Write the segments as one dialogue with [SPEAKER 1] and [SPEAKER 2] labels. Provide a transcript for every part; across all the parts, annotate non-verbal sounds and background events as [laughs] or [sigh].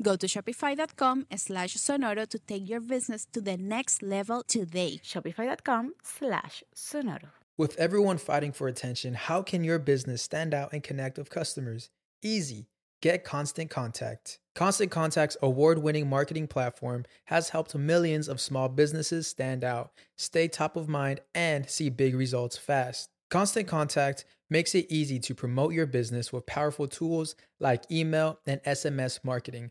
[SPEAKER 1] Go to shopify.com slash sonoro to take your business to the next level today.
[SPEAKER 2] Shopify.com slash sonoro.
[SPEAKER 3] With everyone fighting for attention, how can your business stand out and connect with customers? Easy. Get Constant Contact. Constant Contact's award winning marketing platform has helped millions of small businesses stand out, stay top of mind, and see big results fast. Constant Contact makes it easy to promote your business with powerful tools like email and SMS marketing,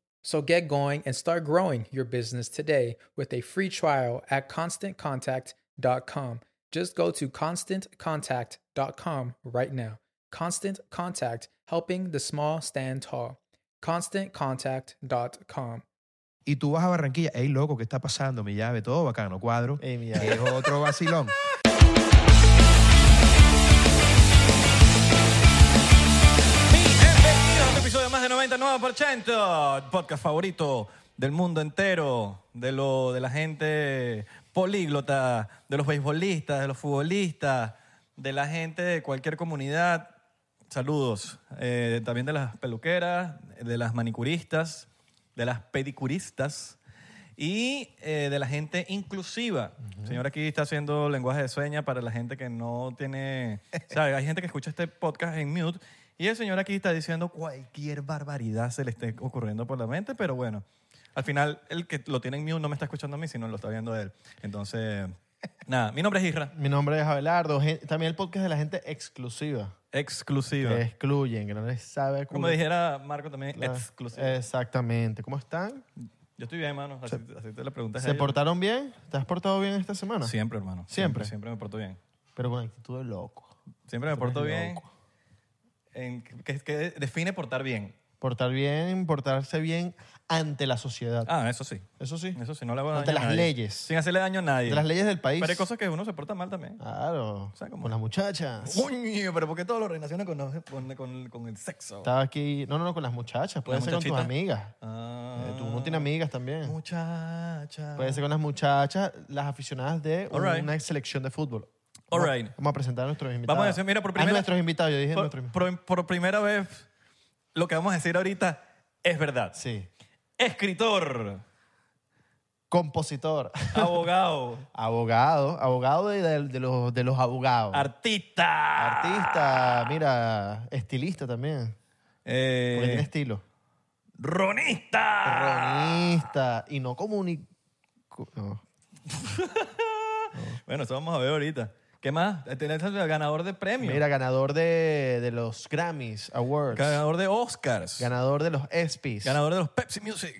[SPEAKER 3] So get going and start growing your business today with a free trial at constantcontact.com. Just go to constantcontact.com right now. Constant Contact, helping the small stand tall. ConstantContact.com.
[SPEAKER 4] Y tú vas a Barranquilla, hey loco, ¿qué está pasando? Mi llave, todo bacano, cuadro.
[SPEAKER 3] Ey, mi
[SPEAKER 4] Es
[SPEAKER 3] llave.
[SPEAKER 4] otro vacilón.
[SPEAKER 5] Bienvenidos a un episodio más de 99%, el podcast favorito del mundo entero, de, lo, de la gente políglota, de los beisbolistas, de los futbolistas, de la gente de cualquier comunidad. Saludos. Eh, también de las peluqueras, de las manicuristas, de las pedicuristas y eh, de la gente inclusiva. El Señor aquí está haciendo lenguaje de sueña para la gente que no
[SPEAKER 6] [laughs]
[SPEAKER 5] tiene... ¿sabe? Hay gente que escucha este podcast en mute y el señor aquí está diciendo cualquier barbaridad se le esté ocurriendo por la mente, pero bueno, al final el que lo tiene en mute no me está escuchando a mí, sino lo está viendo él.
[SPEAKER 6] [laughs]
[SPEAKER 5] Entonces, nada, mi nombre es Isra,
[SPEAKER 6] Mi nombre es Abelardo. Gen- También el podcast de la gente exclusiva.
[SPEAKER 5] exclusiva.
[SPEAKER 6] Que excluyen, que no les sabe
[SPEAKER 5] Como dijera Marco también,
[SPEAKER 6] La-
[SPEAKER 5] exclusiva.
[SPEAKER 6] Exactamente. ¿Cómo están?
[SPEAKER 5] Yo estoy bien, hermano, así, así te la preguntas. a
[SPEAKER 6] Eh, ¿Se
[SPEAKER 5] ellos.
[SPEAKER 6] portaron bien? ¿Te has portado bien esta semana?
[SPEAKER 5] Siempre, hermano.
[SPEAKER 6] Siempre.
[SPEAKER 5] Siempre me porto bien.
[SPEAKER 6] Pero con actitud de loco.
[SPEAKER 5] Siempre me
[SPEAKER 6] Tú eres
[SPEAKER 5] porto bien.
[SPEAKER 6] loco.
[SPEAKER 5] En, ¿qué, qué define portar bien?
[SPEAKER 6] Portar bien, portarse bien ante la sociedad.
[SPEAKER 5] Ah, eso sí.
[SPEAKER 6] Eso sí.
[SPEAKER 5] Eso sí, no le hago daño
[SPEAKER 6] Ante
[SPEAKER 5] a
[SPEAKER 6] las
[SPEAKER 5] nadie.
[SPEAKER 6] leyes.
[SPEAKER 5] Sin hacerle daño a nadie.
[SPEAKER 6] De las leyes Ah, del país.
[SPEAKER 5] Pero hay cosas que uno se porta mal también.
[SPEAKER 6] Claro.
[SPEAKER 5] O sea, como-
[SPEAKER 6] Con las muchachas.
[SPEAKER 5] Coño, pero ¿por qué todo lo relaciona con, con, con- con el sexo?
[SPEAKER 6] Estaba aquí. No, no, no, con las muchachas. Puede
[SPEAKER 5] las
[SPEAKER 6] ser con tus
[SPEAKER 5] muchachitas.
[SPEAKER 6] amigas.
[SPEAKER 5] Ah.
[SPEAKER 6] Eh, Tú no tienes amigas también.
[SPEAKER 5] Muchacha.
[SPEAKER 6] Puede ser con las muchachas, las aficionadas de
[SPEAKER 5] All right.
[SPEAKER 6] una selección de fútbol.
[SPEAKER 5] All
[SPEAKER 6] Vamos-
[SPEAKER 5] right.
[SPEAKER 6] Vamos a presentar a nuestros invitados.
[SPEAKER 5] Vamos a decir, mira, por primera-
[SPEAKER 6] A nuestros invitados, yo dije
[SPEAKER 5] por,
[SPEAKER 6] nuestros invitados.
[SPEAKER 5] por- por primera vez, lo que vamos a decir ahorita es verdad.
[SPEAKER 6] Sí.
[SPEAKER 5] Escritor,
[SPEAKER 6] [laughs] Compositor, [laughs]
[SPEAKER 5] abogado,
[SPEAKER 6] abogado, abogado de, de- de los, de los abogados.
[SPEAKER 5] artista. Ah.
[SPEAKER 6] Artista, mira, estilista también.
[SPEAKER 5] Eh, Ah.
[SPEAKER 6] Porque tiene estilo.
[SPEAKER 5] ronista.
[SPEAKER 6] Cronista y no comunica. No. Eh.
[SPEAKER 5] Bueno, eso vamos a ver ahorita. ¿Qué más? Tenés al ganador de premios.
[SPEAKER 6] Mira, ganador de, de los Grammys Awards.
[SPEAKER 5] ganador de Oscars.
[SPEAKER 6] Ganador de los ESPYs.
[SPEAKER 5] Ganador de los Pepsi Music.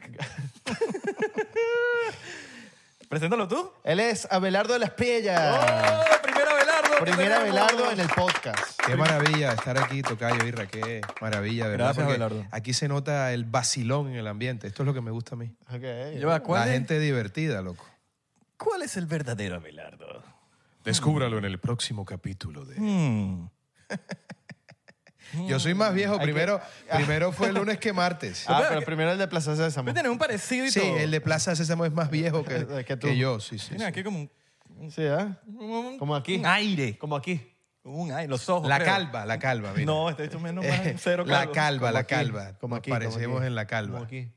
[SPEAKER 5] [laughs] Preséntalo tú.
[SPEAKER 6] Él es Abelardo de las Piellas.
[SPEAKER 4] Ah.
[SPEAKER 5] ¡Oh, primero Abelardo!
[SPEAKER 7] Primera Abelardo en el podcast.
[SPEAKER 4] Qué maravilla estar aquí, Tocayo Irra, qué maravilla, ¿verdad?
[SPEAKER 5] Gracias,
[SPEAKER 4] Porque
[SPEAKER 5] Abelardo.
[SPEAKER 4] Aquí se nota el vacilón en el ambiente. Esto es lo que me gusta a mí.
[SPEAKER 7] Ok.
[SPEAKER 5] Yo, ¿cuál,
[SPEAKER 4] La
[SPEAKER 5] es,
[SPEAKER 4] gente divertida, loco.
[SPEAKER 5] ¿Cuál es el verdadero Abelardo?
[SPEAKER 4] Descúbralo en el próximo capítulo de...
[SPEAKER 5] Mm.
[SPEAKER 4] Yo soy más viejo. Primero, primero fue el lunes que
[SPEAKER 7] [laughs]
[SPEAKER 4] martes.
[SPEAKER 7] Ah, pero primero el de Plaza Sésamo.
[SPEAKER 5] Tú tienes un parecido y
[SPEAKER 4] Sí,
[SPEAKER 5] todo.
[SPEAKER 4] el de Plaza Sésamo es más viejo que,
[SPEAKER 7] Que tú.
[SPEAKER 4] que yo. Sí, sí,
[SPEAKER 5] Mira,
[SPEAKER 4] sí.
[SPEAKER 5] aquí como un,
[SPEAKER 7] Sí, ¿ah?
[SPEAKER 5] un-
[SPEAKER 7] Como aquí.
[SPEAKER 5] un aire.
[SPEAKER 7] Como aquí.
[SPEAKER 5] Un aire, los ojos.
[SPEAKER 4] La
[SPEAKER 5] creo.
[SPEAKER 4] calva, la calva, mira. [laughs]
[SPEAKER 5] No, este hecho menos más
[SPEAKER 4] Eh,
[SPEAKER 5] cero
[SPEAKER 4] la
[SPEAKER 5] calvo.
[SPEAKER 4] calva,
[SPEAKER 7] Como
[SPEAKER 4] la
[SPEAKER 7] aquí,
[SPEAKER 4] calva.
[SPEAKER 7] como
[SPEAKER 4] Nos
[SPEAKER 7] aquí, como
[SPEAKER 4] parecemos
[SPEAKER 7] aquí.
[SPEAKER 4] en la calva.
[SPEAKER 7] Como aquí.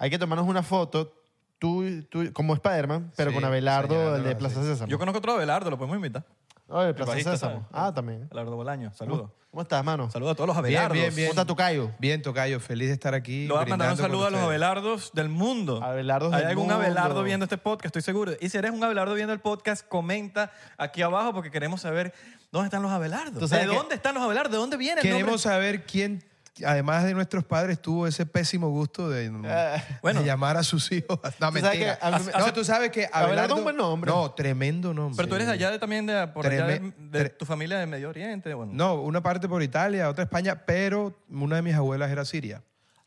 [SPEAKER 7] Hay que tomarnos una foto, tú, tú como Spider-Man, pero
[SPEAKER 4] Sí,
[SPEAKER 7] con Abelardo, el
[SPEAKER 4] señalándolo
[SPEAKER 7] de Plaza
[SPEAKER 4] así.
[SPEAKER 7] Sésamo.
[SPEAKER 5] Yo conozco otro Abelardo, lo podemos invitar.
[SPEAKER 7] Oh, el
[SPEAKER 5] El
[SPEAKER 7] Plaza
[SPEAKER 5] bajista,
[SPEAKER 7] Sésamo.
[SPEAKER 5] ¿sabes?
[SPEAKER 7] Ah, también.
[SPEAKER 5] Abelardo Bolaño, saludos.
[SPEAKER 7] ¿Cómo estás, mano?
[SPEAKER 5] Saludos a todos los
[SPEAKER 4] Bien,
[SPEAKER 5] Abelardos.
[SPEAKER 4] Uh. bien, bien.
[SPEAKER 7] ¿Cómo está Tocayo?
[SPEAKER 4] Bien, Tocayo, feliz de estar aquí.
[SPEAKER 5] Le voy a mandar un
[SPEAKER 4] brindando
[SPEAKER 5] saludo
[SPEAKER 4] con
[SPEAKER 5] a los
[SPEAKER 4] ustedes.
[SPEAKER 5] Abelardos del mundo.
[SPEAKER 7] Abelardos
[SPEAKER 5] Hay
[SPEAKER 7] del
[SPEAKER 5] algún
[SPEAKER 7] mundo.
[SPEAKER 5] Abelardo viendo este podcast, estoy seguro. Y si eres un Abelardo viendo el podcast, comenta aquí abajo porque queremos saber dónde están los
[SPEAKER 7] Tú
[SPEAKER 5] Abelardos. ¿De
[SPEAKER 7] sabes que-
[SPEAKER 5] dónde están los Abelardos? ¿De dónde vienen?
[SPEAKER 4] Queremos saber quién, además de nuestros padres, tuvo ese pésimo gusto de, de
[SPEAKER 5] Bueno.
[SPEAKER 4] llamar a sus hijos. No,
[SPEAKER 7] Ah. sabes
[SPEAKER 4] mentira.
[SPEAKER 7] que a mí me-
[SPEAKER 4] no, tú sabes que
[SPEAKER 7] Abelardo
[SPEAKER 4] Abelardo...
[SPEAKER 7] es un buen nombre.
[SPEAKER 4] No, tremendo nombre.
[SPEAKER 5] Pero tú eres de allá de- también de, por allá de,
[SPEAKER 4] Treme-
[SPEAKER 5] de
[SPEAKER 4] tre-
[SPEAKER 5] tu familia de Medio Oriente. Bueno,
[SPEAKER 4] No, una parte por Italia, otra España, pero una de mis abuelas era siria.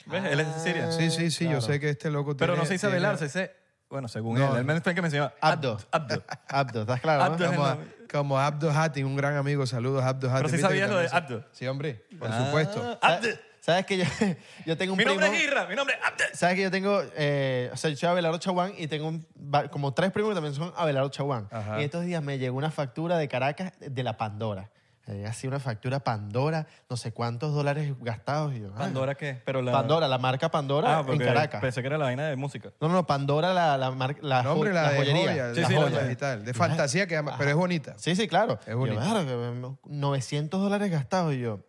[SPEAKER 5] ¿Ves? Él es de Siria.
[SPEAKER 7] Ah,
[SPEAKER 4] Sí, sí, sí, yo sé que este loco
[SPEAKER 5] Pero
[SPEAKER 4] tiene-
[SPEAKER 5] no se dice
[SPEAKER 4] tiene-
[SPEAKER 5] Abelardo, se dice... Bueno, según
[SPEAKER 4] No,
[SPEAKER 5] él. El men fue el que me enseñó.
[SPEAKER 7] Abdo.
[SPEAKER 4] [laughs]
[SPEAKER 5] Abdo.
[SPEAKER 7] Abdo, ¿estás claro? eh? no?
[SPEAKER 5] Abdo.
[SPEAKER 4] Como, a- como Abdo Hati, un gran amigo. Saludos, Abdo Hati.
[SPEAKER 5] Pero sí
[SPEAKER 4] ¿Viste que
[SPEAKER 5] sabías lo
[SPEAKER 4] también
[SPEAKER 5] de
[SPEAKER 4] se-
[SPEAKER 5] Abdo.
[SPEAKER 4] Sí, hombre, por supuesto.
[SPEAKER 5] Ah, Abdo.
[SPEAKER 7] ¿Sabes que yo, [laughs] yo tengo un
[SPEAKER 5] Mi
[SPEAKER 7] primo?
[SPEAKER 5] nombre es Irra, mi nombre es Abdo.
[SPEAKER 7] ¿Sabes que yo tengo, eh, o sea, yo soy Abelardo Chaguán y tengo un- va- como tres primos que también son Abelardo Chaguán.
[SPEAKER 4] Ajá.
[SPEAKER 7] Y estos días me llegó una factura de Caracas de la Pandora. Me llega así una factura Pandora, no sé cuántos dólares gastados. Y yo, ah,
[SPEAKER 5] ¿Pandora qué? Pero la...
[SPEAKER 7] Pandora, la marca Pandora
[SPEAKER 5] Ah,
[SPEAKER 7] en
[SPEAKER 5] porque
[SPEAKER 7] Caracas.
[SPEAKER 5] pensé que era la vaina de música.
[SPEAKER 7] No, no, no, Pandora, la, la, mar- la,
[SPEAKER 4] No, hombre,
[SPEAKER 7] jo-
[SPEAKER 4] la,
[SPEAKER 7] la
[SPEAKER 4] de
[SPEAKER 7] joyería.
[SPEAKER 4] joya,
[SPEAKER 5] Sí,
[SPEAKER 4] la
[SPEAKER 5] sí, la
[SPEAKER 4] joya
[SPEAKER 5] joya.
[SPEAKER 4] y tal. De fantasía, que, ama- pero es bonita.
[SPEAKER 7] Sí, sí, claro.
[SPEAKER 4] Es bonito.
[SPEAKER 7] Yo, "Verga, 900 dólares gastados. Y yo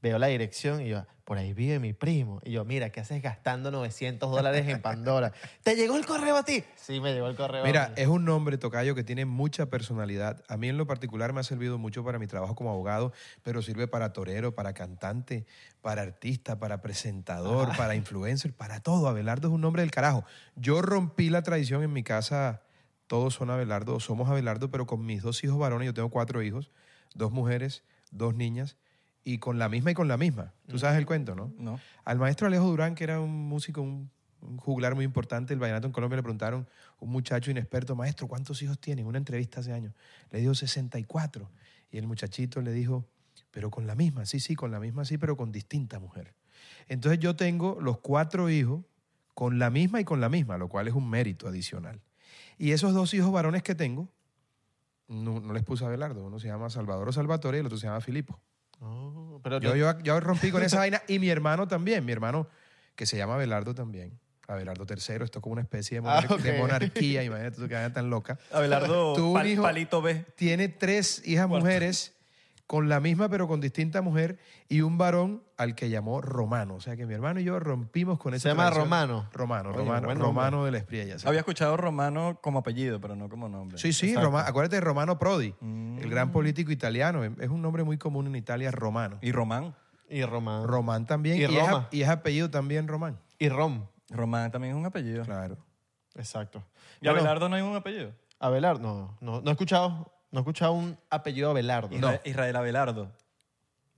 [SPEAKER 7] veo la dirección y yo, por ahí vive mi primo. Y yo, mira, ¿qué haces gastando 900 dólares
[SPEAKER 4] [laughs]
[SPEAKER 7] en Pandora? ¿Te llegó el correo a ti? eh, Sí, me llegó el correo. a
[SPEAKER 4] Mira,
[SPEAKER 7] mí.
[SPEAKER 4] es un nombre, Tocayo, que tiene mucha personalidad. A mí en lo particular me ha servido mucho para mi trabajo como abogado, pero sirve para torero, para cantante, para artista, para presentador, para influencer, para todo. Abelardo es un nombre del carajo. Yo rompí la tradición en mi casa, todos son Abelardo, o somos Abelardo, pero con mis dos hijos varones, yo tengo cuatro hijos, dos mujeres, dos niñas, y con la misma y con la misma. Tú sabes el cuento, ¿no?
[SPEAKER 5] No.
[SPEAKER 4] Al maestro Alejo Durán, que era un músico, un, un juglar muy importante del vallenato en Colombia, le preguntaron un muchacho inexperto, maestro, ¿cuántos hijos tiene? En una entrevista hace años. Le dijo 64. Y el muchachito le dijo, pero con la misma, sí, sí, con la misma, sí, pero con distinta mujer. Entonces yo tengo los cuatro hijos con la misma y con la misma, lo cual es un mérito adicional. Y esos dos hijos varones que tengo, no, no les puse a Abelardo. Uno se llama Salvador o Salvatore y el otro se llama Filipo.
[SPEAKER 7] Oh, pero
[SPEAKER 4] Yo, yo, yo rompí
[SPEAKER 7] [laughs]
[SPEAKER 4] con esa vaina y mi hermano también, mi hermano que se llama Abelardo también. Abelardo III, esto es como una especie de, monar-
[SPEAKER 7] Ah, ok.
[SPEAKER 4] de monarquía, imagínate [laughs] tú que vaina tan loca.
[SPEAKER 5] Abelardo
[SPEAKER 4] Tuvo un
[SPEAKER 5] Pal-
[SPEAKER 4] hijo-
[SPEAKER 5] Palito B.
[SPEAKER 4] Tiene tres hijas
[SPEAKER 5] Cuarto.
[SPEAKER 4] mujeres con la misma pero con distinta mujer y un varón al que llamó Romano. O sea que mi hermano y yo rompimos con esa
[SPEAKER 7] Se llama
[SPEAKER 4] tradición.
[SPEAKER 7] Romano.
[SPEAKER 4] Romano,
[SPEAKER 7] Oye,
[SPEAKER 4] Romano,
[SPEAKER 7] buen nombre.
[SPEAKER 4] Romano de la Espriella. sí.
[SPEAKER 5] Había escuchado Romano como apellido, pero no como nombre.
[SPEAKER 4] Sí, sí,
[SPEAKER 5] Exacto.
[SPEAKER 4] Roma- acuérdate de Romano Prodi, el
[SPEAKER 7] Mm.
[SPEAKER 4] gran político italiano. em, Es un nombre muy común en Italia, Romano.
[SPEAKER 5] Y Román.
[SPEAKER 7] Y Román.
[SPEAKER 4] Román también.
[SPEAKER 7] Y
[SPEAKER 4] Y, es, a-
[SPEAKER 7] Roma.
[SPEAKER 4] y es apellido también Román.
[SPEAKER 7] Y Rom.
[SPEAKER 5] Román también es un apellido.
[SPEAKER 4] Claro.
[SPEAKER 7] Exacto.
[SPEAKER 5] Y
[SPEAKER 7] Bueno,
[SPEAKER 5] Abelardo no hay un apellido.
[SPEAKER 7] Abelardo. No, no, no he escuchado, no he escuchado un apellido Abelardo.
[SPEAKER 5] Isra- Israel Abelardo.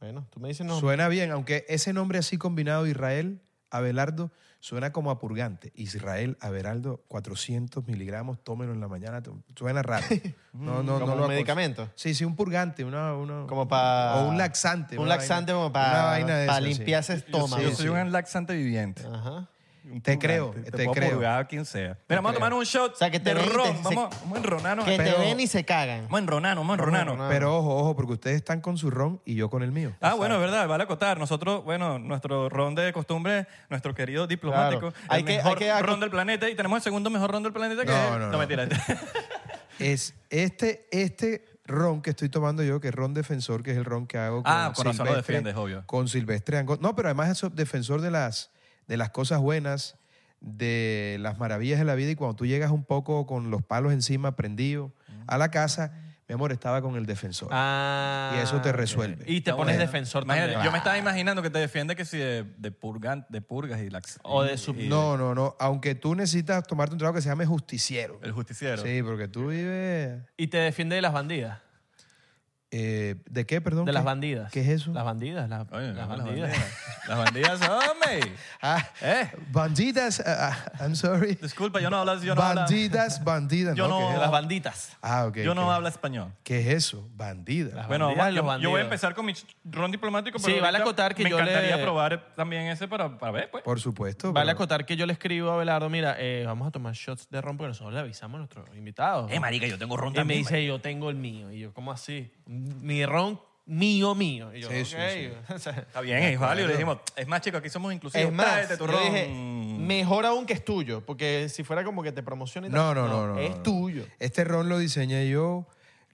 [SPEAKER 7] Bueno, tú me dices no.
[SPEAKER 4] Suena bien, aunque ese nombre así combinado, Israel Abelardo, suena como apurgante. Israel Abelardo, 400 miligramos, tómelo en la mañana. tú- Suena
[SPEAKER 7] [laughs]
[SPEAKER 4] raro. No, no,
[SPEAKER 7] ¿Como
[SPEAKER 4] no
[SPEAKER 7] un
[SPEAKER 4] lo aconse-
[SPEAKER 7] medicamento?
[SPEAKER 4] Sí, sí, un purgante, una, una-
[SPEAKER 7] Como para...
[SPEAKER 4] O un laxante.
[SPEAKER 7] Un
[SPEAKER 4] una vaina-
[SPEAKER 7] laxante como
[SPEAKER 4] una
[SPEAKER 7] para,
[SPEAKER 4] vaina de
[SPEAKER 7] para
[SPEAKER 4] esas, sí.
[SPEAKER 7] limpiarse estómago.
[SPEAKER 5] Yo soy un laxante viviente.
[SPEAKER 7] Ajá.
[SPEAKER 5] Un
[SPEAKER 4] Te
[SPEAKER 5] purgante.
[SPEAKER 4] creo, te
[SPEAKER 5] Te, puedo
[SPEAKER 4] creo.
[SPEAKER 5] purgar a quien sea. Mira, vamos a tomar un shot
[SPEAKER 7] O sea, que te
[SPEAKER 5] de
[SPEAKER 7] ven y te-
[SPEAKER 5] ron.
[SPEAKER 7] se-
[SPEAKER 5] Vamos, vamos a
[SPEAKER 6] Ah,
[SPEAKER 5] enronarnos.
[SPEAKER 7] Que te
[SPEAKER 4] Pero-
[SPEAKER 7] ven y se cagan.
[SPEAKER 5] Vamos a enronarnos, vamos a enronarnos.
[SPEAKER 7] enronar.
[SPEAKER 4] Pero ojo, ojo, porque ustedes están con su ron y yo con el mío.
[SPEAKER 5] Ah, bueno, es verdad, vale acotar. Nosotros, bueno, nuestro ron de costumbre, nuestro querido diplomático,
[SPEAKER 7] Hay
[SPEAKER 5] el
[SPEAKER 7] que- hay
[SPEAKER 5] mejor
[SPEAKER 7] que aco-
[SPEAKER 5] ron del planeta y tenemos el segundo mejor ron del planeta que
[SPEAKER 4] No,
[SPEAKER 5] es-
[SPEAKER 4] no,
[SPEAKER 5] no
[SPEAKER 4] no.
[SPEAKER 5] mentira.
[SPEAKER 4] Es este, este ron que estoy tomando yo, que es ron defensor, que es el ron que hago con
[SPEAKER 5] Ah, con razón lo
[SPEAKER 4] Silvestre-
[SPEAKER 5] defiendes, obvio.
[SPEAKER 4] Con Silvestre Angostura. No, pero además es defensor de las, de las cosas buenas, de las maravillas de la vida. Y cuando tú llegas un poco con los palos encima, prendido, a la casa, mi amor, estaba con el defensor.
[SPEAKER 7] Ah.
[SPEAKER 4] y eso te resuelve.
[SPEAKER 7] Y te
[SPEAKER 5] Está
[SPEAKER 7] pones
[SPEAKER 5] bueno.
[SPEAKER 7] defensor
[SPEAKER 5] Imagínate,
[SPEAKER 7] también.
[SPEAKER 5] Yo me estaba imaginando que te defiende que si de, de, purgan- de purgas y lax.
[SPEAKER 6] Oh.
[SPEAKER 7] O de
[SPEAKER 5] y-
[SPEAKER 7] sub-
[SPEAKER 5] y-
[SPEAKER 4] No, no, no. Aunque tú necesitas tomarte un trago que se llame justiciero.
[SPEAKER 5] El justiciero.
[SPEAKER 4] Sí, porque tú vives...
[SPEAKER 7] Y te defiende de las bandidas.
[SPEAKER 4] Eh, ¿De qué, perdón?
[SPEAKER 6] De
[SPEAKER 4] ¿Qué-
[SPEAKER 6] las bandidas.
[SPEAKER 4] ¿Qué es eso?
[SPEAKER 6] Las bandidas, las,
[SPEAKER 5] Coño,
[SPEAKER 6] las
[SPEAKER 5] no,
[SPEAKER 6] bandidas.
[SPEAKER 5] Las bandidas,
[SPEAKER 6] [laughs]
[SPEAKER 5] hombre.
[SPEAKER 4] Ah,
[SPEAKER 5] Eh,
[SPEAKER 4] bandidas. ah, ah, I'm sorry.
[SPEAKER 5] disculpa, yo no hablo, yo no hablo-
[SPEAKER 4] Bandidas, bandidas.
[SPEAKER 5] Yo no-
[SPEAKER 4] ¿qué es?
[SPEAKER 6] Las banditas.
[SPEAKER 4] Ah, ok.
[SPEAKER 5] yo no
[SPEAKER 4] ok.
[SPEAKER 5] hablo español.
[SPEAKER 4] ¿Qué es eso? Bandidas.
[SPEAKER 6] Las
[SPEAKER 5] Bueno,
[SPEAKER 6] bandidas
[SPEAKER 5] va-
[SPEAKER 6] y
[SPEAKER 5] yo, yo
[SPEAKER 6] los
[SPEAKER 5] voy a
[SPEAKER 6] bandidos.
[SPEAKER 5] empezar con mi ch- ron diplomático.
[SPEAKER 6] Sí,
[SPEAKER 5] pero
[SPEAKER 6] vale
[SPEAKER 5] ahorita
[SPEAKER 6] acotar que
[SPEAKER 5] me
[SPEAKER 6] yo le-
[SPEAKER 5] encantaría probar también ese para, para ver, pues.
[SPEAKER 4] Por supuesto.
[SPEAKER 6] Vale
[SPEAKER 4] pero-
[SPEAKER 6] acotar que yo le escribo a Belardo, mira, eh, vamos a tomar shots de ron porque nosotros le avisamos a nuestros invitados.
[SPEAKER 5] Eh, marica, yo tengo ron
[SPEAKER 6] y me
[SPEAKER 5] también.
[SPEAKER 6] dice, yo tengo el mío. Y yo, ¿cómo así? Mi ron mío, mío. Y yo,
[SPEAKER 4] Sí, sí,
[SPEAKER 6] "Ok".
[SPEAKER 4] sí.
[SPEAKER 6] [laughs] O sea,
[SPEAKER 5] Está bien, es válido. Le dijimos, es más, chicos, aquí somos inclusivos.
[SPEAKER 6] es más,
[SPEAKER 5] Tráete tu
[SPEAKER 6] yo
[SPEAKER 5] ron.
[SPEAKER 6] dije,
[SPEAKER 5] Mm.
[SPEAKER 6] mejor aún que es tuyo. Porque si fuera como que te promocionen. y
[SPEAKER 4] No,
[SPEAKER 6] tal,
[SPEAKER 4] no, no, no.
[SPEAKER 6] Es
[SPEAKER 4] no.
[SPEAKER 6] tuyo.
[SPEAKER 4] Este ron lo diseñé yo,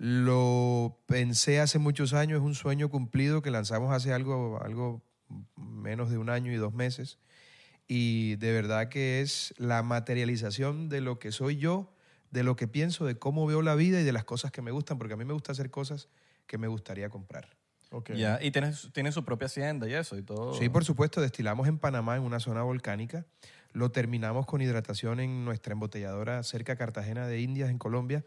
[SPEAKER 4] lo pensé hace muchos años, es un sueño cumplido que lanzamos hace algo, algo menos de un año y dos meses. Y de verdad que es la materialización de lo que soy yo, de lo que pienso, de cómo veo la vida y de las cosas que me gustan, porque a mí me gusta hacer cosas que me gustaría comprar.
[SPEAKER 6] Ok.
[SPEAKER 5] Ya, y tienen, su- tienen su propia hacienda y eso y todo.
[SPEAKER 4] Sí, por supuesto, destilamos en Panamá, en una zona volcánica. Lo terminamos con hidratación en nuestra embotelladora cerca a Cartagena de Indias, en Colombia.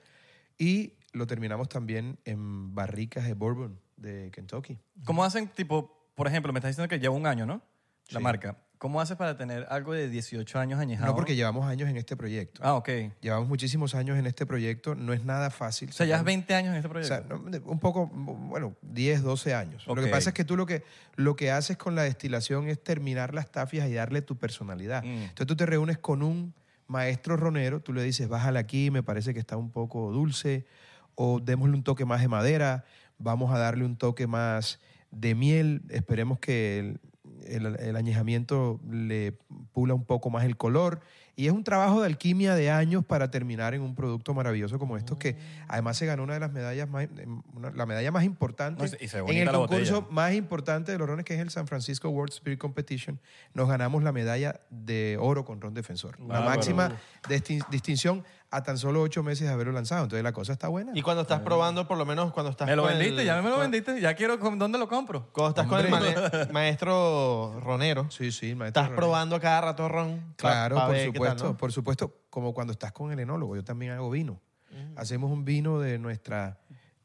[SPEAKER 4] Y lo terminamos también en barricas de Bourbon, de Kentucky.
[SPEAKER 5] ¿Cómo hacen, tipo, por ejemplo, me estás diciendo que lleva un año, ¿no? La
[SPEAKER 4] Sí.
[SPEAKER 5] marca. ¿Cómo haces para tener algo de 18 años añejado?
[SPEAKER 4] No porque llevamos años en este proyecto.
[SPEAKER 5] Ah, ok.
[SPEAKER 4] Llevamos muchísimos años en este proyecto. No es nada fácil.
[SPEAKER 5] O sea, llevas
[SPEAKER 4] sacar-
[SPEAKER 5] 20 años en este
[SPEAKER 4] O
[SPEAKER 5] proyecto.
[SPEAKER 4] sea, no, de- un poco, bueno, 10, 12 años. Lo
[SPEAKER 5] Ok.
[SPEAKER 4] que pasa es que tú lo que, lo que haces con la destilación es terminar las tafias y darle tu personalidad.
[SPEAKER 5] Mm.
[SPEAKER 4] Entonces tú te reúnes con un maestro ronero, tú le dices, bájale aquí, me parece que está un poco dulce, o démosle un toque más de madera, vamos a darle un toque más de miel, esperemos que el, el- el añejamiento le pula un poco más el color. Y es un trabajo de alquimia de años para terminar en un producto maravilloso como estos que
[SPEAKER 5] Mm.
[SPEAKER 4] además se ganó una de las medallas más, una- la medalla más importante
[SPEAKER 5] No, y se- y se ve
[SPEAKER 4] en
[SPEAKER 5] bonita
[SPEAKER 4] el
[SPEAKER 5] la
[SPEAKER 4] concurso
[SPEAKER 5] botella.
[SPEAKER 4] más importante de los rones que es el San Francisco World Spirit Competition. Nos ganamos la medalla de oro con ron defensor, la
[SPEAKER 5] Bárbaro.
[SPEAKER 4] máxima desti- distinción a tan solo ocho meses de haberlo lanzado. Entonces la cosa está buena.
[SPEAKER 6] Y cuando estás probando, por lo menos cuando estás
[SPEAKER 5] me lo
[SPEAKER 6] con el-
[SPEAKER 5] vendiste, ya me lo
[SPEAKER 6] con-
[SPEAKER 5] vendiste. Ya quiero, com- ¿dónde lo compro?
[SPEAKER 6] Cuando estás con el
[SPEAKER 4] Hombre.
[SPEAKER 6] mane- maestro Ronero,
[SPEAKER 4] sí, sí, el maestro
[SPEAKER 6] estás
[SPEAKER 4] ronero.
[SPEAKER 6] probando cada rato ron. pa-
[SPEAKER 4] Claro,
[SPEAKER 6] pa
[SPEAKER 4] por
[SPEAKER 6] ver qué tal,
[SPEAKER 4] supuesto,
[SPEAKER 6] ¿no?
[SPEAKER 4] por supuesto, como cuando estás con el enólogo, yo también hago vino.
[SPEAKER 6] Mm.
[SPEAKER 4] Hacemos un vino de nuestra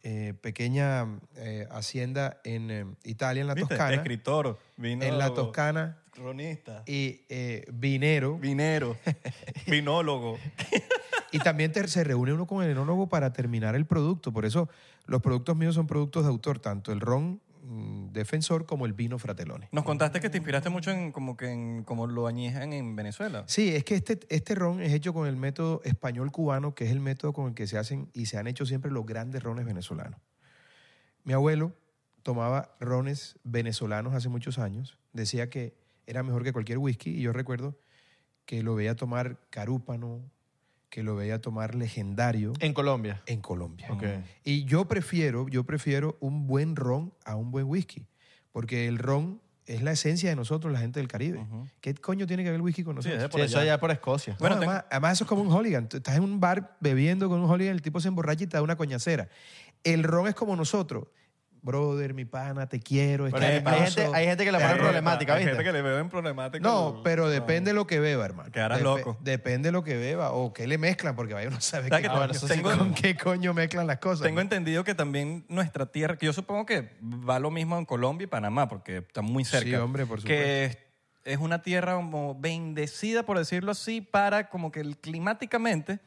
[SPEAKER 4] eh, pequeña eh, hacienda en eh, Italia, en la
[SPEAKER 5] ¿Viste?
[SPEAKER 4] Toscana.
[SPEAKER 5] Escritor, vino.
[SPEAKER 4] en la Toscana
[SPEAKER 5] Cronista.
[SPEAKER 4] y eh, vinero. [laughs]
[SPEAKER 6] [laughs]
[SPEAKER 5] Vinero. Vinólogo.
[SPEAKER 4] Y también te- se reúne uno con el enólogo para terminar el producto. Por eso los productos míos son productos de autor, tanto el ron mm, defensor como el vino fratelone.
[SPEAKER 5] Nos contaste que te inspiraste mucho en como que en como lo añejan en Venezuela.
[SPEAKER 4] Sí, es que este, este ron es hecho con el método español cubano, que es el método con el que se hacen y se han hecho siempre los grandes rones venezolanos. Mi abuelo tomaba rones venezolanos hace muchos años, decía que era mejor que cualquier whisky y yo recuerdo que lo veía tomar carúpano, que lo veía tomar legendario en,
[SPEAKER 6] En Colombia.
[SPEAKER 4] Colombia.
[SPEAKER 6] Ok.
[SPEAKER 4] Y yo prefiero, yo prefiero un buen ron a un buen whisky, porque el ron es la esencia de nosotros, la gente del Caribe.
[SPEAKER 5] Ujú.
[SPEAKER 4] ¿Qué coño tiene que ver el whisky con
[SPEAKER 5] Sí,
[SPEAKER 4] nosotros?
[SPEAKER 5] es
[SPEAKER 6] Sí,
[SPEAKER 5] por
[SPEAKER 6] eso
[SPEAKER 5] allá.
[SPEAKER 6] allá por Escocia.
[SPEAKER 5] Bueno,
[SPEAKER 4] No,
[SPEAKER 5] tengo-
[SPEAKER 4] además, además eso es como un hooligan. Tú estás en un bar bebiendo con un hooligan, el tipo se emborracha y te da una coñacera. El ron es como nosotros. Brother, mi pana, te quiero.
[SPEAKER 6] Pero
[SPEAKER 4] estás
[SPEAKER 6] hay, hay
[SPEAKER 4] hermoso.
[SPEAKER 6] gente, hay gente que la
[SPEAKER 5] Eh,
[SPEAKER 6] pone
[SPEAKER 5] eh,
[SPEAKER 6] problemática,
[SPEAKER 5] hay gente
[SPEAKER 6] ¿viste?
[SPEAKER 5] que le veo en problemática.
[SPEAKER 4] No, pero depende lo que beba, hermano.
[SPEAKER 5] Quedarás
[SPEAKER 4] Depe-
[SPEAKER 5] loco.
[SPEAKER 4] Depende lo que beba o qué le mezclan, porque vaya uno sabe
[SPEAKER 5] ¿Sabes
[SPEAKER 4] qué
[SPEAKER 5] que
[SPEAKER 4] coño-
[SPEAKER 6] bueno, eso sí
[SPEAKER 5] tengo-
[SPEAKER 4] con qué coño mezclan las cosas.
[SPEAKER 5] Tengo
[SPEAKER 4] ¿no?
[SPEAKER 5] entendido que también nuestra tierra, que yo supongo que va lo mismo en Colombia y Panamá, porque está muy cerca.
[SPEAKER 4] Sí, hombre, por
[SPEAKER 5] Que es, es una tierra como bendecida, por decirlo así, para como que el- climáticamente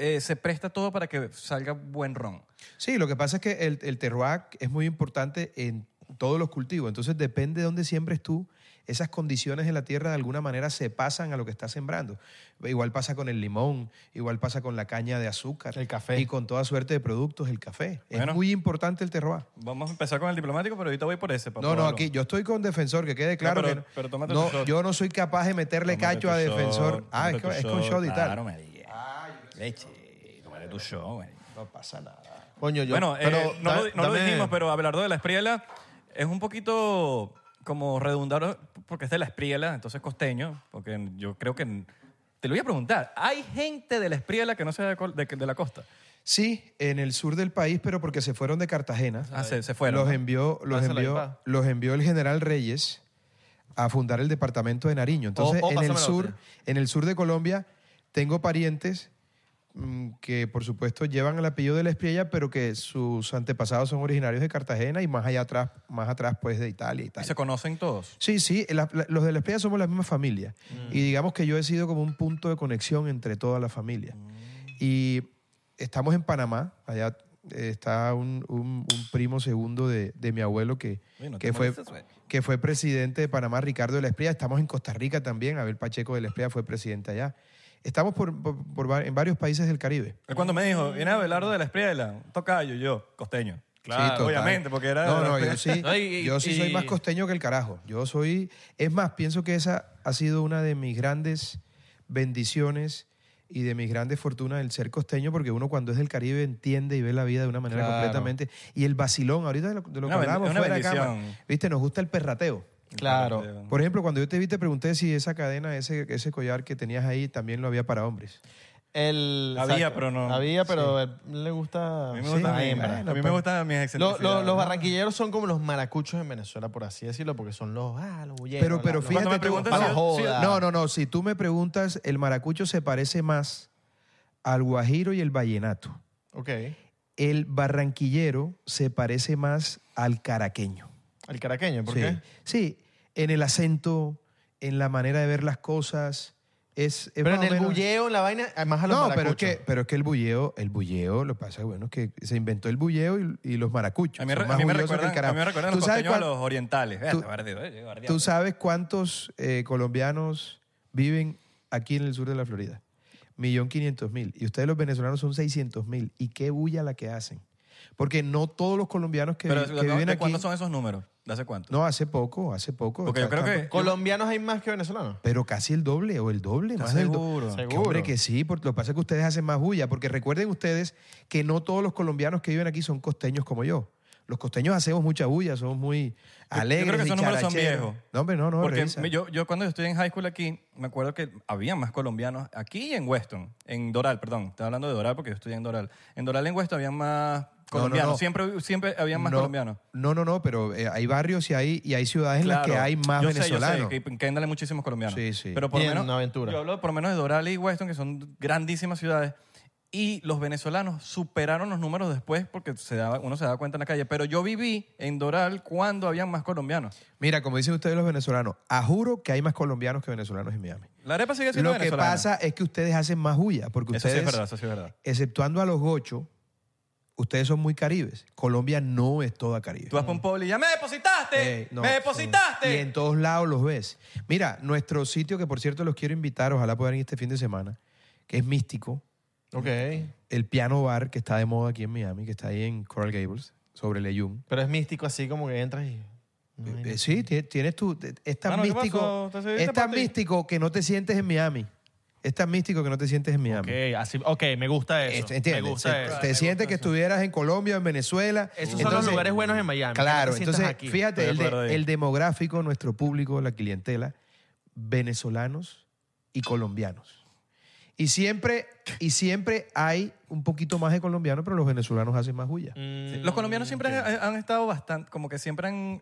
[SPEAKER 5] eh, se presta todo para que salga buen ron.
[SPEAKER 4] Sí, lo que pasa es que el, el terroir es muy importante en todos los cultivos. Entonces, depende de dónde siembres tú, esas condiciones de la tierra de alguna manera se pasan a lo que estás sembrando. Igual pasa con el limón, igual pasa con la caña de azúcar.
[SPEAKER 6] El café.
[SPEAKER 4] Y con toda suerte de productos, el café.
[SPEAKER 5] Bueno.
[SPEAKER 4] Es muy importante el terroir.
[SPEAKER 5] Vamos a empezar con el diplomático, pero ahorita voy por ese. para
[SPEAKER 4] No, no,
[SPEAKER 5] probarlo.
[SPEAKER 4] aquí yo estoy con defensor, que quede claro.
[SPEAKER 5] pero-
[SPEAKER 4] que no-
[SPEAKER 5] pero tómate
[SPEAKER 4] no,
[SPEAKER 5] tu shot.
[SPEAKER 4] yo no soy capaz de meterle
[SPEAKER 5] Tómate
[SPEAKER 4] cacho
[SPEAKER 5] tu
[SPEAKER 4] a
[SPEAKER 5] shot,
[SPEAKER 4] defensor. Ah,
[SPEAKER 5] tómate
[SPEAKER 4] es,
[SPEAKER 5] tu
[SPEAKER 4] que- es con shot y tal.
[SPEAKER 5] Claro, María. Leche, tómate tu show,
[SPEAKER 4] No pasa nada.
[SPEAKER 6] Coño, yo.
[SPEAKER 5] Bueno, eh,
[SPEAKER 6] pero
[SPEAKER 5] no, lo,
[SPEAKER 6] da-
[SPEAKER 5] no lo
[SPEAKER 6] dame-
[SPEAKER 5] dijimos, pero Abelardo de la Espriela es un poquito como redundar porque es de la Espriela, entonces costeño, porque yo creo que... Te lo voy a preguntar, ¿hay gente de la Espriela que no sea de, col- de- de la costa?
[SPEAKER 4] Sí, en el sur del país, pero porque se fueron de Cartagena.
[SPEAKER 5] Ah, se, se fueron.
[SPEAKER 4] Los
[SPEAKER 5] ¿no?
[SPEAKER 4] envió, los
[SPEAKER 6] Pásala ahí,
[SPEAKER 4] envió,
[SPEAKER 6] pa.
[SPEAKER 4] los envió el general Reyes a fundar el
[SPEAKER 5] Oh,
[SPEAKER 4] departamento de Nariño. Entonces,
[SPEAKER 6] o
[SPEAKER 4] en el
[SPEAKER 6] pásamela
[SPEAKER 4] sur,
[SPEAKER 6] otra.
[SPEAKER 4] en el sur de Colombia, tengo parientes mm, que por supuesto llevan el apellido de la Espriella, pero que sus antepasados son originarios de Cartagena y más allá atrás, más atrás pues de Italia y
[SPEAKER 5] ¿Y
[SPEAKER 4] tal.
[SPEAKER 5] se conocen todos?
[SPEAKER 4] Sí, sí, la- la- los de la Espriella somos la misma familia.
[SPEAKER 5] Mm.
[SPEAKER 4] Y digamos que yo he sido como un punto de conexión entre toda la familia.
[SPEAKER 5] Mm.
[SPEAKER 4] Y estamos en Panamá, allá eh, está un, un- un primo segundo de, de mi abuelo que,
[SPEAKER 5] Uy, no te
[SPEAKER 4] que, fue,
[SPEAKER 5] molestes, güey.
[SPEAKER 4] que fue presidente de Panamá, Ricardo de la Espriella. Estamos en Costa Rica también, Abel Pacheco de la Espriella fue presidente allá. Estamos por- por- por va- en varios países del Caribe.
[SPEAKER 5] Él cuando me dijo, viene Abelardo de la Espriela, tocayo, yo, costeño.
[SPEAKER 4] Sí, total.
[SPEAKER 5] obviamente, porque era... de
[SPEAKER 4] No,
[SPEAKER 5] la
[SPEAKER 4] no, yo
[SPEAKER 5] Espriella.
[SPEAKER 4] sí,
[SPEAKER 7] [laughs] No, y-
[SPEAKER 4] yo sí
[SPEAKER 7] y-
[SPEAKER 4] soy más costeño que el carajo. Yo soy. Es más, pienso que esa ha sido una de mis grandes bendiciones y de mis grandes fortunas el ser costeño, porque uno cuando es del Caribe entiende y ve la vida de una manera
[SPEAKER 5] Claro.
[SPEAKER 4] completamente. Y el vacilón, ahorita de lo, de lo que
[SPEAKER 5] Una ben-
[SPEAKER 4] hablábamos
[SPEAKER 5] una
[SPEAKER 4] fuera de cámara,
[SPEAKER 5] bendición.
[SPEAKER 4] viste, nos gusta el perrateo.
[SPEAKER 6] Claro.
[SPEAKER 4] Por ejemplo, cuando yo te vi, te pregunté si esa cadena, ese, ese collar que tenías ahí, también lo había para hombres.
[SPEAKER 6] El,
[SPEAKER 5] Había, pero no.
[SPEAKER 6] Había, pero él le gusta
[SPEAKER 5] A mí me Eh,
[SPEAKER 6] la
[SPEAKER 5] gustan mis-
[SPEAKER 6] hembra.
[SPEAKER 5] a
[SPEAKER 4] pues,
[SPEAKER 5] mí me gustan mis
[SPEAKER 6] Lo-
[SPEAKER 5] excelentes.
[SPEAKER 6] lo- los barranquilleros son como los maracuchos en Venezuela, por así decirlo, porque son los, ah, los bulleros.
[SPEAKER 4] Pero, pero
[SPEAKER 6] la-
[SPEAKER 4] fíjate
[SPEAKER 5] Cuando me
[SPEAKER 4] tú,
[SPEAKER 5] preguntan
[SPEAKER 4] vamos,
[SPEAKER 5] si-
[SPEAKER 6] joda.
[SPEAKER 4] No, no, no. Si tú me preguntas, el maracucho se parece más al guajiro y el vallenato.
[SPEAKER 6] Ok.
[SPEAKER 4] El barranquillero se parece más al caraqueño.
[SPEAKER 6] El caraqueño, ¿por
[SPEAKER 4] sí.
[SPEAKER 6] qué?
[SPEAKER 4] Sí, en el acento, en la manera de ver las cosas. Es, es
[SPEAKER 6] Pero
[SPEAKER 4] más
[SPEAKER 6] en
[SPEAKER 4] o
[SPEAKER 6] el
[SPEAKER 4] menos-
[SPEAKER 6] bulleo, en la vaina, además a los
[SPEAKER 4] No, pero
[SPEAKER 6] maracuchos.
[SPEAKER 4] es, que, pero es que el bulleo, el bulleo, lo que pasa bueno, es que se inventó el bulleo y, y los maracuchos.
[SPEAKER 5] A mí,
[SPEAKER 4] Son
[SPEAKER 5] re- a
[SPEAKER 4] más
[SPEAKER 5] mí me
[SPEAKER 4] bullosos que el
[SPEAKER 5] recuerdan, a mí me
[SPEAKER 4] carajo.
[SPEAKER 5] recuerdan
[SPEAKER 4] ¿Tú
[SPEAKER 5] los
[SPEAKER 4] sabes
[SPEAKER 5] costeños a
[SPEAKER 4] cuál-
[SPEAKER 5] los orientales. Vea,
[SPEAKER 4] tú-
[SPEAKER 5] este barrio, oye, guardia,
[SPEAKER 4] ¿Tú sabes cuántos eh, colombianos viven aquí en el sur de la Florida? Millón quinientos mil. Y ustedes los venezolanos son seiscientos mil. ¿Y qué bulla la que hacen? Porque no todos los colombianos que,
[SPEAKER 5] Pero
[SPEAKER 4] vi-
[SPEAKER 5] lo
[SPEAKER 4] que
[SPEAKER 5] que-
[SPEAKER 4] viven
[SPEAKER 5] ¿de
[SPEAKER 4] aquí...
[SPEAKER 5] ¿cuándo son esos números? ¿De hace cuánto?
[SPEAKER 4] No, hace poco, hace poco.
[SPEAKER 5] Porque yo
[SPEAKER 4] Está-
[SPEAKER 5] creo
[SPEAKER 4] está-
[SPEAKER 5] que...
[SPEAKER 6] ¿Colombianos hay más que venezolanos?
[SPEAKER 4] Pero casi el doble o el doble,
[SPEAKER 5] ¿Estás
[SPEAKER 4] más del do-
[SPEAKER 5] seguro?
[SPEAKER 4] Que,
[SPEAKER 6] Seguro.
[SPEAKER 4] hombre, que sí, porque lo que pasa es que ustedes hacen más bulla, porque recuerden ustedes que no todos los colombianos que viven aquí son costeños como yo. Los costeños hacemos mucha bulla, somos muy
[SPEAKER 5] yo
[SPEAKER 4] alegres.
[SPEAKER 5] creo que esos
[SPEAKER 4] y
[SPEAKER 5] números son
[SPEAKER 4] characheros.
[SPEAKER 5] viejos.
[SPEAKER 4] No, hombre, no, no.
[SPEAKER 5] Porque
[SPEAKER 4] revisa.
[SPEAKER 5] yo, yo cuando estoy en high school aquí, me acuerdo que había más colombianos aquí y en Weston, en Doral, perdón. Estaba hablando de Doral porque yo estoy en Doral. En Doral y en Weston había más colombianos.
[SPEAKER 4] no.
[SPEAKER 5] Siempre, siempre había más
[SPEAKER 4] no,
[SPEAKER 5] colombianos.
[SPEAKER 4] No, no, no, pero eh, hay barrios y hay, y hay ciudades en las que
[SPEAKER 5] Claro.
[SPEAKER 4] hay más
[SPEAKER 5] yo Sé, yo
[SPEAKER 4] venezolanos.
[SPEAKER 5] sé, que en Kendall hay muchísimos colombianos.
[SPEAKER 4] Sí, sí.
[SPEAKER 5] Pero por
[SPEAKER 6] Y
[SPEAKER 5] lo
[SPEAKER 6] en
[SPEAKER 5] menos,
[SPEAKER 6] Aventura.
[SPEAKER 5] Yo hablo por lo menos de Doral y Weston, que son grandísimas ciudades. Y los venezolanos superaron los números después porque se daba, uno se daba cuenta en la calle. Pero yo viví en Doral cuando habían más colombianos.
[SPEAKER 4] Mira, como dicen ustedes los venezolanos, a juro que hay más colombianos que venezolanos en Miami.
[SPEAKER 5] La arepa sigue siendo
[SPEAKER 4] Lo que
[SPEAKER 5] venezolana.
[SPEAKER 4] pasa es que ustedes hacen más bulla, porque
[SPEAKER 5] eso
[SPEAKER 4] ustedes,
[SPEAKER 5] sí es verdad, eso sí es verdad.
[SPEAKER 4] exceptuando a los gochos, ustedes son muy caribes. Colombia no es toda caribe.
[SPEAKER 5] Tú vas para un pueblo y ya me depositaste,
[SPEAKER 4] Eh, no,
[SPEAKER 5] me
[SPEAKER 4] sí. Y
[SPEAKER 5] depositaste.
[SPEAKER 4] en todos lados los ves. Mira, nuestro sitio, que por cierto los quiero invitar, ojalá puedan ir este fin de semana, que es místico,
[SPEAKER 6] Ok.
[SPEAKER 4] el piano bar que está de moda aquí en Miami, que está ahí en Coral Gables, sobre Leyun.
[SPEAKER 6] Pero es místico así como que entras y... no hay
[SPEAKER 4] Eh,
[SPEAKER 6] nada.
[SPEAKER 4] sí, tie- tienes tú. te- Es tan
[SPEAKER 5] Mano, ¿qué
[SPEAKER 4] místico.
[SPEAKER 5] pasó? ¿Te subiste
[SPEAKER 4] Es tan
[SPEAKER 5] pa' ti?
[SPEAKER 4] místico que no te sientes en Miami. Es tan místico que no te sientes en Miami.
[SPEAKER 7] Ok, así, ok, me gusta
[SPEAKER 4] Es-
[SPEAKER 7] eso.
[SPEAKER 4] Este, ¿entiendes?
[SPEAKER 7] Me
[SPEAKER 4] Se-
[SPEAKER 7] gusta eso.
[SPEAKER 4] te sientes que estuvieras en Colombia, en Venezuela.
[SPEAKER 7] Esos son los
[SPEAKER 4] Entonces,
[SPEAKER 7] lugares buenos en Miami.
[SPEAKER 4] Claro,
[SPEAKER 7] que te sientas
[SPEAKER 4] entonces,
[SPEAKER 7] aquí.
[SPEAKER 4] fíjate,
[SPEAKER 5] Estoy
[SPEAKER 4] el,
[SPEAKER 5] de
[SPEAKER 4] de-
[SPEAKER 5] acuerdo ahí.
[SPEAKER 4] el demográfico, nuestro público, la clientela, venezolanos y colombianos. Y siempre, y siempre hay un poquito más de colombianos, pero los venezolanos hacen más bulla.
[SPEAKER 6] Mm.
[SPEAKER 5] Sí, Los colombianos siempre han, han estado bastante, como que siempre han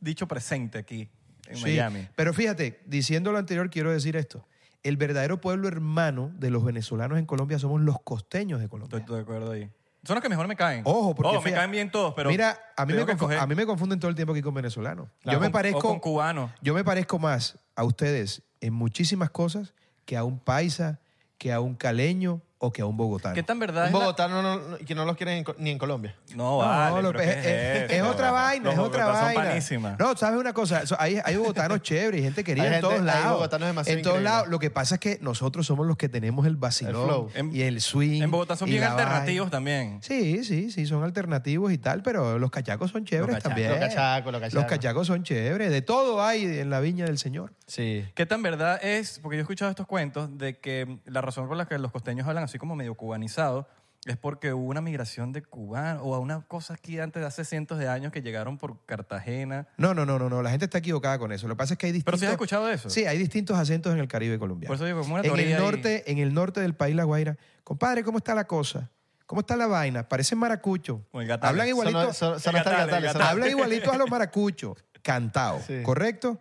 [SPEAKER 5] dicho presente aquí en
[SPEAKER 4] Sí,
[SPEAKER 5] Miami.
[SPEAKER 4] Pero fíjate, diciendo lo anterior, quiero decir esto. El verdadero pueblo hermano de los venezolanos en Colombia somos los costeños de
[SPEAKER 5] Estoy,
[SPEAKER 4] Colombia.
[SPEAKER 5] estoy de acuerdo ahí. Son los que mejor me caen.
[SPEAKER 4] Ojo, porque
[SPEAKER 5] Oh, me
[SPEAKER 4] fíjate-
[SPEAKER 5] caen bien todos, pero.
[SPEAKER 4] Mira, a mí, me
[SPEAKER 5] tengo que
[SPEAKER 4] confu-
[SPEAKER 5] escoger.
[SPEAKER 4] a mí me confunden todo el tiempo aquí con venezolanos.
[SPEAKER 5] Claro,
[SPEAKER 4] yo, me
[SPEAKER 5] con-
[SPEAKER 4] parezco,
[SPEAKER 5] o con cubanos.
[SPEAKER 4] yo me parezco más a ustedes en muchísimas cosas que a un paisa, que a un caleño o que a un bogotano.
[SPEAKER 5] ¿Qué tan verdad
[SPEAKER 6] Un
[SPEAKER 5] es? la-
[SPEAKER 6] bogotano no- no- que no los quieren en Co- ni en Colombia.
[SPEAKER 5] No,
[SPEAKER 4] No,
[SPEAKER 5] vale.
[SPEAKER 4] lo
[SPEAKER 5] pero
[SPEAKER 4] pe-
[SPEAKER 5] ¿qué
[SPEAKER 4] es, es-
[SPEAKER 5] eso?
[SPEAKER 4] es otra vaina,
[SPEAKER 5] Los
[SPEAKER 4] es otra
[SPEAKER 5] bogotanos
[SPEAKER 4] vaina.
[SPEAKER 5] Son panísimas.
[SPEAKER 4] No, sabes una cosa, So- hay, hay bogotanos chéveres, y gente querida
[SPEAKER 6] Hay
[SPEAKER 4] en
[SPEAKER 6] gente-
[SPEAKER 4] todos
[SPEAKER 6] hay
[SPEAKER 4] lados.
[SPEAKER 6] bogotanos
[SPEAKER 4] en todos
[SPEAKER 6] demasiado increíbles.
[SPEAKER 4] lados. Lo que pasa es que nosotros somos los que tenemos el
[SPEAKER 6] El
[SPEAKER 4] vacilón
[SPEAKER 6] flow.
[SPEAKER 5] En-
[SPEAKER 4] y el swing.
[SPEAKER 5] en Bogotá son
[SPEAKER 4] y
[SPEAKER 5] bien
[SPEAKER 4] la vaina.
[SPEAKER 5] alternativos también.
[SPEAKER 4] Sí, sí, sí, son alternativos y tal, pero los cachacos son chéveres
[SPEAKER 5] cachacos.
[SPEAKER 4] también.
[SPEAKER 6] Los cachacos, los cachacos.
[SPEAKER 4] Los cachacos son chéveres. De todo hay en la viña del Señor.
[SPEAKER 6] Sí.
[SPEAKER 5] ¿Qué tan verdad es? Porque yo he escuchado estos cuentos de que la razón por la que los costeños hablan así como medio cubanizados es porque hubo una migración de cubanos o a una cosa aquí antes de hace cientos de años que llegaron por Cartagena.
[SPEAKER 4] No, no, no, no, no, la gente está equivocada con eso. Lo que pasa es que hay distintos.
[SPEAKER 5] Pero sí has escuchado eso.
[SPEAKER 4] Sí, hay distintos acentos en el Caribe colombiano.
[SPEAKER 5] Por eso digo, como una
[SPEAKER 4] en
[SPEAKER 5] teoría
[SPEAKER 4] el
[SPEAKER 5] ahí.
[SPEAKER 4] norte, en el norte del país La Guaira, compadre, ¿cómo está la cosa? ¿Cómo está la vaina? Parecen maracuchos.
[SPEAKER 5] O el gatale.
[SPEAKER 4] Hablan igualito.
[SPEAKER 6] Son, son, son hasta
[SPEAKER 5] Gatales,
[SPEAKER 6] gatales, son-
[SPEAKER 5] gatales.
[SPEAKER 4] Habla igualito a los maracuchos, cantado,
[SPEAKER 6] Sí.
[SPEAKER 4] ¿correcto?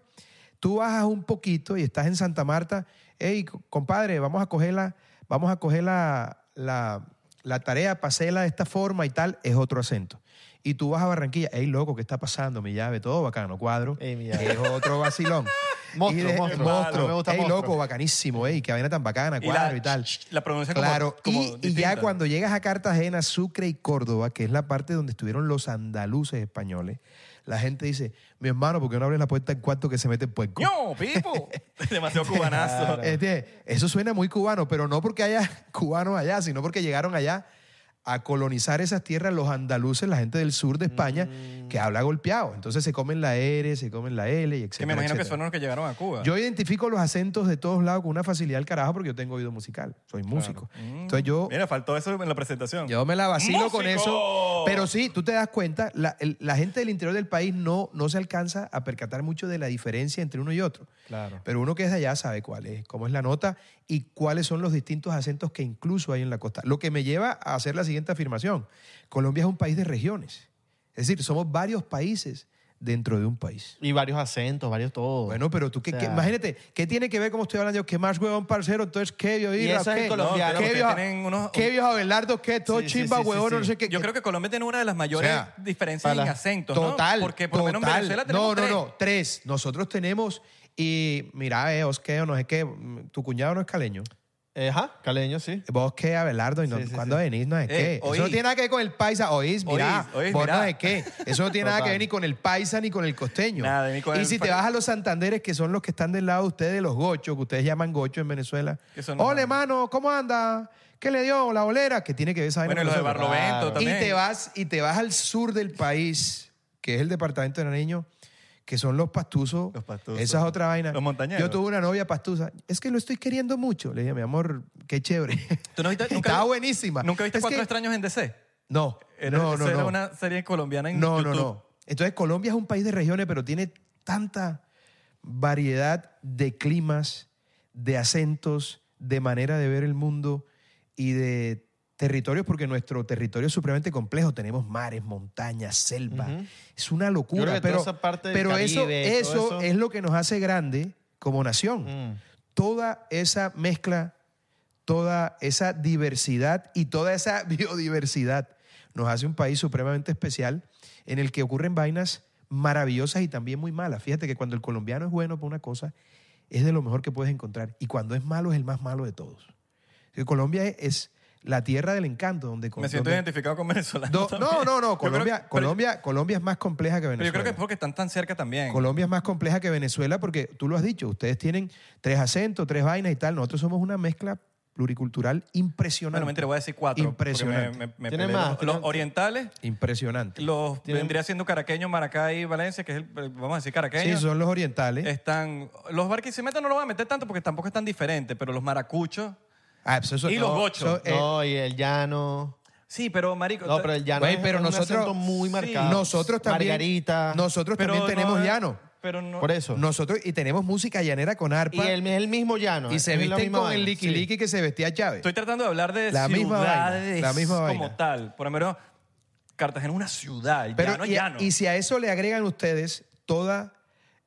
[SPEAKER 4] Tú bajas un poquito y estás en Santa Marta, hey, compadre, vamos a coger la, vamos a coger la, la, la tarea, pasela de esta forma y tal, es otro acento. Y tú vas a Barranquilla, ey, loco, ¿qué está pasando? Mi llave, todo bacano, cuadro.
[SPEAKER 6] Ey, Eh, mi llave.
[SPEAKER 4] Es otro
[SPEAKER 6] [laughs]
[SPEAKER 4] vacilón.
[SPEAKER 6] Monstruo,
[SPEAKER 4] Y de-
[SPEAKER 6] monstruo.
[SPEAKER 4] monstruo.
[SPEAKER 6] Ah, me gusta
[SPEAKER 4] Ey,
[SPEAKER 6] monstruo.
[SPEAKER 4] loco, bacanísimo, ey, qué vaina tan bacana,
[SPEAKER 5] Y la-
[SPEAKER 4] cuadro y, tal.
[SPEAKER 5] la pronuncia como-
[SPEAKER 4] Claro,
[SPEAKER 5] como
[SPEAKER 4] y- y,
[SPEAKER 5] distinta.
[SPEAKER 4] ya cuando llegas a Cartagena, Sucre y Córdoba, que es la parte donde estuvieron los andaluces españoles, la gente dice, mi hermano, ¿por qué no abres la puerta en cuarto que se mete el puerco?
[SPEAKER 5] ¡No,
[SPEAKER 4] [laughs]
[SPEAKER 5] pipo! [laughs] Demasiado cubanazo.
[SPEAKER 4] Este, eso suena muy cubano, pero no porque haya [laughs] cubanos allá, sino porque llegaron allá a colonizar esas tierras los andaluces, la gente del sur de España, que habla golpeado. Entonces se comen la R, se comen la L, y etc.
[SPEAKER 5] Mm. que me imagino que fueron los que llegaron a Cuba.
[SPEAKER 4] Yo identifico los acentos de todos lados con una facilidad del carajo porque yo tengo oído musical, soy músico. Entonces yo,
[SPEAKER 5] Mm. Mira, faltó eso en la presentación.
[SPEAKER 4] yo me la vacilo con
[SPEAKER 5] ¡Músico!
[SPEAKER 4] eso. Pero sí, tú te das cuenta, la, el- la gente del interior del país no, no se alcanza a percatar mucho de la diferencia entre uno y otro.
[SPEAKER 5] Claro.
[SPEAKER 4] Pero uno que es de allá sabe cuál es, cómo es la nota y cuáles son los distintos acentos que incluso hay en la costa. Lo que me lleva a hacer la siguiente afirmación. Colombia es un país de regiones. Es decir, somos varios países dentro de un país.
[SPEAKER 6] Y varios acentos, varios todo.
[SPEAKER 4] Bueno, pero tú, ¿qué,
[SPEAKER 6] O
[SPEAKER 4] qué-
[SPEAKER 6] sea-
[SPEAKER 4] imagínate, ¿qué tiene que ver cómo estoy hablando yo? ¿Qué más, huevón, parcero? Entonces, ¿qué yo
[SPEAKER 6] Y eso es
[SPEAKER 4] ¿Qué,
[SPEAKER 6] en colombiano.
[SPEAKER 4] ¿Qué
[SPEAKER 5] Ustedes
[SPEAKER 4] vio-
[SPEAKER 5] tienen unos-
[SPEAKER 4] ¿Qué vio Abelardo? ¿Qué? Todo
[SPEAKER 6] Sí, sí,
[SPEAKER 4] chimba,
[SPEAKER 6] sí, sí,
[SPEAKER 4] huevón,
[SPEAKER 6] sí.
[SPEAKER 4] no sé qué.
[SPEAKER 5] Yo creo que Colombia tiene una de las mayores
[SPEAKER 4] O sea,
[SPEAKER 5] diferencias
[SPEAKER 6] para-
[SPEAKER 5] en acentos, ¿no?
[SPEAKER 4] Total.
[SPEAKER 5] Porque por lo menos en
[SPEAKER 4] total.
[SPEAKER 5] Venezuela tenemos
[SPEAKER 4] No, no,
[SPEAKER 5] tres.
[SPEAKER 4] no. Tres. Nosotros tenemos. Y mira, eh, Osqueo, no sé qué. mm, Tu cuñado no es caleño.
[SPEAKER 6] Eh, Ajá, caleño, sí.
[SPEAKER 4] Vos qué, Abelardo, y no,
[SPEAKER 6] Sí, sí,
[SPEAKER 4] cuando
[SPEAKER 6] sí.
[SPEAKER 4] venís, no sé qué.
[SPEAKER 5] Eh, oí.
[SPEAKER 4] Eso no tiene nada que ver con el paisa. Oís, mirá,
[SPEAKER 5] Oís, oís,
[SPEAKER 4] vos
[SPEAKER 5] mirá.
[SPEAKER 4] no sé qué. Eso no tiene nada que
[SPEAKER 6] Total.
[SPEAKER 4] ver ni con el paisa ni con el costeño.
[SPEAKER 5] Nada, ni con
[SPEAKER 4] y
[SPEAKER 5] el
[SPEAKER 4] si
[SPEAKER 5] fa-
[SPEAKER 4] te vas a los santanderes, que son los que están del lado de ustedes, los gochos, que ustedes llaman gochos en Venezuela.
[SPEAKER 5] Que son los
[SPEAKER 4] Ole,
[SPEAKER 5] más-
[SPEAKER 4] mano, ¿cómo anda? ¿Qué le dio la bolera? Que tiene que ver esa vaina
[SPEAKER 5] Bueno, y
[SPEAKER 4] con
[SPEAKER 5] los de
[SPEAKER 4] nosotros.
[SPEAKER 5] Barlovento
[SPEAKER 6] Claro.
[SPEAKER 5] también.
[SPEAKER 4] Y te vas y te vas al sur del país, que es el departamento de Nariño, que son los pastuzos.
[SPEAKER 5] Los pastuzos.
[SPEAKER 4] Esa es otra vaina.
[SPEAKER 5] Los montañeros.
[SPEAKER 4] Yo tuve una novia pastusa. Es que lo estoy queriendo mucho. Le dije, mi amor, qué chévere.
[SPEAKER 5] ¿Tú no viste,
[SPEAKER 4] [laughs]
[SPEAKER 5] nunca,
[SPEAKER 4] Estaba buenísima.
[SPEAKER 5] ¿Nunca viste
[SPEAKER 4] Es
[SPEAKER 5] Cuatro
[SPEAKER 4] que-
[SPEAKER 5] Extraños en DC?
[SPEAKER 4] No,
[SPEAKER 5] Era,
[SPEAKER 4] no,
[SPEAKER 5] eso
[SPEAKER 4] no,
[SPEAKER 5] era
[SPEAKER 4] no.
[SPEAKER 5] una serie colombiana en
[SPEAKER 4] No, no,
[SPEAKER 5] YouTube.
[SPEAKER 4] no. Entonces Colombia es un país de regiones, pero tiene tanta variedad de climas, de acentos, de manera de ver el mundo y de territorios, porque nuestro territorio es supremamente complejo. Tenemos mares, montañas, selva.
[SPEAKER 6] Ujú.
[SPEAKER 4] Es una locura.
[SPEAKER 6] Yo creo que
[SPEAKER 4] pero
[SPEAKER 6] toda esa parte del
[SPEAKER 4] pero eso,
[SPEAKER 6] Caribe,
[SPEAKER 4] eso,
[SPEAKER 6] todo eso-
[SPEAKER 4] es lo que nos hace grande como nación
[SPEAKER 6] Mm.
[SPEAKER 4] toda esa mezcla, toda esa diversidad y toda esa [laughs] biodiversidad nos hace un país supremamente especial en el que ocurren vainas maravillosas y también muy malas. Fíjate que cuando el colombiano es bueno para una cosa, es de lo mejor que puedes encontrar. Y cuando es malo, es el más malo de todos. Que Colombia es- es la tierra del encanto, donde...
[SPEAKER 5] Me siento
[SPEAKER 4] donde-
[SPEAKER 5] identificado con venezolanos.
[SPEAKER 4] do- no,
[SPEAKER 5] también.
[SPEAKER 4] no,
[SPEAKER 5] Yo
[SPEAKER 4] no.
[SPEAKER 5] creo
[SPEAKER 4] Colombia,
[SPEAKER 5] que- pero-
[SPEAKER 4] Colombia, Colombia es más compleja que
[SPEAKER 5] Pero
[SPEAKER 4] Venezuela.
[SPEAKER 5] yo creo que es porque están tan cerca también.
[SPEAKER 4] Colombia es más compleja que Venezuela porque tú lo has dicho, ustedes tienen tres acentos, tres vainas y tal. Nosotros somos una mezcla pluricultural impresionante.
[SPEAKER 5] Bueno, mentira, voy a decir cuatro. porque
[SPEAKER 4] Impresionante.
[SPEAKER 5] me- me- me
[SPEAKER 6] Tiene
[SPEAKER 5] peleé.
[SPEAKER 6] más,
[SPEAKER 5] Los-
[SPEAKER 6] tiene-
[SPEAKER 5] Los orientales,
[SPEAKER 4] Impresionante.
[SPEAKER 5] los
[SPEAKER 6] Tiene-
[SPEAKER 5] vendría siendo caraqueño, Maracay, Valencia, que es el, vamos a decir
[SPEAKER 4] Sí,
[SPEAKER 5] caraqueño.
[SPEAKER 4] son los orientales.
[SPEAKER 5] Están, los barquisimetos no los voy a meter tanto porque tampoco es tan diferente, pero los maracuchos.
[SPEAKER 4] Ah, pues eso-
[SPEAKER 5] y los
[SPEAKER 4] no,
[SPEAKER 5] gochos.
[SPEAKER 4] eso, eh,
[SPEAKER 6] no, y el llano.
[SPEAKER 5] Sí, pero marico.
[SPEAKER 6] No, pero el llano
[SPEAKER 4] güey,
[SPEAKER 6] es
[SPEAKER 4] pero
[SPEAKER 6] un
[SPEAKER 4] nosotros-
[SPEAKER 6] acento muy
[SPEAKER 5] sí.
[SPEAKER 6] marcado.
[SPEAKER 4] Nosotros también.
[SPEAKER 6] Margarita.
[SPEAKER 4] Nosotros
[SPEAKER 5] pero
[SPEAKER 4] también tenemos
[SPEAKER 5] no- eh,
[SPEAKER 4] llano. e-,
[SPEAKER 5] Pero no.
[SPEAKER 6] Por eso.
[SPEAKER 4] Nosotros, y tenemos música llanera con
[SPEAKER 6] Y
[SPEAKER 4] arpa.
[SPEAKER 6] el, el mismo llano.
[SPEAKER 4] y se
[SPEAKER 6] es la
[SPEAKER 4] visten
[SPEAKER 6] misma
[SPEAKER 4] con
[SPEAKER 6] vaina,
[SPEAKER 4] el
[SPEAKER 6] sí.
[SPEAKER 4] liqui que se vestía Chávez.
[SPEAKER 5] Estoy tratando de hablar de
[SPEAKER 4] La misma vaina,
[SPEAKER 5] ciudades
[SPEAKER 4] la misma
[SPEAKER 5] como
[SPEAKER 4] vaina.
[SPEAKER 5] tal. Por lo menos, Cartagena es una ciudad, el
[SPEAKER 4] Pero
[SPEAKER 5] llano es
[SPEAKER 4] y, a-
[SPEAKER 5] llano.
[SPEAKER 4] y si a eso le agregan ustedes todo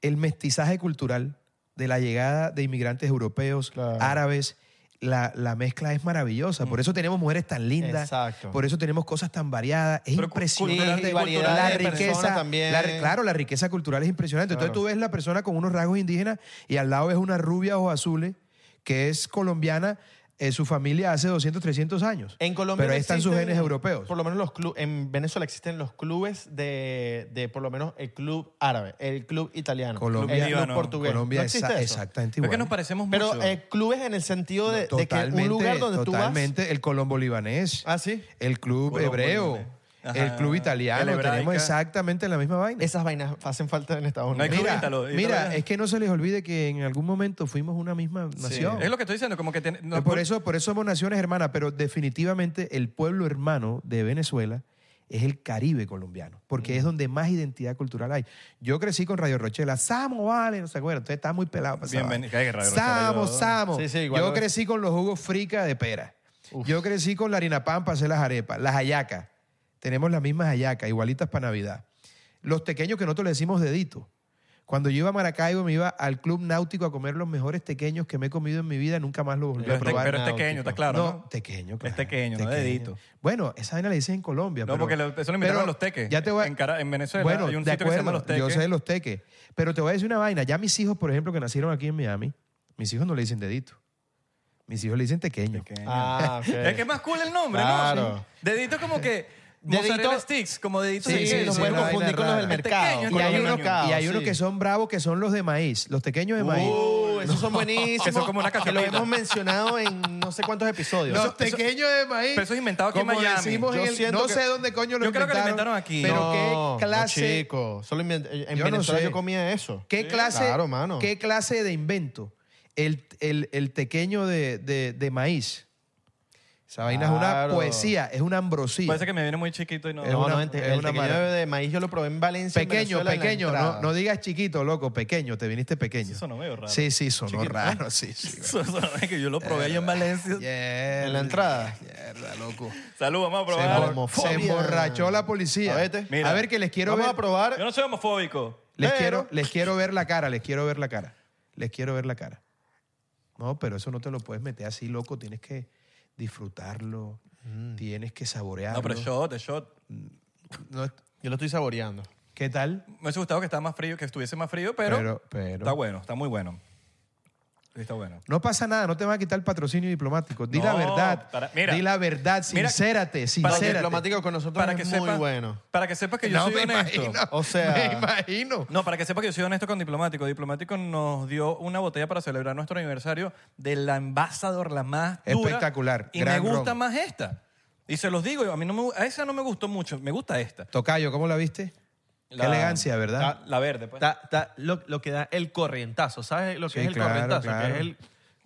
[SPEAKER 4] el mestizaje cultural de la llegada de inmigrantes europeos,
[SPEAKER 6] Claro.
[SPEAKER 4] árabes, la, la mezcla es maravillosa.
[SPEAKER 5] Mm.
[SPEAKER 4] Por eso tenemos mujeres tan lindas.
[SPEAKER 6] Exacto.
[SPEAKER 4] Por eso tenemos cosas tan variadas. Es
[SPEAKER 5] Pero cu-
[SPEAKER 4] impresionante.
[SPEAKER 6] cultural- y variedad
[SPEAKER 4] la
[SPEAKER 6] de
[SPEAKER 4] riqueza
[SPEAKER 6] personas también.
[SPEAKER 4] la ri- claro, la riqueza cultural es impresionante. Entonces
[SPEAKER 6] Claro.
[SPEAKER 4] tú ves la persona con unos rasgos indígenas y al lado es una rubia o azules que es colombiana. eh, su familia hace 200, 300 años.
[SPEAKER 6] En Colombia
[SPEAKER 4] Pero
[SPEAKER 6] no
[SPEAKER 4] ahí están sus
[SPEAKER 6] existen,
[SPEAKER 4] genes europeos.
[SPEAKER 6] Por lo menos los clubes. En Venezuela existen los clubes de, de, por lo menos, el club árabe, el club italiano,
[SPEAKER 4] Colombia-
[SPEAKER 6] el club
[SPEAKER 5] Líbano.
[SPEAKER 6] portugués.
[SPEAKER 4] Colombia
[SPEAKER 6] ¿No
[SPEAKER 4] es
[SPEAKER 6] existe
[SPEAKER 4] exa-
[SPEAKER 6] eso?
[SPEAKER 4] exactamente
[SPEAKER 5] Pero
[SPEAKER 4] igual.
[SPEAKER 5] es que nos parecemos
[SPEAKER 6] Pero
[SPEAKER 5] mucho.
[SPEAKER 6] eh, clubes en el sentido de, de que
[SPEAKER 4] Totalmente,
[SPEAKER 6] un lugar donde
[SPEAKER 4] totalmente el colombo libanés,
[SPEAKER 6] tú vas. Ah, sí.
[SPEAKER 4] el club
[SPEAKER 5] Colombo
[SPEAKER 4] hebreo,
[SPEAKER 5] libanés. Ajá.
[SPEAKER 4] el club
[SPEAKER 5] El
[SPEAKER 4] italiano,
[SPEAKER 5] hebraica.
[SPEAKER 4] tenemos exactamente la misma vaina.
[SPEAKER 6] Esas vainas hacen falta en Estados
[SPEAKER 5] No hay
[SPEAKER 6] Unidos.
[SPEAKER 5] club
[SPEAKER 4] mira,
[SPEAKER 5] ítalo, ítalo
[SPEAKER 4] mira,
[SPEAKER 5] ya.
[SPEAKER 4] es que no se les olvide que en algún momento fuimos una misma nación.
[SPEAKER 5] es lo que estoy diciendo, como que tiene- no- pues,
[SPEAKER 4] por, eso, por eso somos naciones hermanas, pero definitivamente el pueblo hermano de Venezuela es el Caribe colombiano, porque
[SPEAKER 6] Mm.
[SPEAKER 4] es donde más identidad cultural hay. Yo crecí con Radio Rochela, Samo, vale, no se acuerdan, ustedes estaban muy pelados. para esa
[SPEAKER 5] Bienvenido.
[SPEAKER 4] vaina.
[SPEAKER 5] Ay, Radio Rochela,
[SPEAKER 4] Samo,
[SPEAKER 5] yo-
[SPEAKER 4] Samo.
[SPEAKER 6] Sí, sí, igual
[SPEAKER 4] yo
[SPEAKER 6] lo-
[SPEAKER 4] crecí con los jugos frica de pera. Yo crecí con la harina pan para hacer las arepas, las hallacas. Tenemos las mismas hallacas, igualitas para Navidad. Los pequeños que nosotros le decimos dedito. Cuando yo iba a Maracaibo, me iba al club náutico a comer los mejores tequeños que me he comido en mi vida. Nunca más los volví
[SPEAKER 5] Pero,
[SPEAKER 4] a
[SPEAKER 5] es te-
[SPEAKER 4] probar.
[SPEAKER 5] pero es
[SPEAKER 6] náutico.
[SPEAKER 5] pequeño, está claro.
[SPEAKER 4] no,
[SPEAKER 5] No,
[SPEAKER 4] tequeño, claro.
[SPEAKER 5] Es tequeño, no dedito.
[SPEAKER 4] Bueno, esa vaina le dicen en Colombia.
[SPEAKER 5] No,
[SPEAKER 4] pero-
[SPEAKER 5] porque lo- eso lo inventaron
[SPEAKER 4] pero
[SPEAKER 5] a los teques.
[SPEAKER 4] Ya te voy a-
[SPEAKER 5] en, Cara- en Venezuela
[SPEAKER 4] bueno,
[SPEAKER 5] hay un
[SPEAKER 4] de
[SPEAKER 5] sitio que se llama Los
[SPEAKER 4] acuerdo,
[SPEAKER 5] Teques.
[SPEAKER 4] Yo sé de los teques. Pero te voy a decir una vaina. Ya mis hijos, por ejemplo, que nacieron aquí en Miami, mis hijos no le dicen dedito. Mis hijos le dicen tequeño.
[SPEAKER 5] Pequeño.
[SPEAKER 6] Ah, ok.
[SPEAKER 7] Eh.
[SPEAKER 5] Es que es más cool el nombre, ¿no?
[SPEAKER 6] Claro.
[SPEAKER 5] Sí. Dedito como que...
[SPEAKER 6] Dedito-
[SPEAKER 5] Mozzarella sticks, como deditos
[SPEAKER 6] Sí,
[SPEAKER 5] de
[SPEAKER 6] sí,
[SPEAKER 5] queso.
[SPEAKER 6] los
[SPEAKER 4] sí,
[SPEAKER 6] puedes
[SPEAKER 4] una vaina
[SPEAKER 6] confundir con los del
[SPEAKER 4] rara.
[SPEAKER 6] mercado.
[SPEAKER 5] Pequeño,
[SPEAKER 4] Y
[SPEAKER 6] con los
[SPEAKER 4] hay,
[SPEAKER 6] del
[SPEAKER 5] pequeño.
[SPEAKER 4] uno-
[SPEAKER 6] mercado,
[SPEAKER 4] y hay unos
[SPEAKER 6] sí.
[SPEAKER 4] que son bravos, que son los de maíz, los tequeños de maíz.
[SPEAKER 6] Uh, esos son buenísimos.
[SPEAKER 5] Que son como una
[SPEAKER 6] que lo
[SPEAKER 5] cachetita.
[SPEAKER 6] hemos mencionado en no sé cuántos episodios.
[SPEAKER 4] Los tequeños
[SPEAKER 6] [laughs]
[SPEAKER 4] de maíz.
[SPEAKER 5] pero eso es inventado aquí en
[SPEAKER 4] como
[SPEAKER 5] Miami.
[SPEAKER 4] decimos en
[SPEAKER 6] Yo
[SPEAKER 4] el-
[SPEAKER 6] siento
[SPEAKER 4] no
[SPEAKER 6] que-
[SPEAKER 4] sé dónde coño lo
[SPEAKER 5] Yo creo que lo
[SPEAKER 4] inventaron.
[SPEAKER 5] inventaron aquí.
[SPEAKER 4] Pero
[SPEAKER 6] No,
[SPEAKER 4] qué
[SPEAKER 6] no,
[SPEAKER 4] clase,
[SPEAKER 6] chico. Solo invent- eh, en
[SPEAKER 4] Yo no
[SPEAKER 6] Venezuela
[SPEAKER 4] sé.
[SPEAKER 6] yo comía eso.
[SPEAKER 4] qué clase,
[SPEAKER 6] Claro, mano.
[SPEAKER 4] qué clase de invento. El, el, el tequeño de, de, de maíz. Esa vaina es
[SPEAKER 6] Claro.
[SPEAKER 4] una poesía, es una ambrosía.
[SPEAKER 5] Parece que me viene muy chiquito y no...
[SPEAKER 4] Es
[SPEAKER 6] No,
[SPEAKER 4] una-
[SPEAKER 6] no, ente-
[SPEAKER 4] es
[SPEAKER 6] el
[SPEAKER 4] una
[SPEAKER 6] tequeño
[SPEAKER 4] mara-
[SPEAKER 6] de maíz yo lo probé en Valencia. en
[SPEAKER 4] Pequeño,
[SPEAKER 6] Venezuela, en la
[SPEAKER 4] pequeño,
[SPEAKER 6] entrada.
[SPEAKER 4] no, no digas chiquito, loco, pequeño, te viniste pequeño.
[SPEAKER 5] Eso sonó medio raro.
[SPEAKER 4] Sí, sí, sonó raro, sí,
[SPEAKER 5] [laughs]
[SPEAKER 4] sí.
[SPEAKER 5] Eso- eso no es que yo lo probé allá en Valencia.
[SPEAKER 4] Mierda,
[SPEAKER 6] En la entrada.
[SPEAKER 4] Mierda, loco.
[SPEAKER 5] Saludos, vamos a
[SPEAKER 4] Se,
[SPEAKER 5] probar.
[SPEAKER 6] Claro.
[SPEAKER 4] embor- se emborrachó la policía.
[SPEAKER 6] A ver, este.
[SPEAKER 5] mira.
[SPEAKER 4] a ver que les quiero
[SPEAKER 6] Vamos
[SPEAKER 4] ver.
[SPEAKER 6] a probar.
[SPEAKER 5] Yo no soy homofóbico.
[SPEAKER 4] Les
[SPEAKER 6] Pero-
[SPEAKER 4] quiero, les quiero ver la cara, les quiero ver la cara. Les quiero ver la cara. No, pero eso no te lo puedes meter así, loco. Tienes que disfrutarlo,
[SPEAKER 6] Mm.
[SPEAKER 4] tienes que saborearlo.
[SPEAKER 5] No, pero shot, de shot.
[SPEAKER 4] No,
[SPEAKER 6] Yo lo estoy saboreando.
[SPEAKER 4] ¿Qué tal?
[SPEAKER 5] Me hubiese gustado que estaba más frío, que estuviese más frío, pero,
[SPEAKER 4] Pero- pero-
[SPEAKER 5] está bueno, está muy bueno. Sí, Está bueno.
[SPEAKER 4] No pasa nada, no te van a quitar el patrocinio diplomático. Di
[SPEAKER 5] No,
[SPEAKER 4] la verdad.
[SPEAKER 5] para- mira.
[SPEAKER 4] di la verdad,
[SPEAKER 5] Mira,
[SPEAKER 4] sincérate,
[SPEAKER 6] Para
[SPEAKER 4] sincérate.
[SPEAKER 6] diplomático con nosotros
[SPEAKER 5] Para
[SPEAKER 6] es
[SPEAKER 5] que
[SPEAKER 6] muy
[SPEAKER 5] sepas,
[SPEAKER 6] bueno.
[SPEAKER 5] para que sepas que yo
[SPEAKER 4] No,
[SPEAKER 5] soy
[SPEAKER 4] me
[SPEAKER 5] honesto.
[SPEAKER 4] imagino.
[SPEAKER 6] O sea-
[SPEAKER 4] me imagino.
[SPEAKER 5] No, para que sepas que yo soy honesto con Diplomático. Diplomático nos dio una botella para celebrar nuestro aniversario de la Ambassador, la más dura.
[SPEAKER 4] Espectacular,
[SPEAKER 5] Y
[SPEAKER 4] gran
[SPEAKER 5] me gusta
[SPEAKER 4] ron.
[SPEAKER 5] más esta. Y se los digo, a mí no me, a esa no me gustó mucho, me gusta esta.
[SPEAKER 4] Tocayo, ¿cómo la viste?
[SPEAKER 5] La-
[SPEAKER 4] Qué elegancia, ¿verdad?
[SPEAKER 5] La, la verde, pues.
[SPEAKER 7] Ta- ta- lo, lo que da el corrientazo. ¿Sabes lo que
[SPEAKER 4] Sí,
[SPEAKER 7] es el
[SPEAKER 4] claro,
[SPEAKER 7] corrientazo? Que
[SPEAKER 4] claro.
[SPEAKER 7] es el-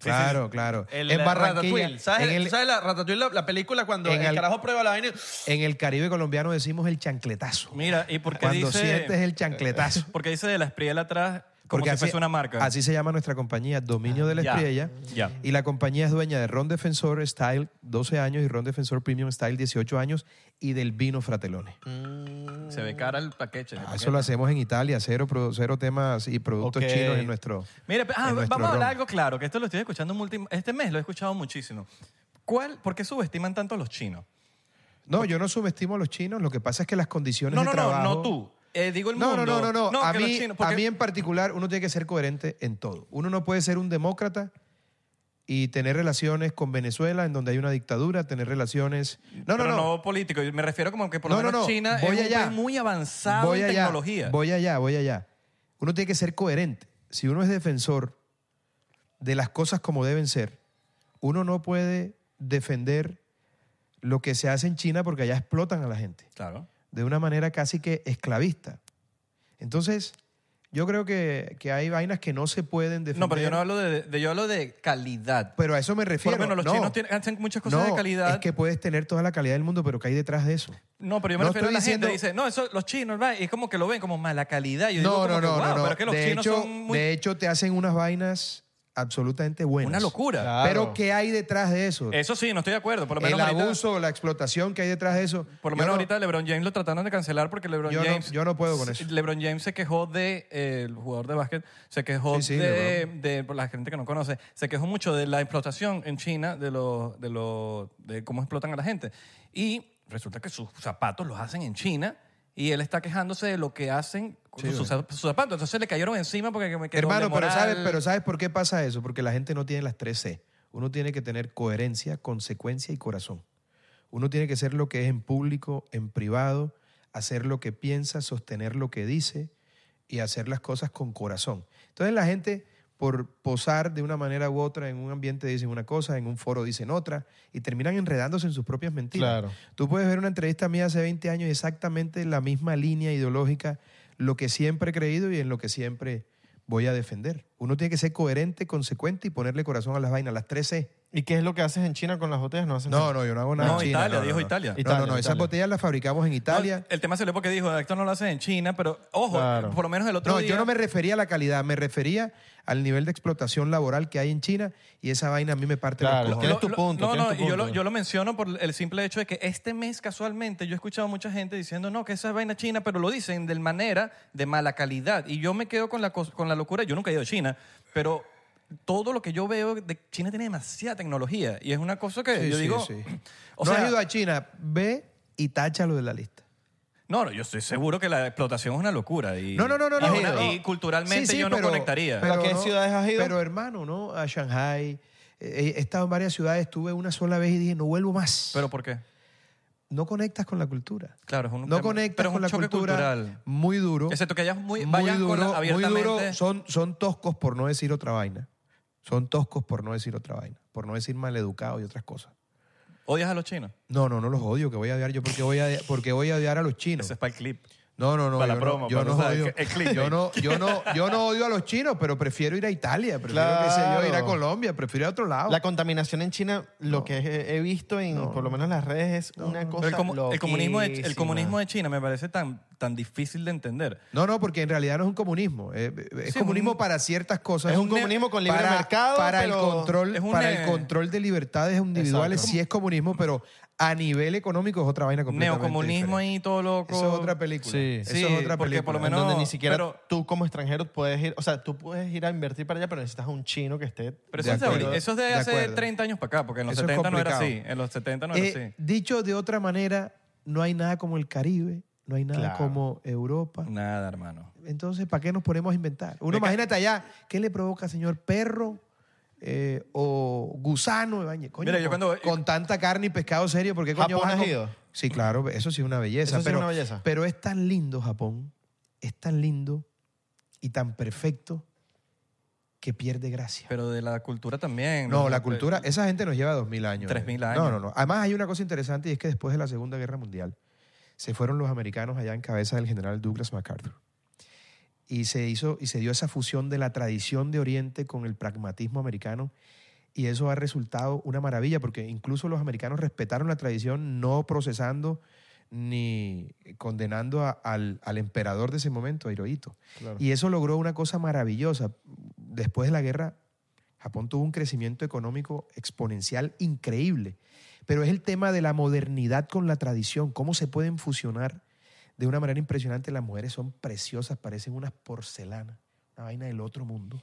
[SPEAKER 4] Claro, claro.
[SPEAKER 7] El,
[SPEAKER 4] En
[SPEAKER 7] eh,
[SPEAKER 4] Barranquilla,
[SPEAKER 7] Ratatouille. ¿Sabes,
[SPEAKER 4] en el-
[SPEAKER 7] ¿sabes la Ratatouille, la, la película cuando
[SPEAKER 4] en
[SPEAKER 7] el,
[SPEAKER 4] el-
[SPEAKER 7] carajo prueba la vaina? y-
[SPEAKER 4] En el Caribe colombiano decimos el chancletazo.
[SPEAKER 5] Mira, ¿y por qué
[SPEAKER 4] Cuando
[SPEAKER 5] dice-
[SPEAKER 4] sientes el chancletazo.
[SPEAKER 5] Porque dice de la Espriel atrás [laughs] como
[SPEAKER 4] Porque
[SPEAKER 5] si
[SPEAKER 4] así,
[SPEAKER 5] fuese una marca.
[SPEAKER 4] así se llama nuestra compañía, Dominio de la
[SPEAKER 5] ya,
[SPEAKER 4] Estrella.
[SPEAKER 5] ya.
[SPEAKER 4] Y la compañía es dueña de Ron Defensor Style 12 años y Ron Defensor Premium Style 18 años y del vino Fratelone.
[SPEAKER 5] Mm, Se ve cara el paquete. el
[SPEAKER 4] Ah,
[SPEAKER 5] paquete.
[SPEAKER 4] eso lo hacemos en Italia, cero, pro- cero temas y productos
[SPEAKER 6] Ok.
[SPEAKER 4] chinos en nuestro.
[SPEAKER 5] Mira, pe- ah,
[SPEAKER 4] en nuestro
[SPEAKER 5] vamos a hablar
[SPEAKER 4] ron.
[SPEAKER 5] algo claro, que esto lo estoy escuchando multi- este mes lo he escuchado muchísimo. ¿Cuál, ¿Por qué subestiman tanto a los chinos?
[SPEAKER 4] No, yo no subestimo a los chinos, lo que pasa es que las condiciones
[SPEAKER 5] No,
[SPEAKER 4] de
[SPEAKER 5] no, no,
[SPEAKER 4] trabajo.
[SPEAKER 5] no tú. Eh, digo el
[SPEAKER 4] No,
[SPEAKER 5] mundo.
[SPEAKER 4] no, no, no, no. a,
[SPEAKER 5] que los
[SPEAKER 4] mí,
[SPEAKER 5] chinos,
[SPEAKER 4] a
[SPEAKER 5] porque-
[SPEAKER 4] mí en particular uno tiene que ser coherente en todo. Uno no puede ser un demócrata y tener relaciones con Venezuela, en donde hay una dictadura, tener relaciones... No, no,
[SPEAKER 5] pero
[SPEAKER 4] no.
[SPEAKER 5] político. Yo me refiero como que por
[SPEAKER 4] No,
[SPEAKER 5] lo
[SPEAKER 4] no,
[SPEAKER 5] menos
[SPEAKER 4] no.
[SPEAKER 5] China
[SPEAKER 4] Voy
[SPEAKER 5] es un
[SPEAKER 4] allá.
[SPEAKER 5] país muy avanzado
[SPEAKER 4] Voy
[SPEAKER 5] en
[SPEAKER 4] allá,
[SPEAKER 5] tecnología.
[SPEAKER 4] Voy allá, voy allá. Uno tiene que ser coherente. Si uno es defensor de las cosas como deben ser, uno no puede defender lo que se hace en China porque allá explotan a la gente
[SPEAKER 5] Claro.
[SPEAKER 4] de una manera casi que esclavista. Entonces, yo creo que, que hay vainas que no se pueden defender.
[SPEAKER 5] No, pero yo no hablo de, de- yo hablo de calidad.
[SPEAKER 4] Pero a eso me
[SPEAKER 5] Por
[SPEAKER 4] refiero.
[SPEAKER 5] lo menos los
[SPEAKER 4] Pues no,
[SPEAKER 5] chinos tienen- hacen muchas cosas
[SPEAKER 4] no,
[SPEAKER 5] de calidad.
[SPEAKER 4] Es que puedes tener toda la calidad del mundo, pero ¿qué hay detrás de eso?
[SPEAKER 5] no, pero yo me
[SPEAKER 4] no
[SPEAKER 5] refiero a
[SPEAKER 4] estoy
[SPEAKER 5] la
[SPEAKER 4] diciendo-
[SPEAKER 5] gente. Dice, no, eso los chinos, ¿verdad? Y es como que lo ven como mala calidad. Yo digo
[SPEAKER 4] no,
[SPEAKER 5] como
[SPEAKER 4] no,
[SPEAKER 5] que,
[SPEAKER 4] no,
[SPEAKER 5] "Wow,
[SPEAKER 4] no, no.
[SPEAKER 5] Pero es que los
[SPEAKER 4] de,
[SPEAKER 5] chinos
[SPEAKER 4] hecho,
[SPEAKER 5] son muy-
[SPEAKER 4] de hecho, te hacen unas vainas absolutamente buenas.
[SPEAKER 5] una locura.
[SPEAKER 6] Claro.
[SPEAKER 4] Pero ¿qué hay detrás de eso?
[SPEAKER 5] Eso sí, no estoy de acuerdo. Por lo menos
[SPEAKER 4] El
[SPEAKER 5] ahorita-
[SPEAKER 4] abuso, la explotación que hay detrás de eso.
[SPEAKER 5] Por
[SPEAKER 4] Yo
[SPEAKER 5] lo menos
[SPEAKER 4] no-
[SPEAKER 5] ahorita LeBron James lo trataron de cancelar porque LeBron
[SPEAKER 4] Yo no-
[SPEAKER 5] James.
[SPEAKER 4] yo no puedo con
[SPEAKER 5] se-
[SPEAKER 4] eso.
[SPEAKER 5] LeBron James se quejó de. eh, el jugador de básquet se quejó
[SPEAKER 4] Sí, sí,
[SPEAKER 5] de,
[SPEAKER 4] LeBron.
[SPEAKER 5] de- Por la gente que no conoce. Se quejó mucho de la explotación en China, de, lo, de, lo, de cómo explotan a la gente. Y resulta que sus zapatos los hacen en China y él está quejándose de lo que hacen con
[SPEAKER 4] Sí,
[SPEAKER 5] sus,
[SPEAKER 4] bueno.
[SPEAKER 5] zap- sus zapatos. Entonces le cayeron encima porque me quedó
[SPEAKER 4] Hermano,
[SPEAKER 5] de
[SPEAKER 4] pero
[SPEAKER 5] moral.
[SPEAKER 4] ¿sabes, pero ¿sabes por qué pasa eso? Porque la gente no tiene las tres C. Uno tiene que tener coherencia, consecuencia y corazón. Uno tiene que ser lo que es en público, en privado, hacer lo que piensa, sostener lo que dice y hacer las cosas con corazón. Entonces la gente por posar de una manera u otra en un ambiente dicen una cosa, en un foro dicen otra y terminan enredándose en sus propias mentiras.
[SPEAKER 6] Claro.
[SPEAKER 4] Tú puedes ver una entrevista mía hace 20 años y exactamente la misma línea ideológica, lo que siempre he creído y en lo que siempre voy a defender. Uno tiene que ser coherente, consecuente y ponerle corazón a las vainas, las 13.
[SPEAKER 6] ¿Y qué es lo que haces en China con las botellas? No haces
[SPEAKER 4] No,
[SPEAKER 6] nada.
[SPEAKER 4] no, yo no hago nada.
[SPEAKER 5] No,
[SPEAKER 4] en China,
[SPEAKER 5] Italia,
[SPEAKER 4] no, no,
[SPEAKER 5] dijo
[SPEAKER 4] no.
[SPEAKER 5] Italia.
[SPEAKER 4] No,
[SPEAKER 6] Italia,
[SPEAKER 4] no, no, esas
[SPEAKER 6] Italia.
[SPEAKER 4] botellas las fabricamos en Italia.
[SPEAKER 5] No, el tema se le porque dijo, esto no lo hacen en China, pero ojo,
[SPEAKER 6] Claro.
[SPEAKER 5] por lo menos el otro
[SPEAKER 4] No,
[SPEAKER 5] día.
[SPEAKER 4] yo no me refería a la calidad, me refería al nivel de explotación laboral que hay en China y esa vaina a mí me parte los
[SPEAKER 6] Claro.
[SPEAKER 4] cojones.
[SPEAKER 6] Tienes tu punto,
[SPEAKER 5] No,
[SPEAKER 6] tienes
[SPEAKER 5] no,
[SPEAKER 6] tu
[SPEAKER 5] y yo lo,
[SPEAKER 6] punto.
[SPEAKER 5] yo lo menciono por el simple hecho de que este mes casualmente yo he escuchado a mucha gente diciendo, no, que esa es vaina china, pero lo dicen de manera de mala calidad. Y yo me quedo con la, cos- con la locura, yo nunca he ido a China, pero todo lo que yo veo de China tiene demasiada tecnología y es una cosa que
[SPEAKER 4] Sí,
[SPEAKER 5] yo
[SPEAKER 4] sí,
[SPEAKER 5] digo...
[SPEAKER 4] sí.
[SPEAKER 5] O
[SPEAKER 4] no
[SPEAKER 5] sea,
[SPEAKER 4] has ido a China, ve y táchalo de la lista.
[SPEAKER 5] no, no, yo estoy seguro que la explotación es una locura. Y,
[SPEAKER 4] No, no, no, no.
[SPEAKER 5] y
[SPEAKER 4] no,
[SPEAKER 5] es una-
[SPEAKER 4] no.
[SPEAKER 5] Y culturalmente
[SPEAKER 4] Sí, sí,
[SPEAKER 5] yo no
[SPEAKER 4] pero-
[SPEAKER 5] conectaría.
[SPEAKER 6] ¿A qué ciudades has ido?
[SPEAKER 4] Pero hermano, ¿no? A Shanghai. Eh, He estado en varias ciudades, estuve una sola vez y dije, no vuelvo más.
[SPEAKER 5] ¿Pero por qué?
[SPEAKER 4] no conectas con la cultura.
[SPEAKER 5] Claro, es un
[SPEAKER 4] No
[SPEAKER 5] tema-
[SPEAKER 4] conectas
[SPEAKER 5] pero es
[SPEAKER 4] con
[SPEAKER 5] un
[SPEAKER 4] la
[SPEAKER 5] choque
[SPEAKER 4] cultura.
[SPEAKER 5] cultural.
[SPEAKER 4] Muy duro.
[SPEAKER 5] Excepto que hayas muy,
[SPEAKER 4] muy
[SPEAKER 5] vayan
[SPEAKER 4] duro,
[SPEAKER 5] con la-
[SPEAKER 4] muy
[SPEAKER 5] abiertamente...
[SPEAKER 4] duro. Son, son toscos por no decir otra vaina. Son toscos por no decir otra vaina. Por no decir maleducado y otras cosas.
[SPEAKER 5] ¿Odias a los chinos?
[SPEAKER 4] No, no, no los odio, que voy a odiar yo porque voy a, porque voy a odiar a los chinos.
[SPEAKER 5] Ese es para el clip.
[SPEAKER 4] No, no, no.
[SPEAKER 5] Para
[SPEAKER 4] yo
[SPEAKER 5] la promo,
[SPEAKER 4] no, yo
[SPEAKER 5] para
[SPEAKER 4] no
[SPEAKER 5] usar el-
[SPEAKER 4] odio.
[SPEAKER 5] el clickbait.
[SPEAKER 4] Yo no, yo no, yo no odio a los chinos, pero prefiero ir a Italia, prefiero qué sé yo, ir a
[SPEAKER 6] Claro.
[SPEAKER 4] Colombia, prefiero ir a otro lado.
[SPEAKER 6] La contaminación en China, lo que he he visto en, por lo menos en las redes, es una cosa
[SPEAKER 5] Pero el, comu- el comunismo de, el
[SPEAKER 6] loquísima.
[SPEAKER 5] comunismo de China me parece tan, tan difícil de entender.
[SPEAKER 4] No, no, porque en realidad no es un comunismo. Es, es
[SPEAKER 5] Sí,
[SPEAKER 4] comunismo
[SPEAKER 5] un-
[SPEAKER 4] para ciertas cosas.
[SPEAKER 6] Es un comunismo con libre
[SPEAKER 4] para,
[SPEAKER 6] mercado,
[SPEAKER 4] Para, el
[SPEAKER 6] pero-
[SPEAKER 4] control,
[SPEAKER 5] Es un,
[SPEAKER 4] para
[SPEAKER 5] eh,
[SPEAKER 4] el control de libertades individuales
[SPEAKER 6] Exacto.
[SPEAKER 4] sí es comunismo, pero a nivel económico es otra vaina completamente
[SPEAKER 5] Neocomunismo
[SPEAKER 4] diferente.
[SPEAKER 5] ahí todo loco.
[SPEAKER 4] Eso es otra película.
[SPEAKER 6] Sí.
[SPEAKER 4] Eso es
[SPEAKER 5] Sí,
[SPEAKER 4] otra
[SPEAKER 5] porque
[SPEAKER 4] película.
[SPEAKER 5] por lo
[SPEAKER 6] En
[SPEAKER 5] menos-
[SPEAKER 6] donde ni siquiera
[SPEAKER 5] pero-
[SPEAKER 6] tú como extranjero puedes ir, o sea, tú puedes ir a invertir para allá, pero necesitas a un chino que esté...
[SPEAKER 5] Pero
[SPEAKER 4] De
[SPEAKER 5] eso, es de
[SPEAKER 4] acuerdo,
[SPEAKER 5] ahorita- eso es de,
[SPEAKER 4] de
[SPEAKER 5] hace
[SPEAKER 4] acuerdo.
[SPEAKER 5] 30 años para acá, porque en los
[SPEAKER 4] Eso es
[SPEAKER 5] 70 no era así.
[SPEAKER 4] complicado.
[SPEAKER 5] En los 70 no
[SPEAKER 4] Eh,
[SPEAKER 5] era así.
[SPEAKER 4] Dicho de otra manera, no hay nada como el Caribe, no hay nada
[SPEAKER 6] Claro.
[SPEAKER 4] como Europa.
[SPEAKER 5] Nada, hermano.
[SPEAKER 4] Entonces, ¿para qué nos ponemos a inventar? Uno
[SPEAKER 5] Venga.
[SPEAKER 4] imagínate allá, ¿qué le provoca, señor perro eh, o gusano? Bañe? Coño,
[SPEAKER 5] Mira, yo
[SPEAKER 4] con,
[SPEAKER 5] cuando-
[SPEAKER 4] con tanta carne y pescado serio, ¿por qué coño
[SPEAKER 6] ¿Japón
[SPEAKER 4] vas a
[SPEAKER 6] has
[SPEAKER 4] com-
[SPEAKER 6] ido?
[SPEAKER 4] Sí, claro, eso sí es una belleza.
[SPEAKER 6] Eso sí es
[SPEAKER 4] pero,
[SPEAKER 6] una belleza.
[SPEAKER 4] Pero es tan lindo Japón, es tan lindo y tan perfecto que pierde gracia.
[SPEAKER 5] Pero de la cultura también.
[SPEAKER 4] no, la cultura, esa gente nos lleva 2.000 años.
[SPEAKER 5] 3.000
[SPEAKER 4] eh.
[SPEAKER 5] años.
[SPEAKER 4] No, no, no. Además hay una cosa interesante y es que después de la Segunda Guerra Mundial se fueron los americanos allá en cabeza del general Douglas MacArthur. Y se hizo y se dio esa fusión de la tradición de Oriente con el pragmatismo americano y eso ha resultado una maravilla porque incluso los americanos respetaron la tradición no procesando ni condenando a- al, al emperador de ese momento, a Hirohito. Y eso logró una cosa maravillosa. Después de la guerra, Japón tuvo un crecimiento económico exponencial increíble. Pero es el tema de la modernidad con la tradición, cómo se pueden fusionar de una manera impresionante. Las mujeres son preciosas, parecen unas porcelanas, una vaina del otro mundo.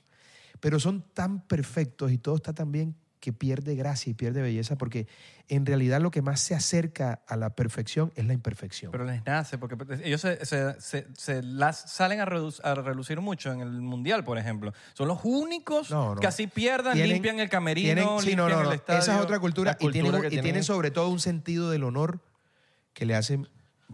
[SPEAKER 4] Pero son tan perfectos y todo está tan bien que pierde gracia y pierde belleza porque en realidad lo que más se acerca a la perfección es la imperfección.
[SPEAKER 5] Pero les nace, porque pues, ellos se, se- se- se las salen a, redu- a relucir mucho en el Mundial, por ejemplo. Son los únicos
[SPEAKER 4] No, no.
[SPEAKER 5] que así pierdan,
[SPEAKER 4] Tienen-
[SPEAKER 5] limpian el camerino,
[SPEAKER 4] tienen- sí, no,
[SPEAKER 5] limpian
[SPEAKER 4] no, no.
[SPEAKER 5] el estadio.
[SPEAKER 4] Esa es otra cultura,
[SPEAKER 6] La
[SPEAKER 4] y, tienen,
[SPEAKER 6] cultura que
[SPEAKER 4] y tienen
[SPEAKER 6] tienen.
[SPEAKER 4] sobre todo un sentido del honor que le hace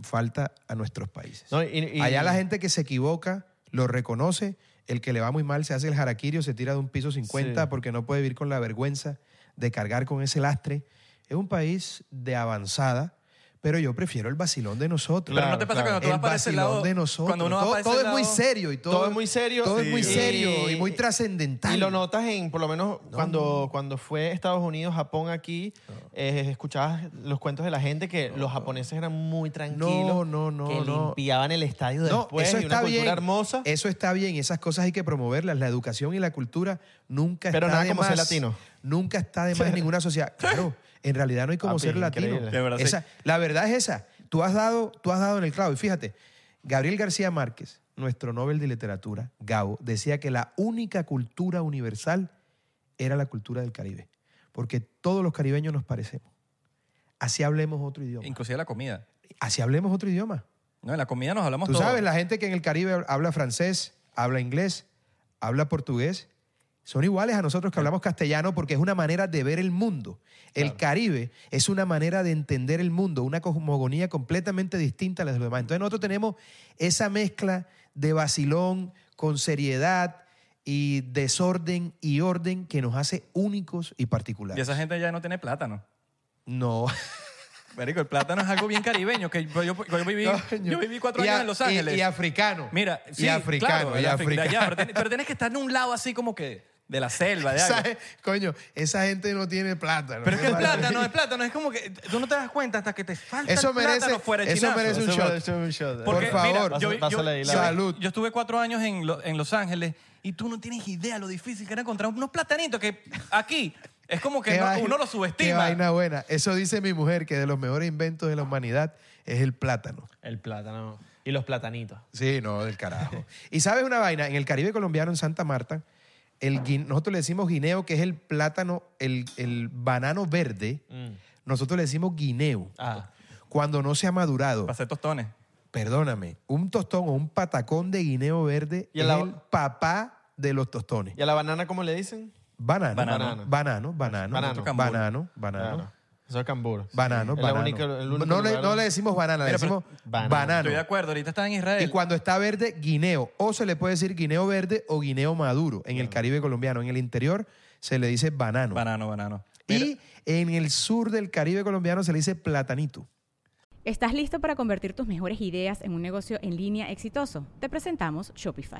[SPEAKER 4] falta a nuestros países.
[SPEAKER 6] No, y- y-
[SPEAKER 4] Allá la gente que se equivoca lo reconoce, el que le va muy mal se hace el jaraquirio, se tira de un piso 50
[SPEAKER 6] Sí.
[SPEAKER 4] porque no puede vivir con la vergüenza de cargar con ese lastre. Es un país de avanzada, pero yo prefiero el vacilón de nosotros.
[SPEAKER 5] Pero no te pasa
[SPEAKER 6] Claro,
[SPEAKER 5] cuando tú
[SPEAKER 4] el
[SPEAKER 5] vas para ese
[SPEAKER 4] vacilón
[SPEAKER 5] lado.
[SPEAKER 4] de nosotros.
[SPEAKER 5] Cuando uno va
[SPEAKER 4] todo
[SPEAKER 5] para ese
[SPEAKER 4] todo es muy
[SPEAKER 5] lado-
[SPEAKER 4] serio y todo,
[SPEAKER 6] todo es muy serio.
[SPEAKER 4] Todo es
[SPEAKER 6] Sí.
[SPEAKER 4] muy
[SPEAKER 6] Y-
[SPEAKER 4] serio y muy trascendental.
[SPEAKER 6] Y lo notas en, por lo menos, cuando, cuando fue Estados Unidos, Japón aquí, eh, escuchabas los cuentos de la gente que los japoneses eran muy tranquilos.
[SPEAKER 4] no, no,
[SPEAKER 6] Que
[SPEAKER 4] no.
[SPEAKER 6] limpiaban el estadio
[SPEAKER 4] No,
[SPEAKER 6] después.
[SPEAKER 4] eso
[SPEAKER 6] y una
[SPEAKER 4] está
[SPEAKER 6] cultura
[SPEAKER 4] bien.
[SPEAKER 6] hermosa.
[SPEAKER 4] Eso está bien, esas cosas hay que promoverlas. La educación y la cultura nunca
[SPEAKER 6] Pero
[SPEAKER 4] está
[SPEAKER 6] nada
[SPEAKER 4] de
[SPEAKER 6] como
[SPEAKER 4] más.
[SPEAKER 6] ser latino.
[SPEAKER 4] Nunca está de más
[SPEAKER 6] [laughs]
[SPEAKER 4] en ninguna sociedad. Claro, en realidad no hay como
[SPEAKER 6] Papi,
[SPEAKER 4] ser latino.
[SPEAKER 6] increíble.
[SPEAKER 5] De verdad, sí.
[SPEAKER 4] Esa- La verdad es esa. Tú has, dado, tú has dado en el clavo. Y fíjate, Gabriel García Márquez, nuestro Nobel de Literatura, Gabo, decía que la única cultura universal era la cultura del Caribe. Porque todos los caribeños nos parecemos. Así hablemos otro idioma.
[SPEAKER 5] Inclusive la comida.
[SPEAKER 4] Así hablemos otro idioma.
[SPEAKER 5] No, en la comida nos hablamos
[SPEAKER 4] Tú
[SPEAKER 5] todo.
[SPEAKER 4] sabes, la gente que en el Caribe habla francés, habla inglés, habla portugués, son iguales a nosotros que hablamos castellano porque es una manera de ver el mundo. El Caribe es una manera de entender el mundo, una cosmogonía completamente distinta a la de los demás. Entonces nosotros tenemos esa mezcla de vacilón con seriedad y desorden y orden que nos hace únicos y particulares.
[SPEAKER 5] Y esa gente ya no tiene plátano.
[SPEAKER 4] No.
[SPEAKER 5] Marico, el plátano es algo bien caribeño. Que yo, yo-
[SPEAKER 4] [laughs]
[SPEAKER 5] yo viví, [laughs] yo viví cuatro
[SPEAKER 4] Y
[SPEAKER 5] años
[SPEAKER 4] a-
[SPEAKER 5] en Los
[SPEAKER 4] y-
[SPEAKER 5] Ángeles.
[SPEAKER 4] Y, africano.
[SPEAKER 5] Mira, sí,
[SPEAKER 4] y africano.
[SPEAKER 5] claro,
[SPEAKER 4] y
[SPEAKER 5] el africano.
[SPEAKER 4] africano.
[SPEAKER 5] pero, ten- pero tienes que estar en un lado así como que de la
[SPEAKER 4] [laughs]
[SPEAKER 5] selva, de algo.
[SPEAKER 4] ¿Sabes? Coño, esa gente no tiene plátano.
[SPEAKER 5] Pero es que el
[SPEAKER 4] ¿Qué pasa? [laughs]
[SPEAKER 5] plátano, el plátano es como que tú no te das cuenta hasta que te falta
[SPEAKER 4] Eso
[SPEAKER 5] el
[SPEAKER 4] merece,
[SPEAKER 5] plátano fuera de
[SPEAKER 4] eso
[SPEAKER 5] chinazo.
[SPEAKER 4] merece un
[SPEAKER 6] Eso
[SPEAKER 4] shot.
[SPEAKER 6] me- eso es un shot.
[SPEAKER 4] Por
[SPEAKER 5] Porque,
[SPEAKER 4] favor,
[SPEAKER 5] mira, yo, yo-
[SPEAKER 6] pásale ahí la-
[SPEAKER 4] Salud.
[SPEAKER 5] Yo estuve cuatro años en, Lo- en Los Ángeles y tú no tienes idea lo difícil que era encontrar unos platanitos que aquí es como que
[SPEAKER 4] Qué
[SPEAKER 5] no-
[SPEAKER 4] vaina-
[SPEAKER 5] uno lo
[SPEAKER 4] Qué
[SPEAKER 5] subestima.
[SPEAKER 4] vaina buena. Eso dice mi mujer, que de los mejores inventos de la humanidad es el plátano.
[SPEAKER 7] El plátano. Y los platanitos.
[SPEAKER 4] Sí, no, del carajo. [laughs] y sabes una vaina, en el Caribe colombiano, en Santa Marta, el guin- nosotros le decimos guineo, que es el plátano, el, el banano verde,
[SPEAKER 5] Mm.
[SPEAKER 4] nosotros le decimos guineo.
[SPEAKER 7] Ah.
[SPEAKER 4] Cuando no se ha madurado,
[SPEAKER 5] Para hacer tostones.
[SPEAKER 4] perdóname, un tostón o un patacón de guineo verde
[SPEAKER 6] Y
[SPEAKER 4] es
[SPEAKER 6] a la-
[SPEAKER 4] el papá de los tostones.
[SPEAKER 6] ¿Y a la banana cómo le dicen?
[SPEAKER 4] Banano,
[SPEAKER 5] Banano.
[SPEAKER 4] banano, banano, banano,
[SPEAKER 6] Banano.
[SPEAKER 4] banano, banano,
[SPEAKER 6] Claro. Eso es cambur.
[SPEAKER 4] Banano,
[SPEAKER 6] Es la
[SPEAKER 4] banano.
[SPEAKER 6] única- el único
[SPEAKER 4] no, le,
[SPEAKER 6] lugar-
[SPEAKER 4] no le decimos banana, le
[SPEAKER 5] Mira, pero-
[SPEAKER 4] decimos
[SPEAKER 6] Banano.
[SPEAKER 4] banano.
[SPEAKER 5] Estoy de acuerdo, ahorita estás en Israel.
[SPEAKER 4] Y cuando está verde, guineo. O se le puede decir guineo verde o guineo maduro en el Caribe colombiano. En el interior se le dice banano.
[SPEAKER 5] Banano, banano.
[SPEAKER 4] Y en el sur del Caribe colombiano se le dice platanito.
[SPEAKER 2] ¿Estás listo para convertir tus mejores ideas en un negocio en línea exitoso? Te presentamos Shopify.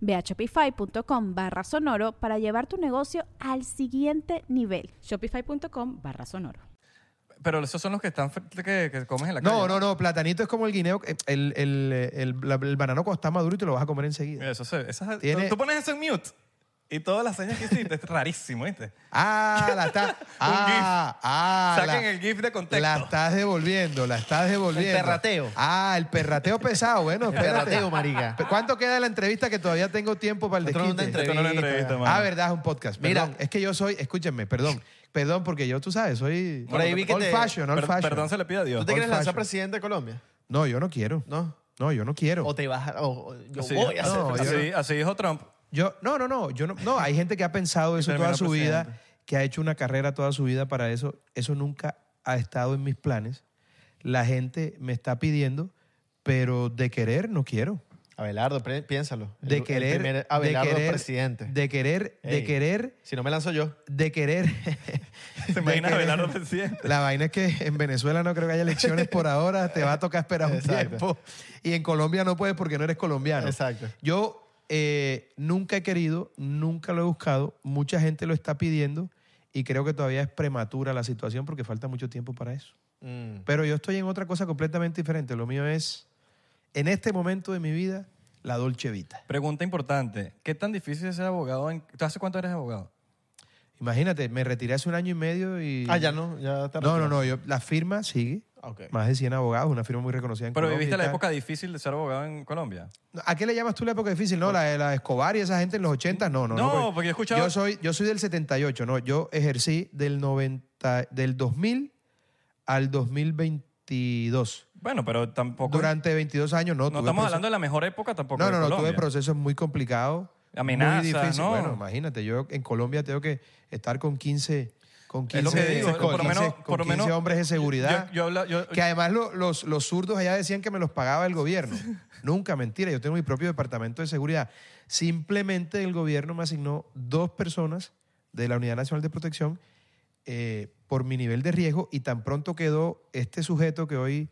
[SPEAKER 1] Ve a shopify.com barra sonoro para llevar tu negocio al siguiente nivel.
[SPEAKER 2] Shopify.com barra sonoro.
[SPEAKER 5] Pero esos son los que están fr- que, que comes en la calle.
[SPEAKER 4] No, no, no. Platanito es como el guineo. eh, El, el, el- la- el banano cuando está maduro y te lo vas a comer enseguida.
[SPEAKER 5] Mira, eso se- esas-
[SPEAKER 4] Tiene-
[SPEAKER 5] tú, tú pones eso en mute y todas las señas que hiciste es rarísimo, ¿viste?
[SPEAKER 4] Ah, la
[SPEAKER 6] [laughs]
[SPEAKER 4] está. Ah, ah.
[SPEAKER 5] Saquen
[SPEAKER 4] la-
[SPEAKER 5] el GIF de contexto.
[SPEAKER 4] La estás devolviendo, la estás devolviendo.
[SPEAKER 6] perrateo.
[SPEAKER 4] Ah, el perrateo pesado, bueno.
[SPEAKER 6] El
[SPEAKER 4] espérate.
[SPEAKER 7] [laughs]
[SPEAKER 6] perrateo, marica.
[SPEAKER 4] Pe- ¿Cuánto queda de la entrevista que todavía tengo tiempo para el
[SPEAKER 6] Nosotros no te
[SPEAKER 4] desquite?
[SPEAKER 5] Esto no es una entrevista, mano.
[SPEAKER 4] Ah, verdad, es un podcast.
[SPEAKER 6] Mira.
[SPEAKER 4] Mira, es que yo soy, escúchenme, perdón, perdón, porque yo, tú sabes, soy
[SPEAKER 6] Por ahí vi que
[SPEAKER 4] old
[SPEAKER 6] te-
[SPEAKER 4] fashion, old
[SPEAKER 5] Per-
[SPEAKER 4] fashion.
[SPEAKER 5] Perdón, se le pide a Dios.
[SPEAKER 6] ¿Tú te quieres lanzar
[SPEAKER 4] fashion.
[SPEAKER 6] presidente de Colombia?
[SPEAKER 4] No, yo no quiero. No,
[SPEAKER 6] ¿No?
[SPEAKER 4] yo no quiero.
[SPEAKER 6] ¿O te vas a.? o- o- yo
[SPEAKER 5] Así-
[SPEAKER 6] voy a ser
[SPEAKER 4] no, yo-
[SPEAKER 6] presidente.
[SPEAKER 5] así, así dijo
[SPEAKER 6] [laughs]
[SPEAKER 5] Trump.
[SPEAKER 4] Yo, no, no, no, yo no, no, hay gente que ha pensado eso
[SPEAKER 5] termina
[SPEAKER 4] toda su vida,
[SPEAKER 5] presidente.
[SPEAKER 4] que ha hecho una carrera toda su vida para eso, eso nunca ha estado en mis planes. La gente me está pidiendo, pero de querer no quiero.
[SPEAKER 6] Abelardo, pre- piénsalo. El-
[SPEAKER 4] De
[SPEAKER 6] el
[SPEAKER 4] querer,
[SPEAKER 6] primer
[SPEAKER 4] de
[SPEAKER 6] Abelardo
[SPEAKER 4] querer,
[SPEAKER 6] presidente.
[SPEAKER 4] de querer, de
[SPEAKER 6] Ey.
[SPEAKER 4] querer
[SPEAKER 6] Si no me lanzo yo.
[SPEAKER 4] de querer. [laughs]
[SPEAKER 5] ¿Se
[SPEAKER 4] de
[SPEAKER 5] imagina a
[SPEAKER 4] querer-
[SPEAKER 5] Abelardo presidente?
[SPEAKER 4] La vaina es que en Venezuela no creo que haya elecciones por ahora, te va a tocar esperar un
[SPEAKER 6] Exacto.
[SPEAKER 4] tiempo. Y en Colombia no puedes porque no eres colombiano.
[SPEAKER 6] Exacto.
[SPEAKER 4] Yo eh, nunca he querido, nunca lo he buscado, mucha gente lo está pidiendo y creo que todavía es prematura la situación porque falta mucho tiempo para eso.
[SPEAKER 6] Mm.
[SPEAKER 4] Pero yo estoy en otra cosa completamente diferente. Lo mío es, en este momento de mi vida, la Dolce Vita.
[SPEAKER 5] Pregunta importante. ¿Qué tan difícil es ser abogado? En... ¿Tú hace cuánto eres abogado?
[SPEAKER 4] Imagínate, me retiré hace un año y medio y...
[SPEAKER 6] Ah, ya no. Ya te
[SPEAKER 4] No, no, no.
[SPEAKER 6] retiraste.
[SPEAKER 4] yo- la firma sigue.
[SPEAKER 6] Ah, ok.
[SPEAKER 4] Más de 100 abogados, una firma muy reconocida en
[SPEAKER 5] Pero
[SPEAKER 4] Colombia
[SPEAKER 5] viviste
[SPEAKER 4] y
[SPEAKER 5] la
[SPEAKER 4] tal.
[SPEAKER 5] época difícil de ser abogado en Colombia.
[SPEAKER 4] ¿A qué le llamas tú la época difícil? No, la de la de Escobar y esa gente en los 80, no, no.
[SPEAKER 5] No, porque yo he escuchado-
[SPEAKER 4] Yo soy, yo soy del 78, no. Yo ejercí del 90, del 2000 al 2022.
[SPEAKER 5] Bueno, pero tampoco.
[SPEAKER 4] Durante 22 años, no.
[SPEAKER 5] no
[SPEAKER 4] tuve
[SPEAKER 5] estamos
[SPEAKER 4] proceso-
[SPEAKER 5] hablando de la mejor época tampoco.
[SPEAKER 4] No,
[SPEAKER 5] de
[SPEAKER 4] no, no,
[SPEAKER 5] Colombia.
[SPEAKER 4] tuve procesos muy complicados.
[SPEAKER 5] Amenazas,
[SPEAKER 4] muy difíciles.
[SPEAKER 5] ¿no?
[SPEAKER 4] Bueno, imagínate, yo en Colombia tengo que estar con 15, con 15,
[SPEAKER 5] Es lo que digo,
[SPEAKER 4] con
[SPEAKER 5] por lo
[SPEAKER 4] 15
[SPEAKER 5] menos-
[SPEAKER 4] con
[SPEAKER 5] por lo
[SPEAKER 4] 15
[SPEAKER 5] menos-
[SPEAKER 4] hombres de seguridad.
[SPEAKER 5] Yo, yo habla- yo-
[SPEAKER 4] Que además lo- los, los zurdos allá decían que me los pagaba el gobierno. Nunca, mentira. Yo tengo mi propio departamento de seguridad. Simplemente el gobierno me asignó dos personas de la Unidad Nacional de Protección eh, por mi nivel de riesgo y tan pronto quedó este sujeto que hoy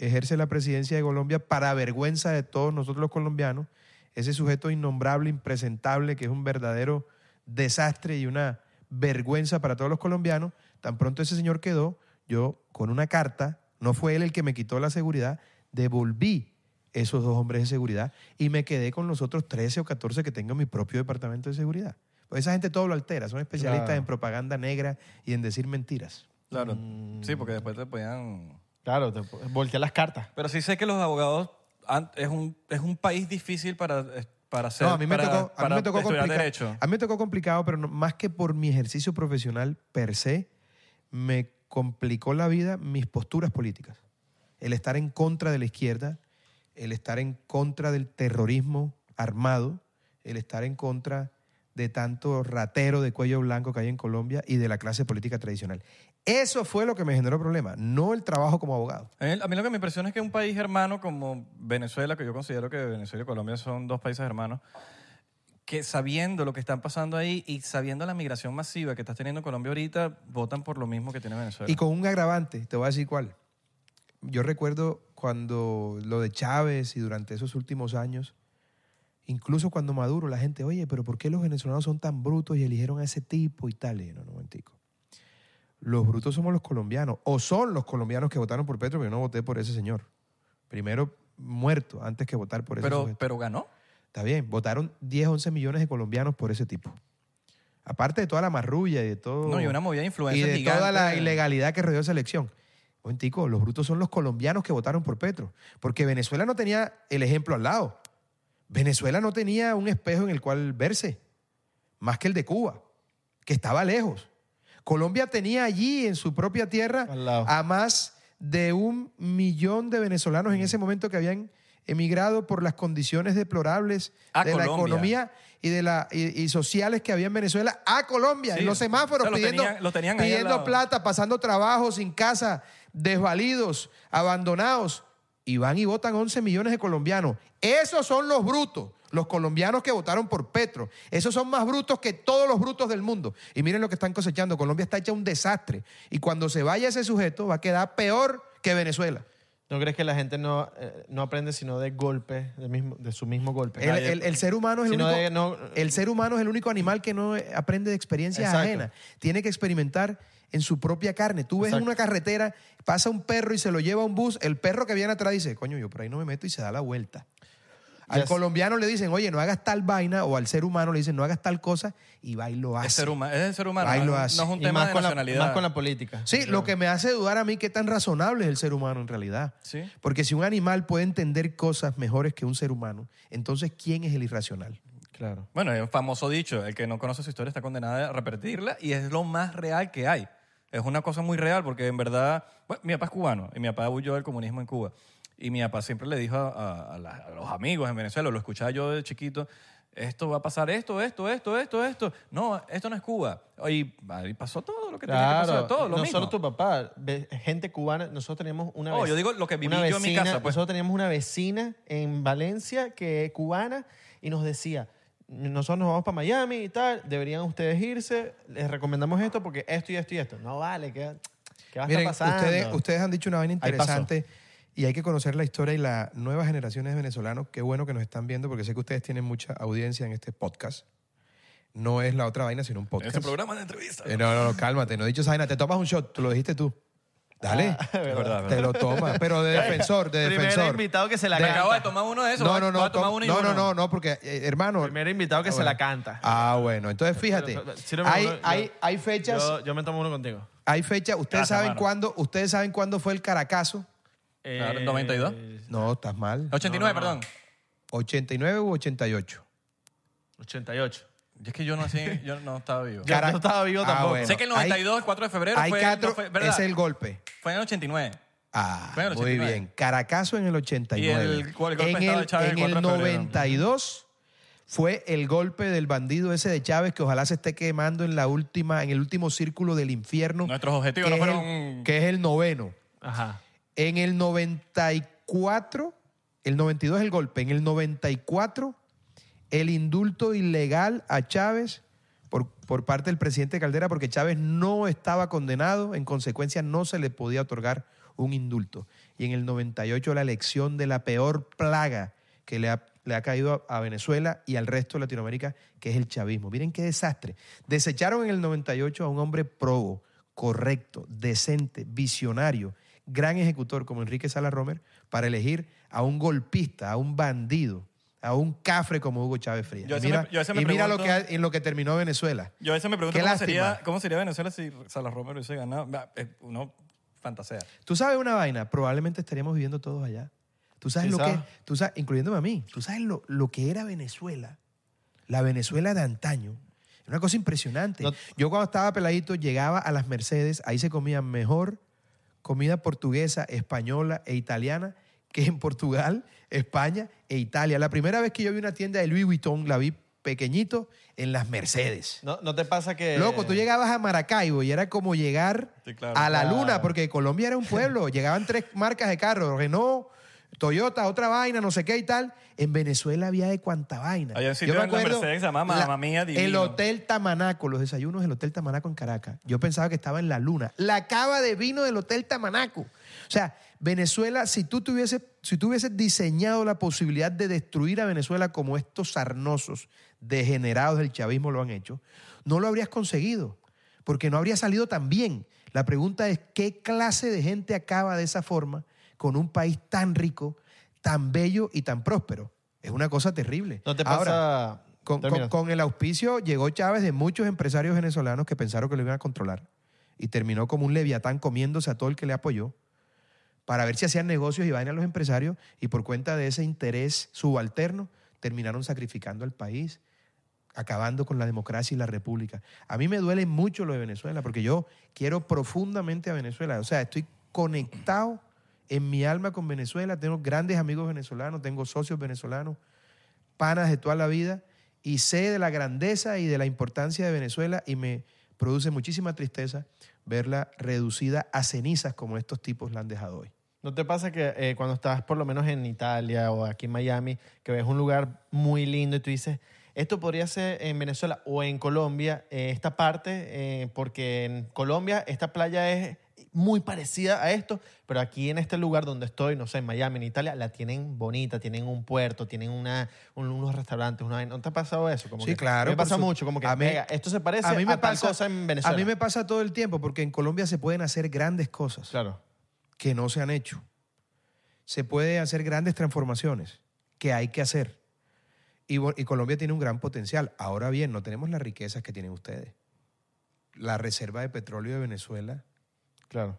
[SPEAKER 4] ejerce la presidencia de Colombia para vergüenza de todos nosotros los colombianos, ese sujeto innombrable, impresentable, que es un verdadero desastre y una vergüenza para todos los colombianos, tan pronto ese señor quedó, yo con una carta, no fue él el que me quitó la seguridad, devolví esos dos hombres de seguridad y me quedé con los otros 13 o 14 que tengo en mi propio departamento de seguridad. Pues esa gente todo lo altera, son especialistas
[SPEAKER 6] Claro.
[SPEAKER 4] en propaganda negra y en decir mentiras.
[SPEAKER 5] Claro.
[SPEAKER 4] Mm.
[SPEAKER 5] Sí, porque después te podían.
[SPEAKER 6] Claro, te po- volteé las cartas.
[SPEAKER 5] Pero sí sé que los abogados an- es un, es un país difícil para, es- para hacer.
[SPEAKER 4] No, a mí me
[SPEAKER 5] para-
[SPEAKER 4] tocó, a mí
[SPEAKER 5] para
[SPEAKER 4] me tocó
[SPEAKER 5] estudiar
[SPEAKER 4] complicado.
[SPEAKER 5] derecho.
[SPEAKER 4] A mí me tocó complicado, pero no- más que por mi ejercicio profesional per se, me complicó la vida mis posturas políticas. El estar en contra de la izquierda, el estar en contra del terrorismo armado, el estar en contra de tanto ratero de cuello blanco que hay en Colombia y de la clase política tradicional. Eso fue lo que me generó problema, no el trabajo como abogado.
[SPEAKER 5] A mí, a mí lo que me impresiona es que un país hermano como Venezuela, que yo considero que Venezuela y Colombia son dos países hermanos, que sabiendo lo que están pasando ahí y sabiendo la migración masiva que estás teniendo en Colombia ahorita, votan por lo mismo que tiene Venezuela.
[SPEAKER 4] Y con un agravante, te voy a decir cuál. Yo recuerdo cuando lo de Chávez y durante esos últimos años, incluso cuando Maduro, la gente, oye, pero ¿por qué los venezolanos son tan brutos y eligieron a ese tipo y tal? Y yo, no, no, momentico. Los brutos somos los colombianos, o son los colombianos que votaron por Petro, pero yo no voté por ese señor. Primero muerto antes que votar por ese
[SPEAKER 5] pero,
[SPEAKER 4] sujeto.
[SPEAKER 5] pero ganó.
[SPEAKER 4] Está bien, votaron 10, 11 millones de colombianos por ese tipo. Aparte de toda la marrulla y de todo.
[SPEAKER 5] No, y una movida de
[SPEAKER 4] Y
[SPEAKER 5] influencia
[SPEAKER 4] de
[SPEAKER 5] gigante.
[SPEAKER 4] toda la ilegalidad que rodeó esa elección. Momentico, los brutos son los colombianos que votaron por Petro. Porque Venezuela no tenía el ejemplo al lado. Venezuela no tenía un espejo en el cual verse, más que el de Cuba, que estaba lejos. Colombia tenía allí en su propia tierra
[SPEAKER 6] Al lado.
[SPEAKER 4] a más de un millón de venezolanos en ese momento que habían emigrado por las condiciones deplorables
[SPEAKER 5] A
[SPEAKER 4] de la
[SPEAKER 5] Colombia.
[SPEAKER 4] economía y de la y, y sociales que había en Venezuela a Colombia
[SPEAKER 5] Sí,
[SPEAKER 4] en los semáforos
[SPEAKER 5] o sea, lo
[SPEAKER 4] pidiendo,
[SPEAKER 5] tenían- lo tenían ahí al
[SPEAKER 4] pidiendo
[SPEAKER 5] lado.
[SPEAKER 4] plata, pasando trabajo, sin casa, desvalidos, abandonados. Y van y votan 11 millones de colombianos. Esos son los brutos, los colombianos que votaron por Petro. Esos son más brutos que todos los brutos del mundo. Y miren lo que están cosechando. Colombia está hecha un desastre. Y cuando se vaya ese sujeto, va a quedar peor que Venezuela.
[SPEAKER 6] ¿No crees que la gente no, eh, no aprende sino de golpes, de, mismo, de su mismo golpe?
[SPEAKER 4] El, el- el ser humano es el
[SPEAKER 6] Sino
[SPEAKER 4] único,
[SPEAKER 6] de no-
[SPEAKER 4] el ser humano es el único animal que no eh, aprende de experiencias
[SPEAKER 6] Exacto.
[SPEAKER 4] ajenas. Tiene que experimentar en su propia carne. Tú ves en
[SPEAKER 6] Exacto.
[SPEAKER 4] una carretera, pasa un perro y se lo lleva a un bus. El perro que viene atrás dice, coño, yo por ahí no me meto y se da la vuelta. Al
[SPEAKER 6] Yes.
[SPEAKER 4] colombiano le dicen, oye, no hagas tal vaina, o al ser humano le dicen, no hagas tal cosa, y va y lo hace.
[SPEAKER 5] Es, ser huma- es el ser humano.
[SPEAKER 4] Ahí
[SPEAKER 5] no,
[SPEAKER 4] lo
[SPEAKER 5] es-
[SPEAKER 4] hace.
[SPEAKER 5] no es un
[SPEAKER 6] Y
[SPEAKER 5] tema
[SPEAKER 6] más
[SPEAKER 5] de
[SPEAKER 6] con, la,
[SPEAKER 5] nacionalidad.
[SPEAKER 6] más con la política.
[SPEAKER 4] Sí, lo que me hace dudar a mí qué tan razonable es el ser humano en realidad.
[SPEAKER 5] Sí.
[SPEAKER 4] Porque si un animal puede entender cosas mejores que un ser humano, entonces ¿quién es el irracional?
[SPEAKER 6] Claro.
[SPEAKER 5] Bueno, es un famoso dicho, el que no conoce su historia está condenado a repetirla y es lo más real que hay. Es una cosa muy real porque en verdad, bueno, mi papá es cubano y mi papá huyó del comunismo en Cuba. Y mi papá siempre le dijo a, a- a la- a los amigos en Venezuela, lo escuchaba yo de chiquito, esto va a pasar esto, esto, esto, esto, esto. No, esto no es Cuba. Y ahí pasó todo lo que tenía que pasar, todo lo
[SPEAKER 6] no
[SPEAKER 5] mismo.
[SPEAKER 6] solo tu papá, ve- gente cubana, nosotros teníamos una
[SPEAKER 5] Oh,
[SPEAKER 6] vec-
[SPEAKER 5] yo digo lo que viví
[SPEAKER 6] una
[SPEAKER 5] yo en mi
[SPEAKER 6] vecina-
[SPEAKER 5] casa, pues.
[SPEAKER 6] Nosotros teníamos una vecina en Valencia que cubana y nos decía, nosotros nos vamos para Miami y tal, deberían ustedes irse, les recomendamos esto porque esto y esto y esto. No vale, ¿qué, qué va a
[SPEAKER 4] Miren,
[SPEAKER 6] estar pasando?
[SPEAKER 4] ustedes, ustedes han dicho una vaina
[SPEAKER 6] Ahí pasó.
[SPEAKER 4] interesante y hay que conocer la historia y las nuevas generaciones de venezolanos. Qué bueno que nos están viendo porque sé que ustedes tienen mucha audiencia en este podcast. No es la otra vaina, sino un
[SPEAKER 5] En
[SPEAKER 4] podcast.
[SPEAKER 5] este programa de entrevista.
[SPEAKER 4] Eh, no, no, no, cálmate. No he dicho esa vaina. Te tomas un shot. Tú lo dijiste tú. Dale.
[SPEAKER 5] Ah, [laughs] Es verdad,
[SPEAKER 4] Te
[SPEAKER 5] verdad.
[SPEAKER 4] lo tomas. Pero
[SPEAKER 5] [laughs]
[SPEAKER 4] de defensor, de
[SPEAKER 6] Primer
[SPEAKER 4] defensor.
[SPEAKER 6] invitado que se la
[SPEAKER 4] De-
[SPEAKER 5] Me
[SPEAKER 6] canta.
[SPEAKER 5] acabo de tomar uno de esos.
[SPEAKER 4] No,
[SPEAKER 5] voy a-
[SPEAKER 4] no,
[SPEAKER 5] voy
[SPEAKER 4] no.
[SPEAKER 5] a tomar
[SPEAKER 4] to-
[SPEAKER 5] uno y
[SPEAKER 4] No, no,
[SPEAKER 5] uno.
[SPEAKER 4] no, no, porque eh, hermano.
[SPEAKER 7] Primer invitado que
[SPEAKER 4] Ah,
[SPEAKER 7] se
[SPEAKER 4] bueno.
[SPEAKER 7] la canta.
[SPEAKER 4] Ah, bueno. Entonces fírate.
[SPEAKER 7] Pero, pero, sírveme
[SPEAKER 4] Hay,
[SPEAKER 7] uno, yo-
[SPEAKER 4] hay, hay fechas.
[SPEAKER 7] Yo, yo me tomo uno contigo.
[SPEAKER 4] Hay fechas. Ustedes
[SPEAKER 5] Gracias,
[SPEAKER 4] saben
[SPEAKER 5] mano.
[SPEAKER 4] cuándo. Ustedes saben cuándo fue el Caracazo.
[SPEAKER 6] Eh,
[SPEAKER 5] Claro, 92.
[SPEAKER 4] No, estás mal.
[SPEAKER 5] 89, perdón.
[SPEAKER 4] 89 u 88.
[SPEAKER 7] 88.
[SPEAKER 5] Y Es que yo no así, yo no estaba vivo.
[SPEAKER 7] Yo no estaba vivo tampoco.
[SPEAKER 4] bueno.
[SPEAKER 5] sé que el
[SPEAKER 4] Hay-
[SPEAKER 5] 92, 4 de febrero,
[SPEAKER 4] Hay
[SPEAKER 5] fue,
[SPEAKER 4] cuatro,
[SPEAKER 5] no fue- ¿verdad?
[SPEAKER 4] es el golpe.
[SPEAKER 5] Fue en el 89.
[SPEAKER 4] Ah,
[SPEAKER 5] Fue en el
[SPEAKER 4] muy
[SPEAKER 5] 89.
[SPEAKER 4] bien. Caracazo en el 89.
[SPEAKER 5] Y el gol- el golpe
[SPEAKER 4] en
[SPEAKER 5] de Estado
[SPEAKER 4] el,
[SPEAKER 5] de Chávez
[SPEAKER 4] en
[SPEAKER 5] el
[SPEAKER 4] el
[SPEAKER 5] 4 de febrero.
[SPEAKER 4] 92 fue el golpe del bandido ese de Chávez que ojalá se esté quemando en la última, en el último círculo del infierno.
[SPEAKER 5] Nuestros objetivos
[SPEAKER 4] que
[SPEAKER 5] no
[SPEAKER 4] es el-
[SPEAKER 5] fueron-
[SPEAKER 4] que es el noveno.
[SPEAKER 7] Ajá.
[SPEAKER 4] En el 94, el 92 es el golpe, en el 94 el indulto ilegal a Chávez por, por parte del presidente Caldera porque Chávez no estaba condenado, en consecuencia no se le podía otorgar un indulto. Y en el 98 la elección de la peor plaga que le ha, le ha caído a, a Venezuela y al resto de Latinoamérica, que es el chavismo. Miren qué desastre. Desecharon en el 98 a un hombre probo, correcto, decente, visionario, gran ejecutor como Enrique Sala Romer para elegir a un golpista, a un bandido, a un cafre como Hugo Chávez Frías.
[SPEAKER 5] Yo a
[SPEAKER 4] y
[SPEAKER 5] veces
[SPEAKER 4] mira,
[SPEAKER 5] me- yo a veces me
[SPEAKER 4] y mira lo que,
[SPEAKER 5] pregunto-
[SPEAKER 4] ha- en lo que terminó Venezuela.
[SPEAKER 5] Yo a veces me pregunto
[SPEAKER 4] Qué
[SPEAKER 5] cómo
[SPEAKER 4] lástima.
[SPEAKER 5] sería, cómo sería Venezuela si Salas Romero hubiese ganado. Bah, eh, Uno fantasea.
[SPEAKER 4] Tú sabes una vaina, probablemente estaríamos viviendo todos allá. Tú sabes
[SPEAKER 6] Sí,
[SPEAKER 4] lo
[SPEAKER 6] sabes.
[SPEAKER 4] que, tú sabes, incluyéndome a mí, tú sabes lo, lo que era Venezuela, la Venezuela de antaño. Era una cosa impresionante.
[SPEAKER 6] No-
[SPEAKER 4] Yo cuando estaba peladito llegaba a las Mercedes, ahí se comía mejor comida portuguesa, española e italiana que en Portugal, España e Italia. La primera vez que yo vi una tienda de Louis Vuitton, la vi pequeñito en las Mercedes.
[SPEAKER 6] No, no te pasa que.
[SPEAKER 4] Loco, tú llegabas a Maracaibo y era como llegar
[SPEAKER 5] Sí, claro.
[SPEAKER 4] a la
[SPEAKER 6] Claro.
[SPEAKER 4] luna, porque Colombia era un pueblo. [laughs] Llegaban tres marcas de carros, Renault, Toyota, otra vaina, no sé qué y tal. En Venezuela había de cuanta vaina.
[SPEAKER 5] Había un sitio en la Mercedes que se llamaba Mamma Mía Divino.
[SPEAKER 4] El Hotel Tamanaco, los desayunos del Hotel Tamanaco en Caracas. Yo pensaba que estaba en la luna. La cava de vino del Hotel Tamanaco. O sea, Venezuela, si tú tuvieses, si tú hubieses diseñado la posibilidad de destruir a Venezuela como estos sarnosos degenerados del chavismo lo han hecho, no lo habrías conseguido, porque no habría salido tan bien. La pregunta es, ¿qué clase de gente acaba de esa forma con un país tan rico, tan bello y tan próspero? Es una cosa terrible.
[SPEAKER 6] No te pasa.
[SPEAKER 4] Ahora, con,
[SPEAKER 6] Termina.
[SPEAKER 4] con- con el auspicio llegó Chávez de muchos empresarios venezolanos que pensaron que lo iban a controlar y terminó como un leviatán comiéndose a todo el que le apoyó para ver si hacían negocios y vaina a los empresarios y por cuenta de ese interés subalterno terminaron sacrificando al país, acabando con la democracia y la república. A mí me duele mucho lo de Venezuela porque yo quiero profundamente a Venezuela, o sea, estoy conectado en mi alma con Venezuela, tengo grandes amigos venezolanos, tengo socios venezolanos, panas de toda la vida y sé de la grandeza y de la importancia de Venezuela y me produce muchísima tristeza verla reducida a cenizas como estos tipos la han dejado hoy.
[SPEAKER 6] ¿No te pasa que eh, cuando estás por lo menos en Italia o aquí en Miami, que ves un lugar muy lindo y tú dices, esto podría ser en Venezuela o en Colombia, eh, esta parte, eh, porque en Colombia esta playa es muy parecida a esto, pero aquí en este lugar donde estoy, no sé, en Miami, en Italia, la tienen bonita, tienen un puerto, tienen una, un- unos restaurantes, una, vaina. ¿no te ha pasado eso? Como
[SPEAKER 4] Sí,
[SPEAKER 6] que-
[SPEAKER 4] claro,
[SPEAKER 6] Me
[SPEAKER 4] por
[SPEAKER 6] pasa
[SPEAKER 4] su-
[SPEAKER 6] mucho, como que
[SPEAKER 4] a mí-
[SPEAKER 6] "Venga, esto se parece a, tal cosa en Venezuela.
[SPEAKER 4] A mí me pasa todo el tiempo porque en Colombia se pueden hacer grandes cosas
[SPEAKER 6] Claro.
[SPEAKER 4] que no se han hecho. Se pueden hacer grandes transformaciones que hay que hacer. Y, bo- y Colombia tiene un gran potencial. Ahora bien, no tenemos las riquezas que tienen ustedes. La reserva de petróleo de Venezuela
[SPEAKER 6] Claro.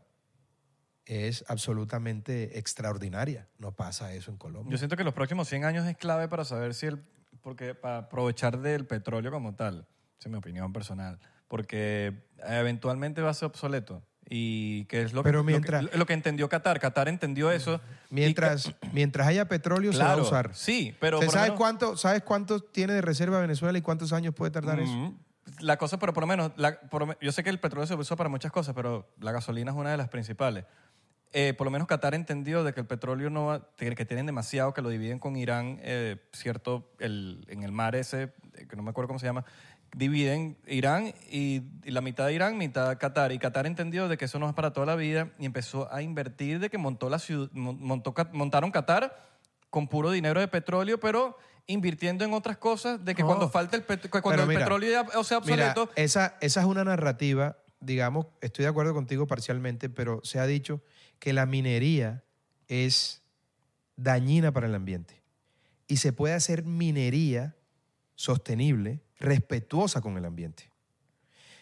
[SPEAKER 4] es absolutamente extraordinaria. No pasa eso en Colombia.
[SPEAKER 5] Yo siento que los próximos 100 años es clave para saber si el. Porque para aprovechar del petróleo como tal, esa es mi opinión personal. Porque eh, eventualmente va a ser obsoleto. Y que es lo,
[SPEAKER 4] Pero
[SPEAKER 5] que,
[SPEAKER 4] mientras-
[SPEAKER 5] lo, que, lo que entendió Qatar. Qatar entendió eso. y
[SPEAKER 4] Mientras, mientras haya petróleo,
[SPEAKER 5] que-
[SPEAKER 4] se va a
[SPEAKER 5] claro,
[SPEAKER 4] usar.
[SPEAKER 5] Sí, pero.
[SPEAKER 4] ¿Usted
[SPEAKER 5] por lo
[SPEAKER 4] sabe
[SPEAKER 5] menos-
[SPEAKER 4] cuánto, ¿Sabes cuánto tiene de reserva Venezuela y cuántos años puede tardar eso?
[SPEAKER 5] Mm, La cosa, pero por lo menos, la- por lo me- yo sé que el petróleo se usa para muchas cosas, pero la gasolina es una de las principales. Eh, por lo menos Qatar entendió de que el petróleo no va, que que tienen demasiado, que lo dividen con Irán, eh, cierto, el, en el mar ese, eh, que no me acuerdo cómo se llama, dividen Irán y, y la mitad de Irán, mitad Qatar. Y Qatar entendió de que eso no es para toda la vida y empezó a invertir de que montó la ciudad, montó, Cat- montaron Qatar con puro dinero de petróleo, pero invirtiendo en otras cosas de que
[SPEAKER 4] No.
[SPEAKER 5] cuando falta el petróleo, cuando
[SPEAKER 4] Pero
[SPEAKER 5] el
[SPEAKER 4] mira,
[SPEAKER 5] petróleo ya o sea
[SPEAKER 4] Mira,
[SPEAKER 5] obsoleto,
[SPEAKER 4] esa, esa es una narrativa, digamos, estoy de acuerdo contigo parcialmente, pero se ha dicho que la minería es dañina para el ambiente y se puede hacer minería sostenible, respetuosa con el ambiente.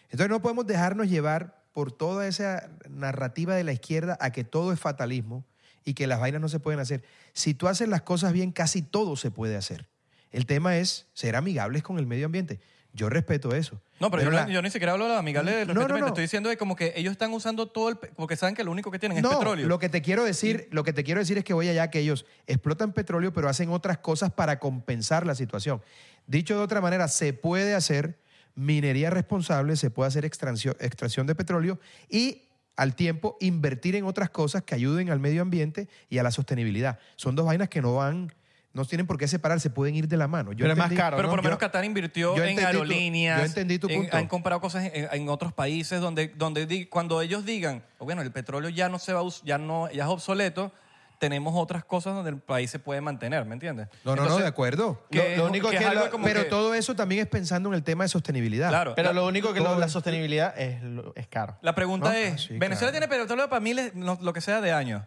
[SPEAKER 4] Entonces no podemos dejarnos llevar por toda esa narrativa de la izquierda a que todo es fatalismo y que las vainas no se pueden hacer. Si tú haces las cosas bien, casi todo se puede hacer. El tema es ser amigables con el medio ambiente. Yo respeto eso.
[SPEAKER 5] no, pero, yo,
[SPEAKER 4] la-
[SPEAKER 5] no- yo ni siquiera hablo de los amigables del
[SPEAKER 4] No,
[SPEAKER 5] respeto,
[SPEAKER 4] no,
[SPEAKER 5] pero
[SPEAKER 4] no.
[SPEAKER 5] te estoy diciendo de como que ellos están usando todo el pe- porque saben que lo único que tienen
[SPEAKER 4] no,
[SPEAKER 5] es petróleo.
[SPEAKER 4] Lo que te quiero decir, lo que te quiero decir es que voy allá que ellos explotan petróleo, pero hacen otras cosas para compensar la situación. Dicho de otra manera, se puede hacer minería responsable, se puede hacer extracción, extracción de petróleo y al tiempo invertir en otras cosas que ayuden al medio ambiente y a la sostenibilidad. Son dos vainas que no van, no tienen por qué separarse, pueden ir de la mano. Yo
[SPEAKER 6] Pero es más
[SPEAKER 4] entendí-
[SPEAKER 6] caro,
[SPEAKER 5] pero por lo
[SPEAKER 6] ¿no?
[SPEAKER 5] menos
[SPEAKER 4] Yo-
[SPEAKER 5] Qatar invirtió
[SPEAKER 4] yo
[SPEAKER 5] en
[SPEAKER 4] entendí tu-
[SPEAKER 5] aerolíneas.
[SPEAKER 4] yo entendí tu
[SPEAKER 5] en-
[SPEAKER 4] punto.
[SPEAKER 5] han comprado cosas en, en otros países donde, donde di- cuando ellos digan, "Oh, bueno, el petróleo ya no se va a us- ya no ya es obsoleto, tenemos otras cosas donde el país se puede mantener, ¿me entiendes?
[SPEAKER 4] No, no, no,
[SPEAKER 5] Entonces,
[SPEAKER 4] de acuerdo.
[SPEAKER 5] que
[SPEAKER 6] Lo-
[SPEAKER 5] es-
[SPEAKER 6] lo único
[SPEAKER 5] que
[SPEAKER 6] que
[SPEAKER 5] es algo
[SPEAKER 6] lo-
[SPEAKER 5] como
[SPEAKER 4] Pero
[SPEAKER 5] que-
[SPEAKER 4] todo eso también es pensando en el tema de sostenibilidad.
[SPEAKER 5] Claro.
[SPEAKER 6] Pero
[SPEAKER 5] La-
[SPEAKER 6] lo único que lo-
[SPEAKER 4] todo
[SPEAKER 6] la
[SPEAKER 4] es-
[SPEAKER 6] sostenibilidad es, lo- es caro.
[SPEAKER 5] La pregunta
[SPEAKER 4] ¿No?
[SPEAKER 5] es,
[SPEAKER 4] Ah, sí,
[SPEAKER 5] Venezuela
[SPEAKER 4] claro.
[SPEAKER 5] tiene petróleo para miles, no, lo que sea de años.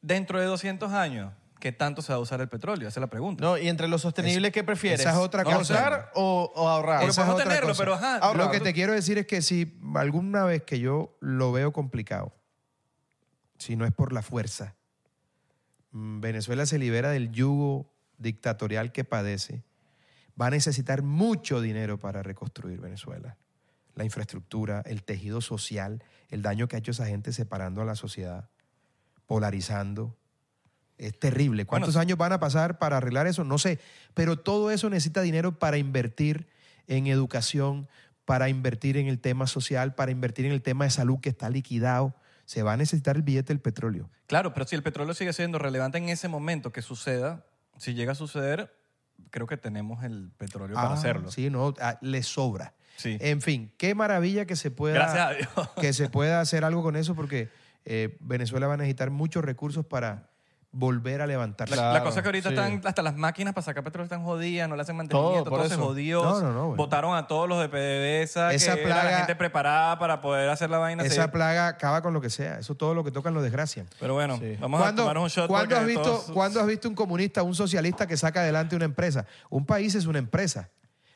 [SPEAKER 5] Dentro de 200 años, ¿qué tanto se va a usar el petróleo? Esa es la pregunta.
[SPEAKER 6] No, y entre lo sostenible, ¿qué prefieres?
[SPEAKER 4] esa es otra
[SPEAKER 6] ¿Ahorrar
[SPEAKER 4] cosa.
[SPEAKER 6] o, o ahorrar?
[SPEAKER 5] Porque
[SPEAKER 4] Esa es
[SPEAKER 5] podemos
[SPEAKER 4] otra
[SPEAKER 5] tenerlo,
[SPEAKER 4] cosa.
[SPEAKER 5] pero ajá.
[SPEAKER 6] Ahora,
[SPEAKER 4] lo que te quiero decir es que si alguna vez que yo lo veo complicado, si no es por la fuerza, mm, Venezuela se libera del yugo dictatorial que padece, va a necesitar mucho dinero para reconstruir Venezuela. La infraestructura, el tejido social, el daño que ha hecho esa gente separando a la sociedad, polarizando. Es terrible. ¿Cuántos años van a pasar para arreglar eso? No sé. Pero todo eso necesita dinero para invertir en educación, para invertir en el tema social, para invertir en el tema de salud que está liquidado. Se va a necesitar el billete del petróleo.
[SPEAKER 5] Claro, pero si el petróleo sigue siendo relevante en ese momento que suceda, si llega a suceder, creo que tenemos el petróleo para
[SPEAKER 4] Ah,
[SPEAKER 5] hacerlo.
[SPEAKER 4] Sí, no, ah, le sobra.
[SPEAKER 5] Sí.
[SPEAKER 4] En fin, qué maravilla que se pueda,
[SPEAKER 5] Gracias a Dios.
[SPEAKER 4] que se pueda hacer algo con eso porque eh, Venezuela va a necesitar muchos recursos para volver a levantarse.
[SPEAKER 5] La, la
[SPEAKER 7] Claro,
[SPEAKER 5] cosa es que ahorita
[SPEAKER 7] sí.
[SPEAKER 5] están hasta las máquinas para sacar petróleo están jodidas, no le hacen mantenimiento, todo,
[SPEAKER 7] por
[SPEAKER 5] se
[SPEAKER 7] eso.
[SPEAKER 5] jodió.
[SPEAKER 4] No, no, no, bueno.
[SPEAKER 5] Votaron a todos los de PDVSA,
[SPEAKER 4] Esa
[SPEAKER 5] que era la
[SPEAKER 4] plaga-
[SPEAKER 5] gente preparada para poder hacer la vaina.
[SPEAKER 4] Esa
[SPEAKER 5] se-
[SPEAKER 4] plaga acaba con lo que sea. Eso todo lo que tocan lo desgracian.
[SPEAKER 5] Pero bueno,
[SPEAKER 7] Sí.
[SPEAKER 5] vamos a tomar un shot.
[SPEAKER 4] cuándo
[SPEAKER 5] porque
[SPEAKER 4] has visto,
[SPEAKER 5] todos-
[SPEAKER 4] cuándo has visto un comunista, un socialista que saca adelante una empresa? Un país es una empresa.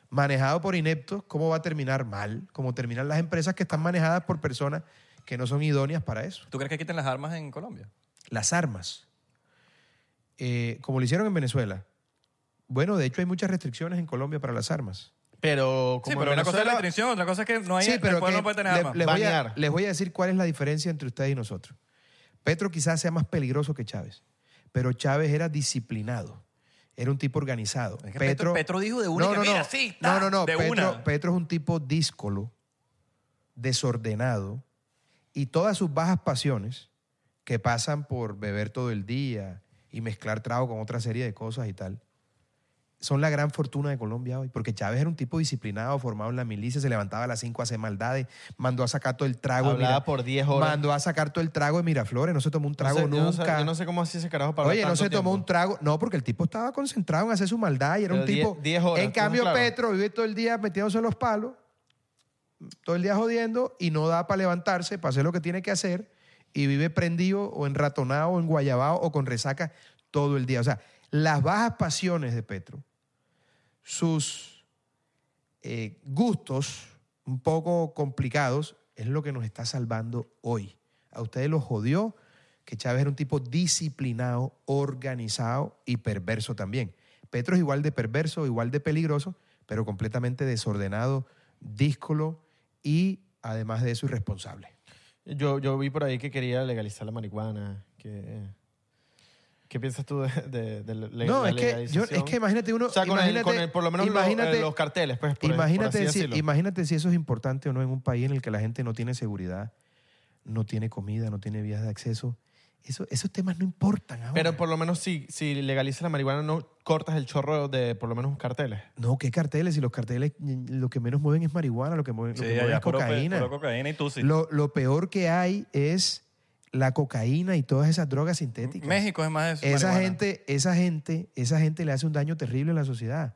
[SPEAKER 4] Manejado por ineptos, ¿cómo va a terminar mal? ¿Cómo terminan las empresas que están manejadas por personas que no son idóneas para eso?
[SPEAKER 5] ¿Tú crees que quiten las armas en Colombia?
[SPEAKER 4] Las armas, eh, como lo hicieron en Venezuela. Bueno, de hecho hay muchas restricciones en Colombia para las armas.
[SPEAKER 7] Pero
[SPEAKER 5] Sí,
[SPEAKER 7] como
[SPEAKER 5] pero
[SPEAKER 7] en
[SPEAKER 5] una cosa es la
[SPEAKER 7] Venezuela-
[SPEAKER 5] restricción, otra cosa es que no hay,
[SPEAKER 4] Sí, pero
[SPEAKER 5] el pueblo
[SPEAKER 4] que
[SPEAKER 5] no puede tener
[SPEAKER 4] le-
[SPEAKER 5] armas.
[SPEAKER 4] les, voy a,
[SPEAKER 7] Banear.
[SPEAKER 4] les voy a decir cuál es la diferencia entre ustedes y nosotros. Petro quizás sea más peligroso que Chávez, pero Chávez era disciplinado. Era un tipo organizado.
[SPEAKER 5] Es que Petro- Petro dijo de una que mira, sí, ta,
[SPEAKER 4] no, no, no.
[SPEAKER 5] de
[SPEAKER 4] Petro,
[SPEAKER 5] una.
[SPEAKER 4] Petro es un tipo díscolo, desordenado, y todas sus bajas pasiones que pasan por beber todo el día y mezclar trago con otra serie de cosas y tal, son la gran fortuna de Colombia hoy. Porque Chávez era un tipo disciplinado, formado en la milicia, se levantaba a las 5 a hacer maldades, mandó a sacar todo el trago. de
[SPEAKER 6] Hablaba
[SPEAKER 4] Mira-
[SPEAKER 6] por 10 horas.
[SPEAKER 4] Mandó a sacar todo el trago de Miraflores, no se tomó un trago
[SPEAKER 6] No sé- yo no sé-
[SPEAKER 4] nunca.
[SPEAKER 6] Yo no sé cómo hacía ese carajo para
[SPEAKER 4] Oye, no se tomó un trago. No, porque el tipo estaba concentrado en hacer su maldad y era
[SPEAKER 6] Pero
[SPEAKER 4] un
[SPEAKER 6] die-
[SPEAKER 4] tipo.
[SPEAKER 6] 10 horas,
[SPEAKER 4] en
[SPEAKER 6] ¿tú no
[SPEAKER 4] cambio,
[SPEAKER 6] claro?
[SPEAKER 4] Petro vive todo el día metiéndose en los palos, todo el día jodiendo y no da para levantarse, para hacer lo que tiene que hacer y vive prendido o enratonado o en guayabao o con resaca todo el día. O sea, las bajas pasiones de Petro, sus eh, gustos un poco complicados, es lo que nos está salvando hoy. A ustedes los jodió que Chávez era un tipo disciplinado, organizado y perverso también. Petro es igual de perverso, igual de peligroso, pero completamente desordenado, díscolo y además de eso irresponsable.
[SPEAKER 6] Yo, yo vi por ahí que quería legalizar la marihuana. Que, ¿Qué piensas tú de, de, de la- la
[SPEAKER 4] no, es que, yo-
[SPEAKER 6] legalización?
[SPEAKER 4] es que imagínate uno...
[SPEAKER 6] O sea, con el-
[SPEAKER 4] imagínate-
[SPEAKER 6] con el- por lo menos los-
[SPEAKER 4] imagínate-
[SPEAKER 6] eh, los carteles, pues, por- por
[SPEAKER 4] imagínate,
[SPEAKER 6] así
[SPEAKER 4] si,
[SPEAKER 6] decirlo.
[SPEAKER 4] imagínate si eso es importante o no en un país en el que la gente no tiene seguridad, no tiene comida, no tiene vías de acceso. Eso, esos temas no importan ahora.
[SPEAKER 6] Pero por lo menos si, si legalizas la marihuana no cortas el chorro de por lo menos carteles.
[SPEAKER 4] No, ¿qué carteles? Si los carteles mm, lo que menos mueven es marihuana, lo que mueven, lo
[SPEAKER 5] Sí,
[SPEAKER 4] que mueven
[SPEAKER 5] allá
[SPEAKER 4] es
[SPEAKER 5] puro pe-
[SPEAKER 4] cocaína.
[SPEAKER 5] puro cocaína y tú sí.
[SPEAKER 4] Lo, lo peor que hay es la cocaína y todas esas drogas sintéticas.
[SPEAKER 5] México es más de
[SPEAKER 4] Esa
[SPEAKER 5] marihuana.
[SPEAKER 4] gente, esa gente, esa gente le hace un daño terrible a la sociedad.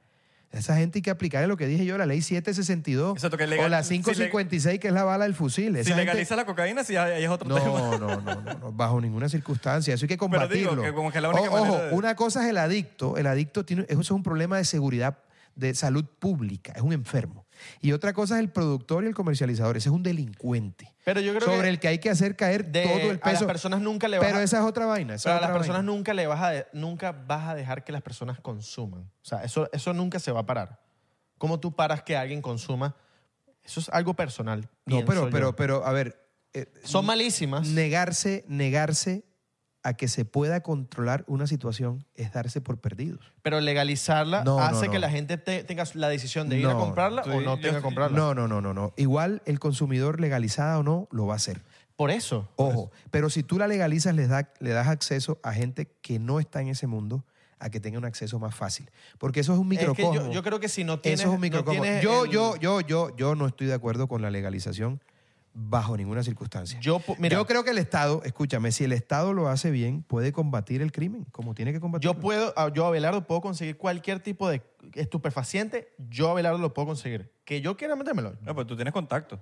[SPEAKER 4] Esa gente hay que aplicarle lo que dije yo, la ley 762
[SPEAKER 5] Exacto, que legal-
[SPEAKER 4] o la
[SPEAKER 5] si le-
[SPEAKER 4] 556, que es la bala del fusil.
[SPEAKER 5] Si
[SPEAKER 4] Esa gente-
[SPEAKER 5] legaliza la cocaína, sí, ahí ahí es otro tema.
[SPEAKER 4] no, no, no, no, no, bajo ninguna circunstancia. Eso hay que
[SPEAKER 5] Pero
[SPEAKER 4] combatirlo.
[SPEAKER 5] digo que como que la única
[SPEAKER 4] O- ojo,
[SPEAKER 5] manera de-
[SPEAKER 4] una cosa es el adicto. El adicto tiene, eso es un problema de seguridad, de salud pública. Es un enfermo. Y otra cosa es el productor y el comercializador. Ese es un delincuente.
[SPEAKER 6] Pero yo creo
[SPEAKER 4] sobre
[SPEAKER 6] que
[SPEAKER 4] el que hay que hacer caer
[SPEAKER 6] de-
[SPEAKER 4] todo el
[SPEAKER 6] a
[SPEAKER 4] peso.
[SPEAKER 6] las personas nunca le vas
[SPEAKER 4] Pero
[SPEAKER 6] a-
[SPEAKER 4] esa es otra vaina. esa
[SPEAKER 6] Pero a
[SPEAKER 4] es
[SPEAKER 6] las
[SPEAKER 4] otra
[SPEAKER 6] personas
[SPEAKER 4] vaina.
[SPEAKER 6] nunca le vas a de- nunca vas a dejar que las personas consuman. O sea, eso, eso nunca se va a parar. ¿Cómo tú paras que alguien consuma? Eso es algo personal.
[SPEAKER 4] No, pero,
[SPEAKER 6] pienso
[SPEAKER 4] pero,
[SPEAKER 6] yo.
[SPEAKER 4] pero, a ver. eh,
[SPEAKER 6] son malísimas.
[SPEAKER 4] Negarse, negarse a que se pueda controlar una situación es darse por perdidos.
[SPEAKER 6] Pero legalizarla
[SPEAKER 4] No, no,
[SPEAKER 6] hace
[SPEAKER 4] no.
[SPEAKER 6] que la gente te- tenga la decisión de ir a
[SPEAKER 4] No,
[SPEAKER 6] comprarla
[SPEAKER 5] no.
[SPEAKER 6] o no
[SPEAKER 5] Sí,
[SPEAKER 6] tenga
[SPEAKER 5] yo-
[SPEAKER 6] que comprarla.
[SPEAKER 4] No, no, no, no, no. Igual el consumidor legalizada o no lo va a hacer.
[SPEAKER 6] Por eso.
[SPEAKER 4] Ojo, pero si tú la legalizas, le, da- le das acceso a gente que no está en ese mundo a que tenga un acceso más fácil. Porque eso es un
[SPEAKER 6] Es que
[SPEAKER 4] microcosmo.
[SPEAKER 6] yo, yo creo que si no tienes.
[SPEAKER 4] eso es un
[SPEAKER 6] no
[SPEAKER 4] microcosmo.
[SPEAKER 6] tienes
[SPEAKER 4] yo,
[SPEAKER 6] el-
[SPEAKER 4] yo, yo, yo, yo no estoy de acuerdo con la legalización bajo ninguna circunstancia.
[SPEAKER 6] Yo, pu- mira,
[SPEAKER 4] Yo creo que el Estado, escúchame, si el Estado lo hace bien, puede combatir el crimen como tiene que combatir.
[SPEAKER 6] Yo puedo, ah, yo Abelardo puedo conseguir cualquier tipo de estupefaciente, yo Abelardo lo puedo conseguir. Que yo quiera metérmelo.
[SPEAKER 5] No, pero tú tienes contacto.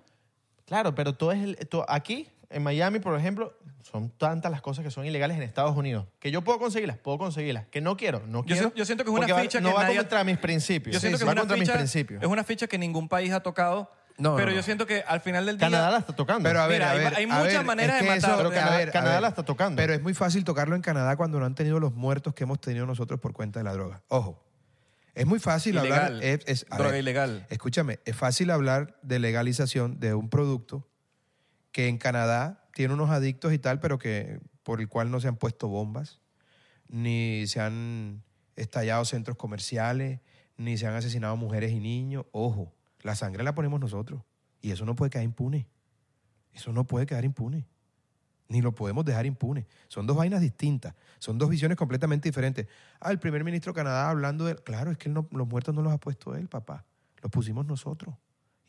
[SPEAKER 6] Claro, pero todo es el, todo- aquí, en Miami, por ejemplo, son tantas las cosas que son ilegales en Estados Unidos. Que yo puedo conseguirlas, puedo conseguirlas. Que no quiero, no
[SPEAKER 5] Yo
[SPEAKER 6] quiero.
[SPEAKER 5] si- yo siento que es una
[SPEAKER 6] porque va-
[SPEAKER 5] ficha
[SPEAKER 6] no
[SPEAKER 5] que
[SPEAKER 6] va
[SPEAKER 5] nadie-
[SPEAKER 6] contra mis principios.
[SPEAKER 5] Yo siento
[SPEAKER 6] Sí,
[SPEAKER 5] que
[SPEAKER 6] va
[SPEAKER 5] es una,
[SPEAKER 6] contra mis
[SPEAKER 5] ficha,
[SPEAKER 6] principios.
[SPEAKER 5] es una ficha que ningún país ha tocado
[SPEAKER 4] No,
[SPEAKER 5] pero
[SPEAKER 4] no, no.
[SPEAKER 5] yo siento que al final del día.
[SPEAKER 6] Canadá la está tocando.
[SPEAKER 4] Pero a ver,
[SPEAKER 5] Mira,
[SPEAKER 4] a
[SPEAKER 5] hay-
[SPEAKER 4] ver.
[SPEAKER 5] hay
[SPEAKER 4] a
[SPEAKER 5] muchas
[SPEAKER 4] ver,
[SPEAKER 5] maneras de matar.
[SPEAKER 4] pero
[SPEAKER 6] Canadá- Canadá la está tocando.
[SPEAKER 4] Pero es muy fácil tocarlo en Canadá cuando no han tenido los muertos que hemos tenido nosotros por cuenta de la droga. Ojo. Es muy fácil
[SPEAKER 5] Ilegal.
[SPEAKER 4] hablar. es- es- a
[SPEAKER 5] Droga
[SPEAKER 4] ver,
[SPEAKER 5] ilegal.
[SPEAKER 4] Escúchame, es fácil hablar de legalización de un producto que en Canadá tiene unos adictos y tal, pero que por el cual no se han puesto bombas, ni se han estallado centros comerciales, ni se han asesinado mujeres y niños. Ojo, la sangre la ponemos nosotros y eso no puede quedar impune. Eso no puede quedar impune. Ni lo podemos dejar impune. Son dos vainas distintas. Son dos visiones completamente diferentes. Ah, el primer ministro de Canadá hablando de... Claro, es que él no- los muertos no los ha puesto él, papá. Los pusimos nosotros.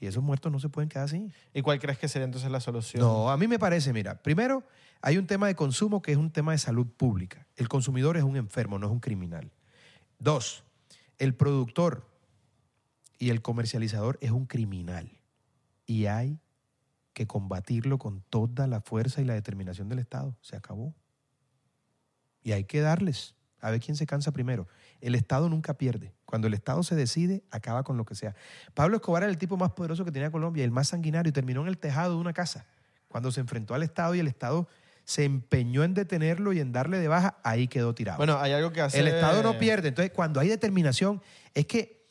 [SPEAKER 4] Y esos muertos no se pueden quedar así.
[SPEAKER 6] ¿Y cuál crees que sería entonces la solución?
[SPEAKER 4] No, a mí me parece, mira, primero hay un tema de consumo que es un tema de salud pública. El consumidor es un enfermo, no es un criminal. Dos, el productor y el comercializador es un criminal y hay que combatirlo con toda la fuerza y la determinación del Estado. Se acabó. Y hay que darles. A ver quién se cansa primero. El Estado nunca pierde. Cuando el Estado se decide, acaba con lo que sea. Pablo Escobar era el tipo más poderoso que tenía Colombia, el más sanguinario, y terminó en el tejado de una casa. Cuando se enfrentó al Estado y el Estado se empeñó en detenerlo y en darle de baja, ahí quedó tirado.
[SPEAKER 6] Bueno, hay algo que hace...
[SPEAKER 4] El Estado no pierde. Entonces, cuando hay determinación, es que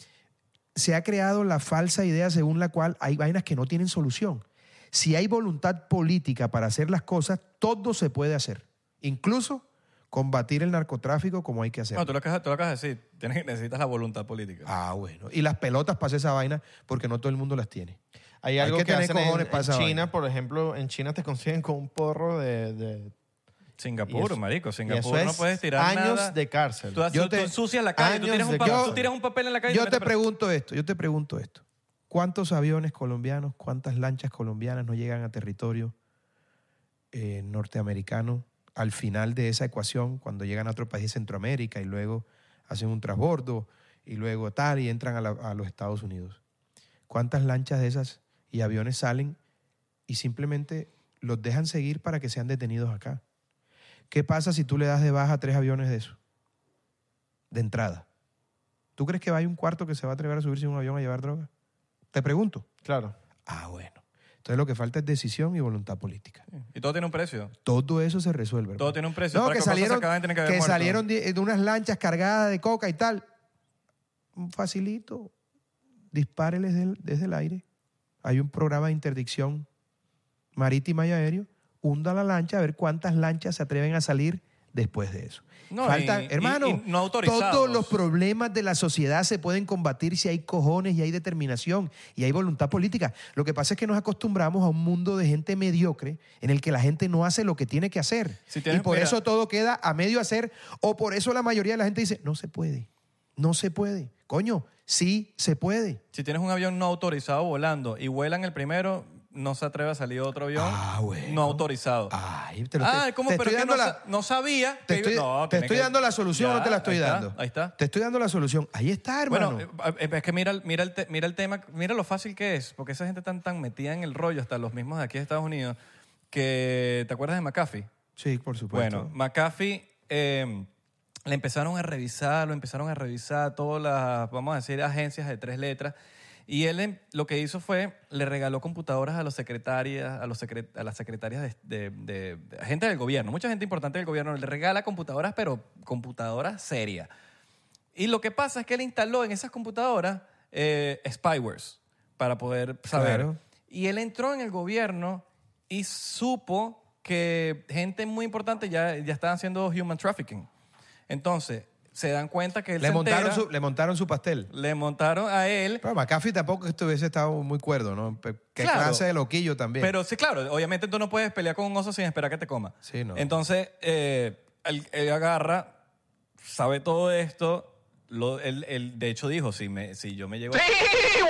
[SPEAKER 4] se ha creado la falsa idea según la cual hay vainas que no tienen solución. Si hay voluntad política para hacer las cosas, todo se puede hacer. Incluso combatir el narcotráfico como hay que hacer.
[SPEAKER 5] No, tú lo acabas, tú lo acabas de decir. Tienes- necesitas la voluntad política.
[SPEAKER 4] Ah, bueno. Y las pelotas para hacer esa vaina, porque no todo el mundo las tiene.
[SPEAKER 6] Hay
[SPEAKER 4] Hay
[SPEAKER 6] algo
[SPEAKER 4] que
[SPEAKER 6] que,
[SPEAKER 4] tener
[SPEAKER 6] hacen en,
[SPEAKER 4] cojones para
[SPEAKER 6] en
[SPEAKER 4] esa
[SPEAKER 6] China,
[SPEAKER 4] vaina.
[SPEAKER 6] por ejemplo, en China te consiguen con un porro de... de-
[SPEAKER 5] Singapur,
[SPEAKER 6] y eso-
[SPEAKER 5] marico. Singapur
[SPEAKER 6] y eso
[SPEAKER 5] no
[SPEAKER 6] es
[SPEAKER 5] puedes tirar
[SPEAKER 6] años
[SPEAKER 5] nada.
[SPEAKER 6] de cárcel.
[SPEAKER 5] Tú, haces-
[SPEAKER 4] Yo
[SPEAKER 5] tú
[SPEAKER 4] te-
[SPEAKER 5] ensucias la calle, tú
[SPEAKER 6] años
[SPEAKER 5] tiras, un
[SPEAKER 6] de
[SPEAKER 5] papel,
[SPEAKER 4] cárcel.
[SPEAKER 5] tú tiras un papel en la calle. y
[SPEAKER 4] Yo
[SPEAKER 5] metes
[SPEAKER 4] te
[SPEAKER 5] preso.
[SPEAKER 4] pregunto esto, yo te pregunto esto. ¿Cuántos aviones colombianos, cuántas lanchas colombianas no llegan a territorio eh, norteamericano al final de esa ecuación, cuando llegan a otro país de Centroamérica y luego hacen un transbordo y luego tal y entran a, la- a los Estados Unidos? ¿Cuántas lanchas de esas y aviones salen y simplemente los dejan seguir para que sean detenidos acá? ¿Qué pasa si tú le das de baja tres aviones de eso? De entrada. ¿Tú crees que va a haber un cuarto que se va a atrever a subirse a un avión a llevar droga? Te pregunto.
[SPEAKER 6] Claro.
[SPEAKER 4] Ah, bueno. Entonces lo que falta es decisión y voluntad política.
[SPEAKER 5] Y todo tiene un precio.
[SPEAKER 4] Todo eso se resuelve. hermano.
[SPEAKER 5] Todo tiene un precio.
[SPEAKER 4] No,
[SPEAKER 5] Para
[SPEAKER 4] que
[SPEAKER 5] que cosas se
[SPEAKER 4] salieron,
[SPEAKER 5] acaben, tiene que haber
[SPEAKER 4] que
[SPEAKER 5] muertos.
[SPEAKER 4] salieron de, de unas lanchas cargadas de coca y tal. Facilito. Dispáreles del- desde el aire. Hay un programa de interdicción marítima y aéreo. Hunda la lancha a ver cuántas lanchas se atreven a salir después de eso.
[SPEAKER 5] No,
[SPEAKER 4] Faltan,
[SPEAKER 5] y- y-
[SPEAKER 4] hermano,
[SPEAKER 5] y no autorizados.
[SPEAKER 4] todos los problemas de la sociedad se pueden combatir si hay cojones y hay determinación y hay voluntad política. Lo que pasa es que nos acostumbramos a un mundo de gente mediocre en el que la gente no hace lo que tiene que hacer.
[SPEAKER 5] Si tienes-
[SPEAKER 4] y por
[SPEAKER 5] mira.
[SPEAKER 4] eso todo queda a medio hacer o por eso la mayoría de la gente dice, no se puede, no se puede. Coño, sí se puede.
[SPEAKER 5] Si tienes un avión no autorizado volando y vuelan el primero, no se atreve a salir otro avión
[SPEAKER 4] Ah, bueno.
[SPEAKER 5] no autorizado.
[SPEAKER 4] Ay, te lo-
[SPEAKER 5] ah,
[SPEAKER 4] te-
[SPEAKER 5] ¿cómo?
[SPEAKER 4] te
[SPEAKER 5] pero
[SPEAKER 4] estoy
[SPEAKER 5] es que
[SPEAKER 4] dando
[SPEAKER 5] no,
[SPEAKER 4] la-
[SPEAKER 5] sa- no sabía.
[SPEAKER 4] Te
[SPEAKER 5] que iba-
[SPEAKER 4] estoy,
[SPEAKER 5] No,
[SPEAKER 4] te
[SPEAKER 5] tiene
[SPEAKER 4] estoy
[SPEAKER 5] que-
[SPEAKER 4] dando la solución o
[SPEAKER 5] Ya,
[SPEAKER 4] no te la estoy
[SPEAKER 5] ahí está,
[SPEAKER 4] dando.
[SPEAKER 5] ahí está.
[SPEAKER 4] Te estoy dando la solución. Ahí está, hermano.
[SPEAKER 5] Bueno, eh, es que mira, mira, el te- mira el tema, mira lo fácil que es, porque esa gente tan tan metida en el rollo, hasta los mismos de aquí de Estados Unidos, que ¿te acuerdas de McAfee?
[SPEAKER 4] sí, por supuesto.
[SPEAKER 5] Bueno, McAfee eh, le empezaron a revisar, lo empezaron a revisar todas las, vamos a decir, agencias de tres letras. Y él em, lo que hizo fue, le regaló computadoras a los secretarias, a, los secre- a las secretarias de, de- de- de- gente del gobierno, mucha gente importante del gobierno, le regala computadoras, pero computadoras serias. Y lo que pasa es que él instaló en esas computadoras eh, spywares para poder saber.
[SPEAKER 4] Claro.
[SPEAKER 5] Y él entró en el gobierno y supo que gente muy importante ya, ya estaban haciendo human trafficking. Entonces, se dan cuenta que él
[SPEAKER 4] le,
[SPEAKER 5] se
[SPEAKER 4] montaron
[SPEAKER 5] entera,
[SPEAKER 4] su, le montaron su pastel.
[SPEAKER 5] le montaron a él.
[SPEAKER 4] Pero McAfee tampoco estuviese estado muy cuerdo, ¿no? Pe- Qué
[SPEAKER 5] Claro.
[SPEAKER 4] clase de loquillo también.
[SPEAKER 5] Pero sí, claro, obviamente tú no puedes pelear con un oso sin esperar que te coma.
[SPEAKER 4] Sí, no.
[SPEAKER 5] Entonces, eh, él, él agarra, sabe todo esto. Lo, él, él, de hecho, dijo: si, me, si yo me llego.
[SPEAKER 4] [laughs]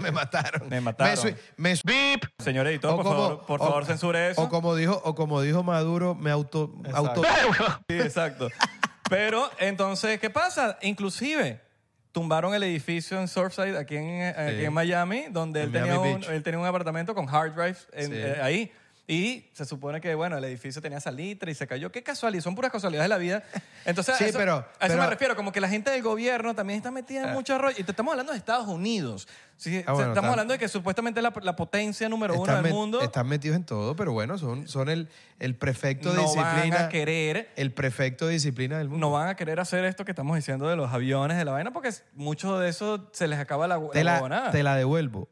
[SPEAKER 4] me mataron.
[SPEAKER 5] Me mataron.
[SPEAKER 4] Me sui- me sui-
[SPEAKER 5] Señor editor,
[SPEAKER 4] o
[SPEAKER 5] por
[SPEAKER 4] como-
[SPEAKER 5] favor, por
[SPEAKER 4] o-
[SPEAKER 5] favor, censure eso.
[SPEAKER 4] O como dijo, o como dijo Maduro, me auto, auto-
[SPEAKER 5] Sí, exacto. Pero entonces, ¿qué pasa? Inclusive tumbaron el edificio en Surfside, aquí en, aquí en Miami, donde
[SPEAKER 4] En
[SPEAKER 5] él
[SPEAKER 4] Miami
[SPEAKER 5] tenía, un,
[SPEAKER 4] Beach.
[SPEAKER 5] él tenía un apartamento con hard drives en-
[SPEAKER 4] Sí.
[SPEAKER 5] eh, ahí. Y se supone que, bueno, el edificio tenía salitre y se cayó. Qué casualidad, son puras casualidades de la vida. Entonces,
[SPEAKER 4] Sí,
[SPEAKER 5] a eso,
[SPEAKER 4] pero-
[SPEAKER 5] a eso
[SPEAKER 4] pero-
[SPEAKER 5] me refiero, como que la gente del gobierno también está metida en mucho rollo. Y te estamos hablando de Estados Unidos. Sí,
[SPEAKER 4] Ah,
[SPEAKER 5] o sea,
[SPEAKER 4] bueno,
[SPEAKER 5] estamos
[SPEAKER 4] está-
[SPEAKER 5] hablando de que supuestamente la, la potencia número uno
[SPEAKER 4] Están
[SPEAKER 5] del
[SPEAKER 4] met-
[SPEAKER 5] mundo
[SPEAKER 4] Están metidos en todo, pero bueno, son, son el, el prefecto de
[SPEAKER 5] no van
[SPEAKER 4] disciplina.
[SPEAKER 5] a querer
[SPEAKER 4] El prefecto de disciplina del mundo.
[SPEAKER 5] no van a querer hacer esto que estamos diciendo de los aviones, de la vaina, porque mucho de eso se les acaba la,
[SPEAKER 4] te,
[SPEAKER 5] la
[SPEAKER 4] la,
[SPEAKER 5] huevonada.
[SPEAKER 4] te la devuelvo.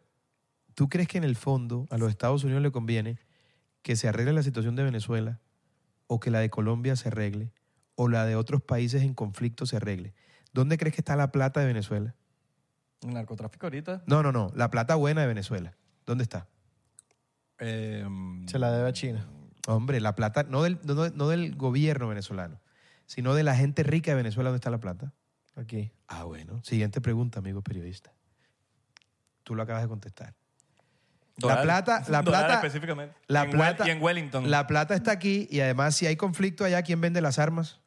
[SPEAKER 4] ¿Tú crees que en el fondo a los Estados Unidos le conviene que se arregle la situación de Venezuela o que la de Colombia se arregle o la de otros países en conflicto se arregle? ¿Dónde crees que está la plata de Venezuela?
[SPEAKER 5] El narcotráfico ahorita.
[SPEAKER 4] No, no, no. La plata buena de Venezuela. ¿Dónde está?
[SPEAKER 5] eh,
[SPEAKER 6] Se la debe a China.
[SPEAKER 4] Hombre, la plata, no del, no, no del gobierno venezolano, sino de la gente rica de Venezuela, ¿dónde está la plata?
[SPEAKER 6] Aquí.
[SPEAKER 4] Ah, bueno. Siguiente pregunta, amigo periodista. Tú lo acabas de contestar.
[SPEAKER 5] dólares.
[SPEAKER 4] plata- la
[SPEAKER 5] Dólares
[SPEAKER 4] plata-
[SPEAKER 5] específicamente.
[SPEAKER 4] La
[SPEAKER 5] En Wel-
[SPEAKER 4] plata,
[SPEAKER 5] y en Wellington.
[SPEAKER 4] La plata está aquí y además si hay conflicto allá, ¿quién vende las armas?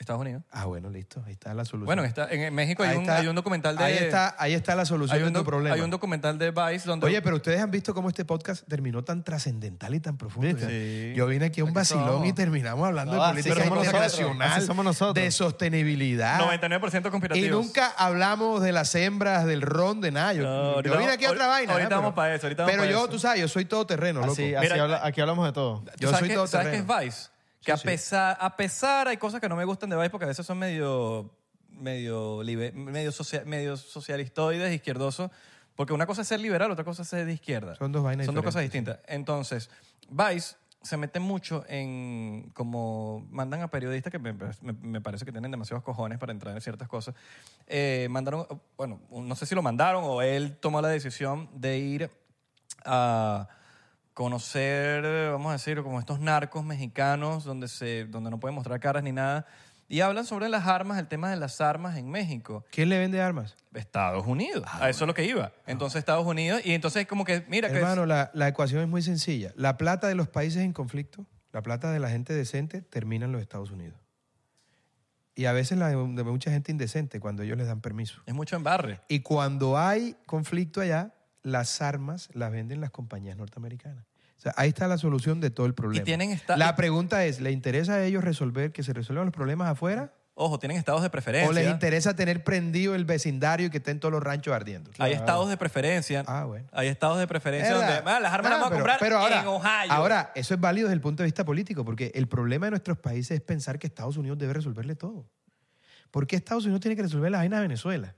[SPEAKER 5] Estados Unidos.
[SPEAKER 4] Ah, bueno, listo. Ahí está la solución.
[SPEAKER 5] Bueno, está, en México hay
[SPEAKER 4] Ahí
[SPEAKER 5] un,
[SPEAKER 4] está-
[SPEAKER 5] hay un documental de...
[SPEAKER 4] Ahí está, ahí está la solución
[SPEAKER 5] hay
[SPEAKER 4] de
[SPEAKER 5] un,
[SPEAKER 4] tu
[SPEAKER 5] doc-
[SPEAKER 4] problema.
[SPEAKER 5] hay un documental de Vice donde...
[SPEAKER 4] Oye, pero ustedes han visto cómo este podcast terminó tan trascendental y tan profundo.
[SPEAKER 5] ¿Viste?
[SPEAKER 4] O sea,
[SPEAKER 5] Sí.
[SPEAKER 4] Yo vine aquí a un
[SPEAKER 5] Aquí
[SPEAKER 4] vacilón
[SPEAKER 5] somos.
[SPEAKER 4] y terminamos hablando
[SPEAKER 6] No,
[SPEAKER 4] de
[SPEAKER 6] así
[SPEAKER 4] política
[SPEAKER 6] Ah, somos nosotros.
[SPEAKER 4] internacional,
[SPEAKER 6] Así somos nosotros.
[SPEAKER 4] de sostenibilidad.
[SPEAKER 5] 99%
[SPEAKER 4] ah, Y
[SPEAKER 5] conspirativos.
[SPEAKER 4] nunca hablamos de las hembras, del ron, de nada. Yo,
[SPEAKER 5] No,
[SPEAKER 4] yo
[SPEAKER 5] ahorita
[SPEAKER 4] vine aquí a
[SPEAKER 5] vamos-
[SPEAKER 4] otra vaina.
[SPEAKER 5] ahorita
[SPEAKER 4] ¿eh? Pero-
[SPEAKER 5] vamos pa' eso, ahorita vamos
[SPEAKER 4] Pero
[SPEAKER 5] pa'
[SPEAKER 4] yo,
[SPEAKER 5] eso.
[SPEAKER 4] tú sabes, yo soy todoterreno, loco.
[SPEAKER 6] Así, así
[SPEAKER 5] Mira-
[SPEAKER 6] habla- aquí hablamos de todo.
[SPEAKER 5] ¿Tú
[SPEAKER 4] Yo
[SPEAKER 5] sabes
[SPEAKER 4] soy
[SPEAKER 5] que-
[SPEAKER 4] todo
[SPEAKER 5] ¿Sabes qué es
[SPEAKER 4] terreno.
[SPEAKER 5] Vice? Que a,
[SPEAKER 4] sí.
[SPEAKER 5] pesar, a pesar hay cosas que no me gustan de Vice porque a veces son medio medio libe- medio, socia- medio socialistoides, izquierdosos. Porque una cosa es ser liberal, otra cosa es ser de izquierda.
[SPEAKER 4] Son dos vainas
[SPEAKER 5] Son dos
[SPEAKER 4] diferentes,
[SPEAKER 5] cosas distintas. Entonces, Vice se mete mucho en como mandan a periodistas que me, me- me parece que tienen demasiados cojones para entrar en ciertas cosas. Eh, mandaron, bueno, no sé si lo mandaron o él tomó la decisión de ir a conocer, vamos a decir, como estos narcos mexicanos donde, se, donde no pueden mostrar caras ni nada. Y hablan sobre las armas, el tema de las armas en México.
[SPEAKER 4] ¿Quién le vende armas?
[SPEAKER 5] Estados Unidos, a eso es lo que iba. Entonces Estados Unidos, y entonces como que, mira, que
[SPEAKER 4] Hermano, la, la ecuación es muy sencilla. La plata de los países en conflicto, la plata de la gente decente, termina en los Estados Unidos. Y a veces la de, de mucha gente indecente cuando ellos les dan permiso.
[SPEAKER 5] es mucho embarre.
[SPEAKER 4] Y cuando hay conflicto allá, las armas las venden las compañías norteamericanas. O sea, ahí está la solución de todo el problema.
[SPEAKER 5] tienen esta-
[SPEAKER 4] la pregunta es, ¿le interesa a ellos resolver que se resuelvan los problemas afuera?
[SPEAKER 5] Ojo, tienen estados de preferencia.
[SPEAKER 4] ¿O les interesa tener prendido el vecindario y que estén todos los ranchos ardiendo?
[SPEAKER 5] Hay estados de preferencia.
[SPEAKER 4] Ah, bueno.
[SPEAKER 5] Hay estados de preferencia
[SPEAKER 4] ¿Verdad?
[SPEAKER 5] donde ah, las armas
[SPEAKER 4] Ah,
[SPEAKER 5] las vamos a
[SPEAKER 4] pero-
[SPEAKER 5] comprar
[SPEAKER 4] pero ahora,
[SPEAKER 5] en Ohio.
[SPEAKER 4] Ahora, eso es válido desde el punto de vista político, porque el problema de nuestros países es pensar que Estados Unidos debe resolverle todo. ¿Por qué Estados Unidos tiene que resolver la vaina de Venezuela?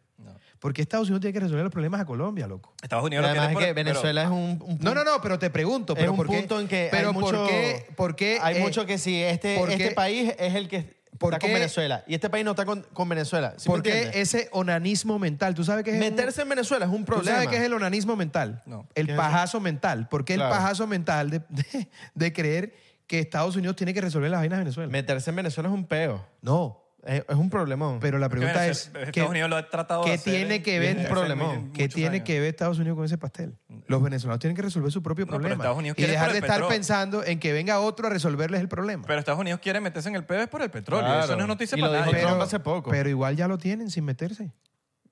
[SPEAKER 4] ¿Por qué Estados Unidos tiene que resolver los problemas a Colombia, loco?
[SPEAKER 5] Estados
[SPEAKER 6] Y
[SPEAKER 5] Unidos lo
[SPEAKER 6] además
[SPEAKER 5] tiene
[SPEAKER 6] es
[SPEAKER 5] por-
[SPEAKER 6] que
[SPEAKER 5] pero-
[SPEAKER 6] Venezuela es un, un
[SPEAKER 4] No, no, no, pero te pregunto.
[SPEAKER 6] Es
[SPEAKER 4] Pero
[SPEAKER 6] un
[SPEAKER 4] por qué-
[SPEAKER 6] punto en que
[SPEAKER 4] pero
[SPEAKER 6] hay mucho,
[SPEAKER 4] ¿por qué, por qué,
[SPEAKER 6] hay
[SPEAKER 4] eh,
[SPEAKER 6] mucho que si este,
[SPEAKER 4] por
[SPEAKER 6] este
[SPEAKER 4] qué-
[SPEAKER 6] país es el que
[SPEAKER 4] por
[SPEAKER 6] está con
[SPEAKER 4] qué-
[SPEAKER 6] Venezuela y este país no está con, con Venezuela. ¿sí me
[SPEAKER 4] ¿Por qué
[SPEAKER 6] entiendes?
[SPEAKER 4] ese onanismo mental? ¿Tú sabes qué es un-
[SPEAKER 6] Meterse en Venezuela es un
[SPEAKER 4] ¿Tú
[SPEAKER 6] problema.
[SPEAKER 4] sabes qué es el onanismo mental?
[SPEAKER 5] No.
[SPEAKER 4] El
[SPEAKER 6] ¿Qué es eso?
[SPEAKER 4] pajazo mental. ¿Por qué
[SPEAKER 6] Claro.
[SPEAKER 4] el pajazo mental de, de- de creer que Estados Unidos tiene que resolver las vainas de Venezuela?
[SPEAKER 6] Meterse en Venezuela es un peo.
[SPEAKER 4] no,
[SPEAKER 6] Eh, Es, es un problemón.
[SPEAKER 4] Pero la
[SPEAKER 5] Porque
[SPEAKER 4] pregunta es,
[SPEAKER 5] Venezuela-
[SPEAKER 4] ¿qué,
[SPEAKER 5] Estados Unidos lo ha tratado
[SPEAKER 4] qué
[SPEAKER 5] de hacer
[SPEAKER 4] tiene
[SPEAKER 5] en-
[SPEAKER 4] que
[SPEAKER 5] desde
[SPEAKER 4] ver,
[SPEAKER 5] hace
[SPEAKER 6] problemón?
[SPEAKER 5] muy-
[SPEAKER 4] qué
[SPEAKER 5] muchos
[SPEAKER 4] tiene
[SPEAKER 5] años.
[SPEAKER 4] que ver Estados Unidos con ese pastel? Los venezolanos tienen que resolver su propio
[SPEAKER 5] No, pero
[SPEAKER 4] problema
[SPEAKER 5] Estados Unidos
[SPEAKER 4] y
[SPEAKER 5] quiere
[SPEAKER 4] dejar
[SPEAKER 5] por
[SPEAKER 4] de
[SPEAKER 5] el
[SPEAKER 4] estar
[SPEAKER 5] petróleo.
[SPEAKER 4] pensando en que venga otro a resolverles el problema.
[SPEAKER 5] Pero Estados Unidos quiere meterse en el pedo es por el petróleo.
[SPEAKER 6] Claro.
[SPEAKER 5] Eso no es noticia
[SPEAKER 6] Y
[SPEAKER 5] para
[SPEAKER 6] lo dijo
[SPEAKER 5] nadie.
[SPEAKER 6] Trump hace poco.
[SPEAKER 4] pero igual ya lo tienen sin meterse.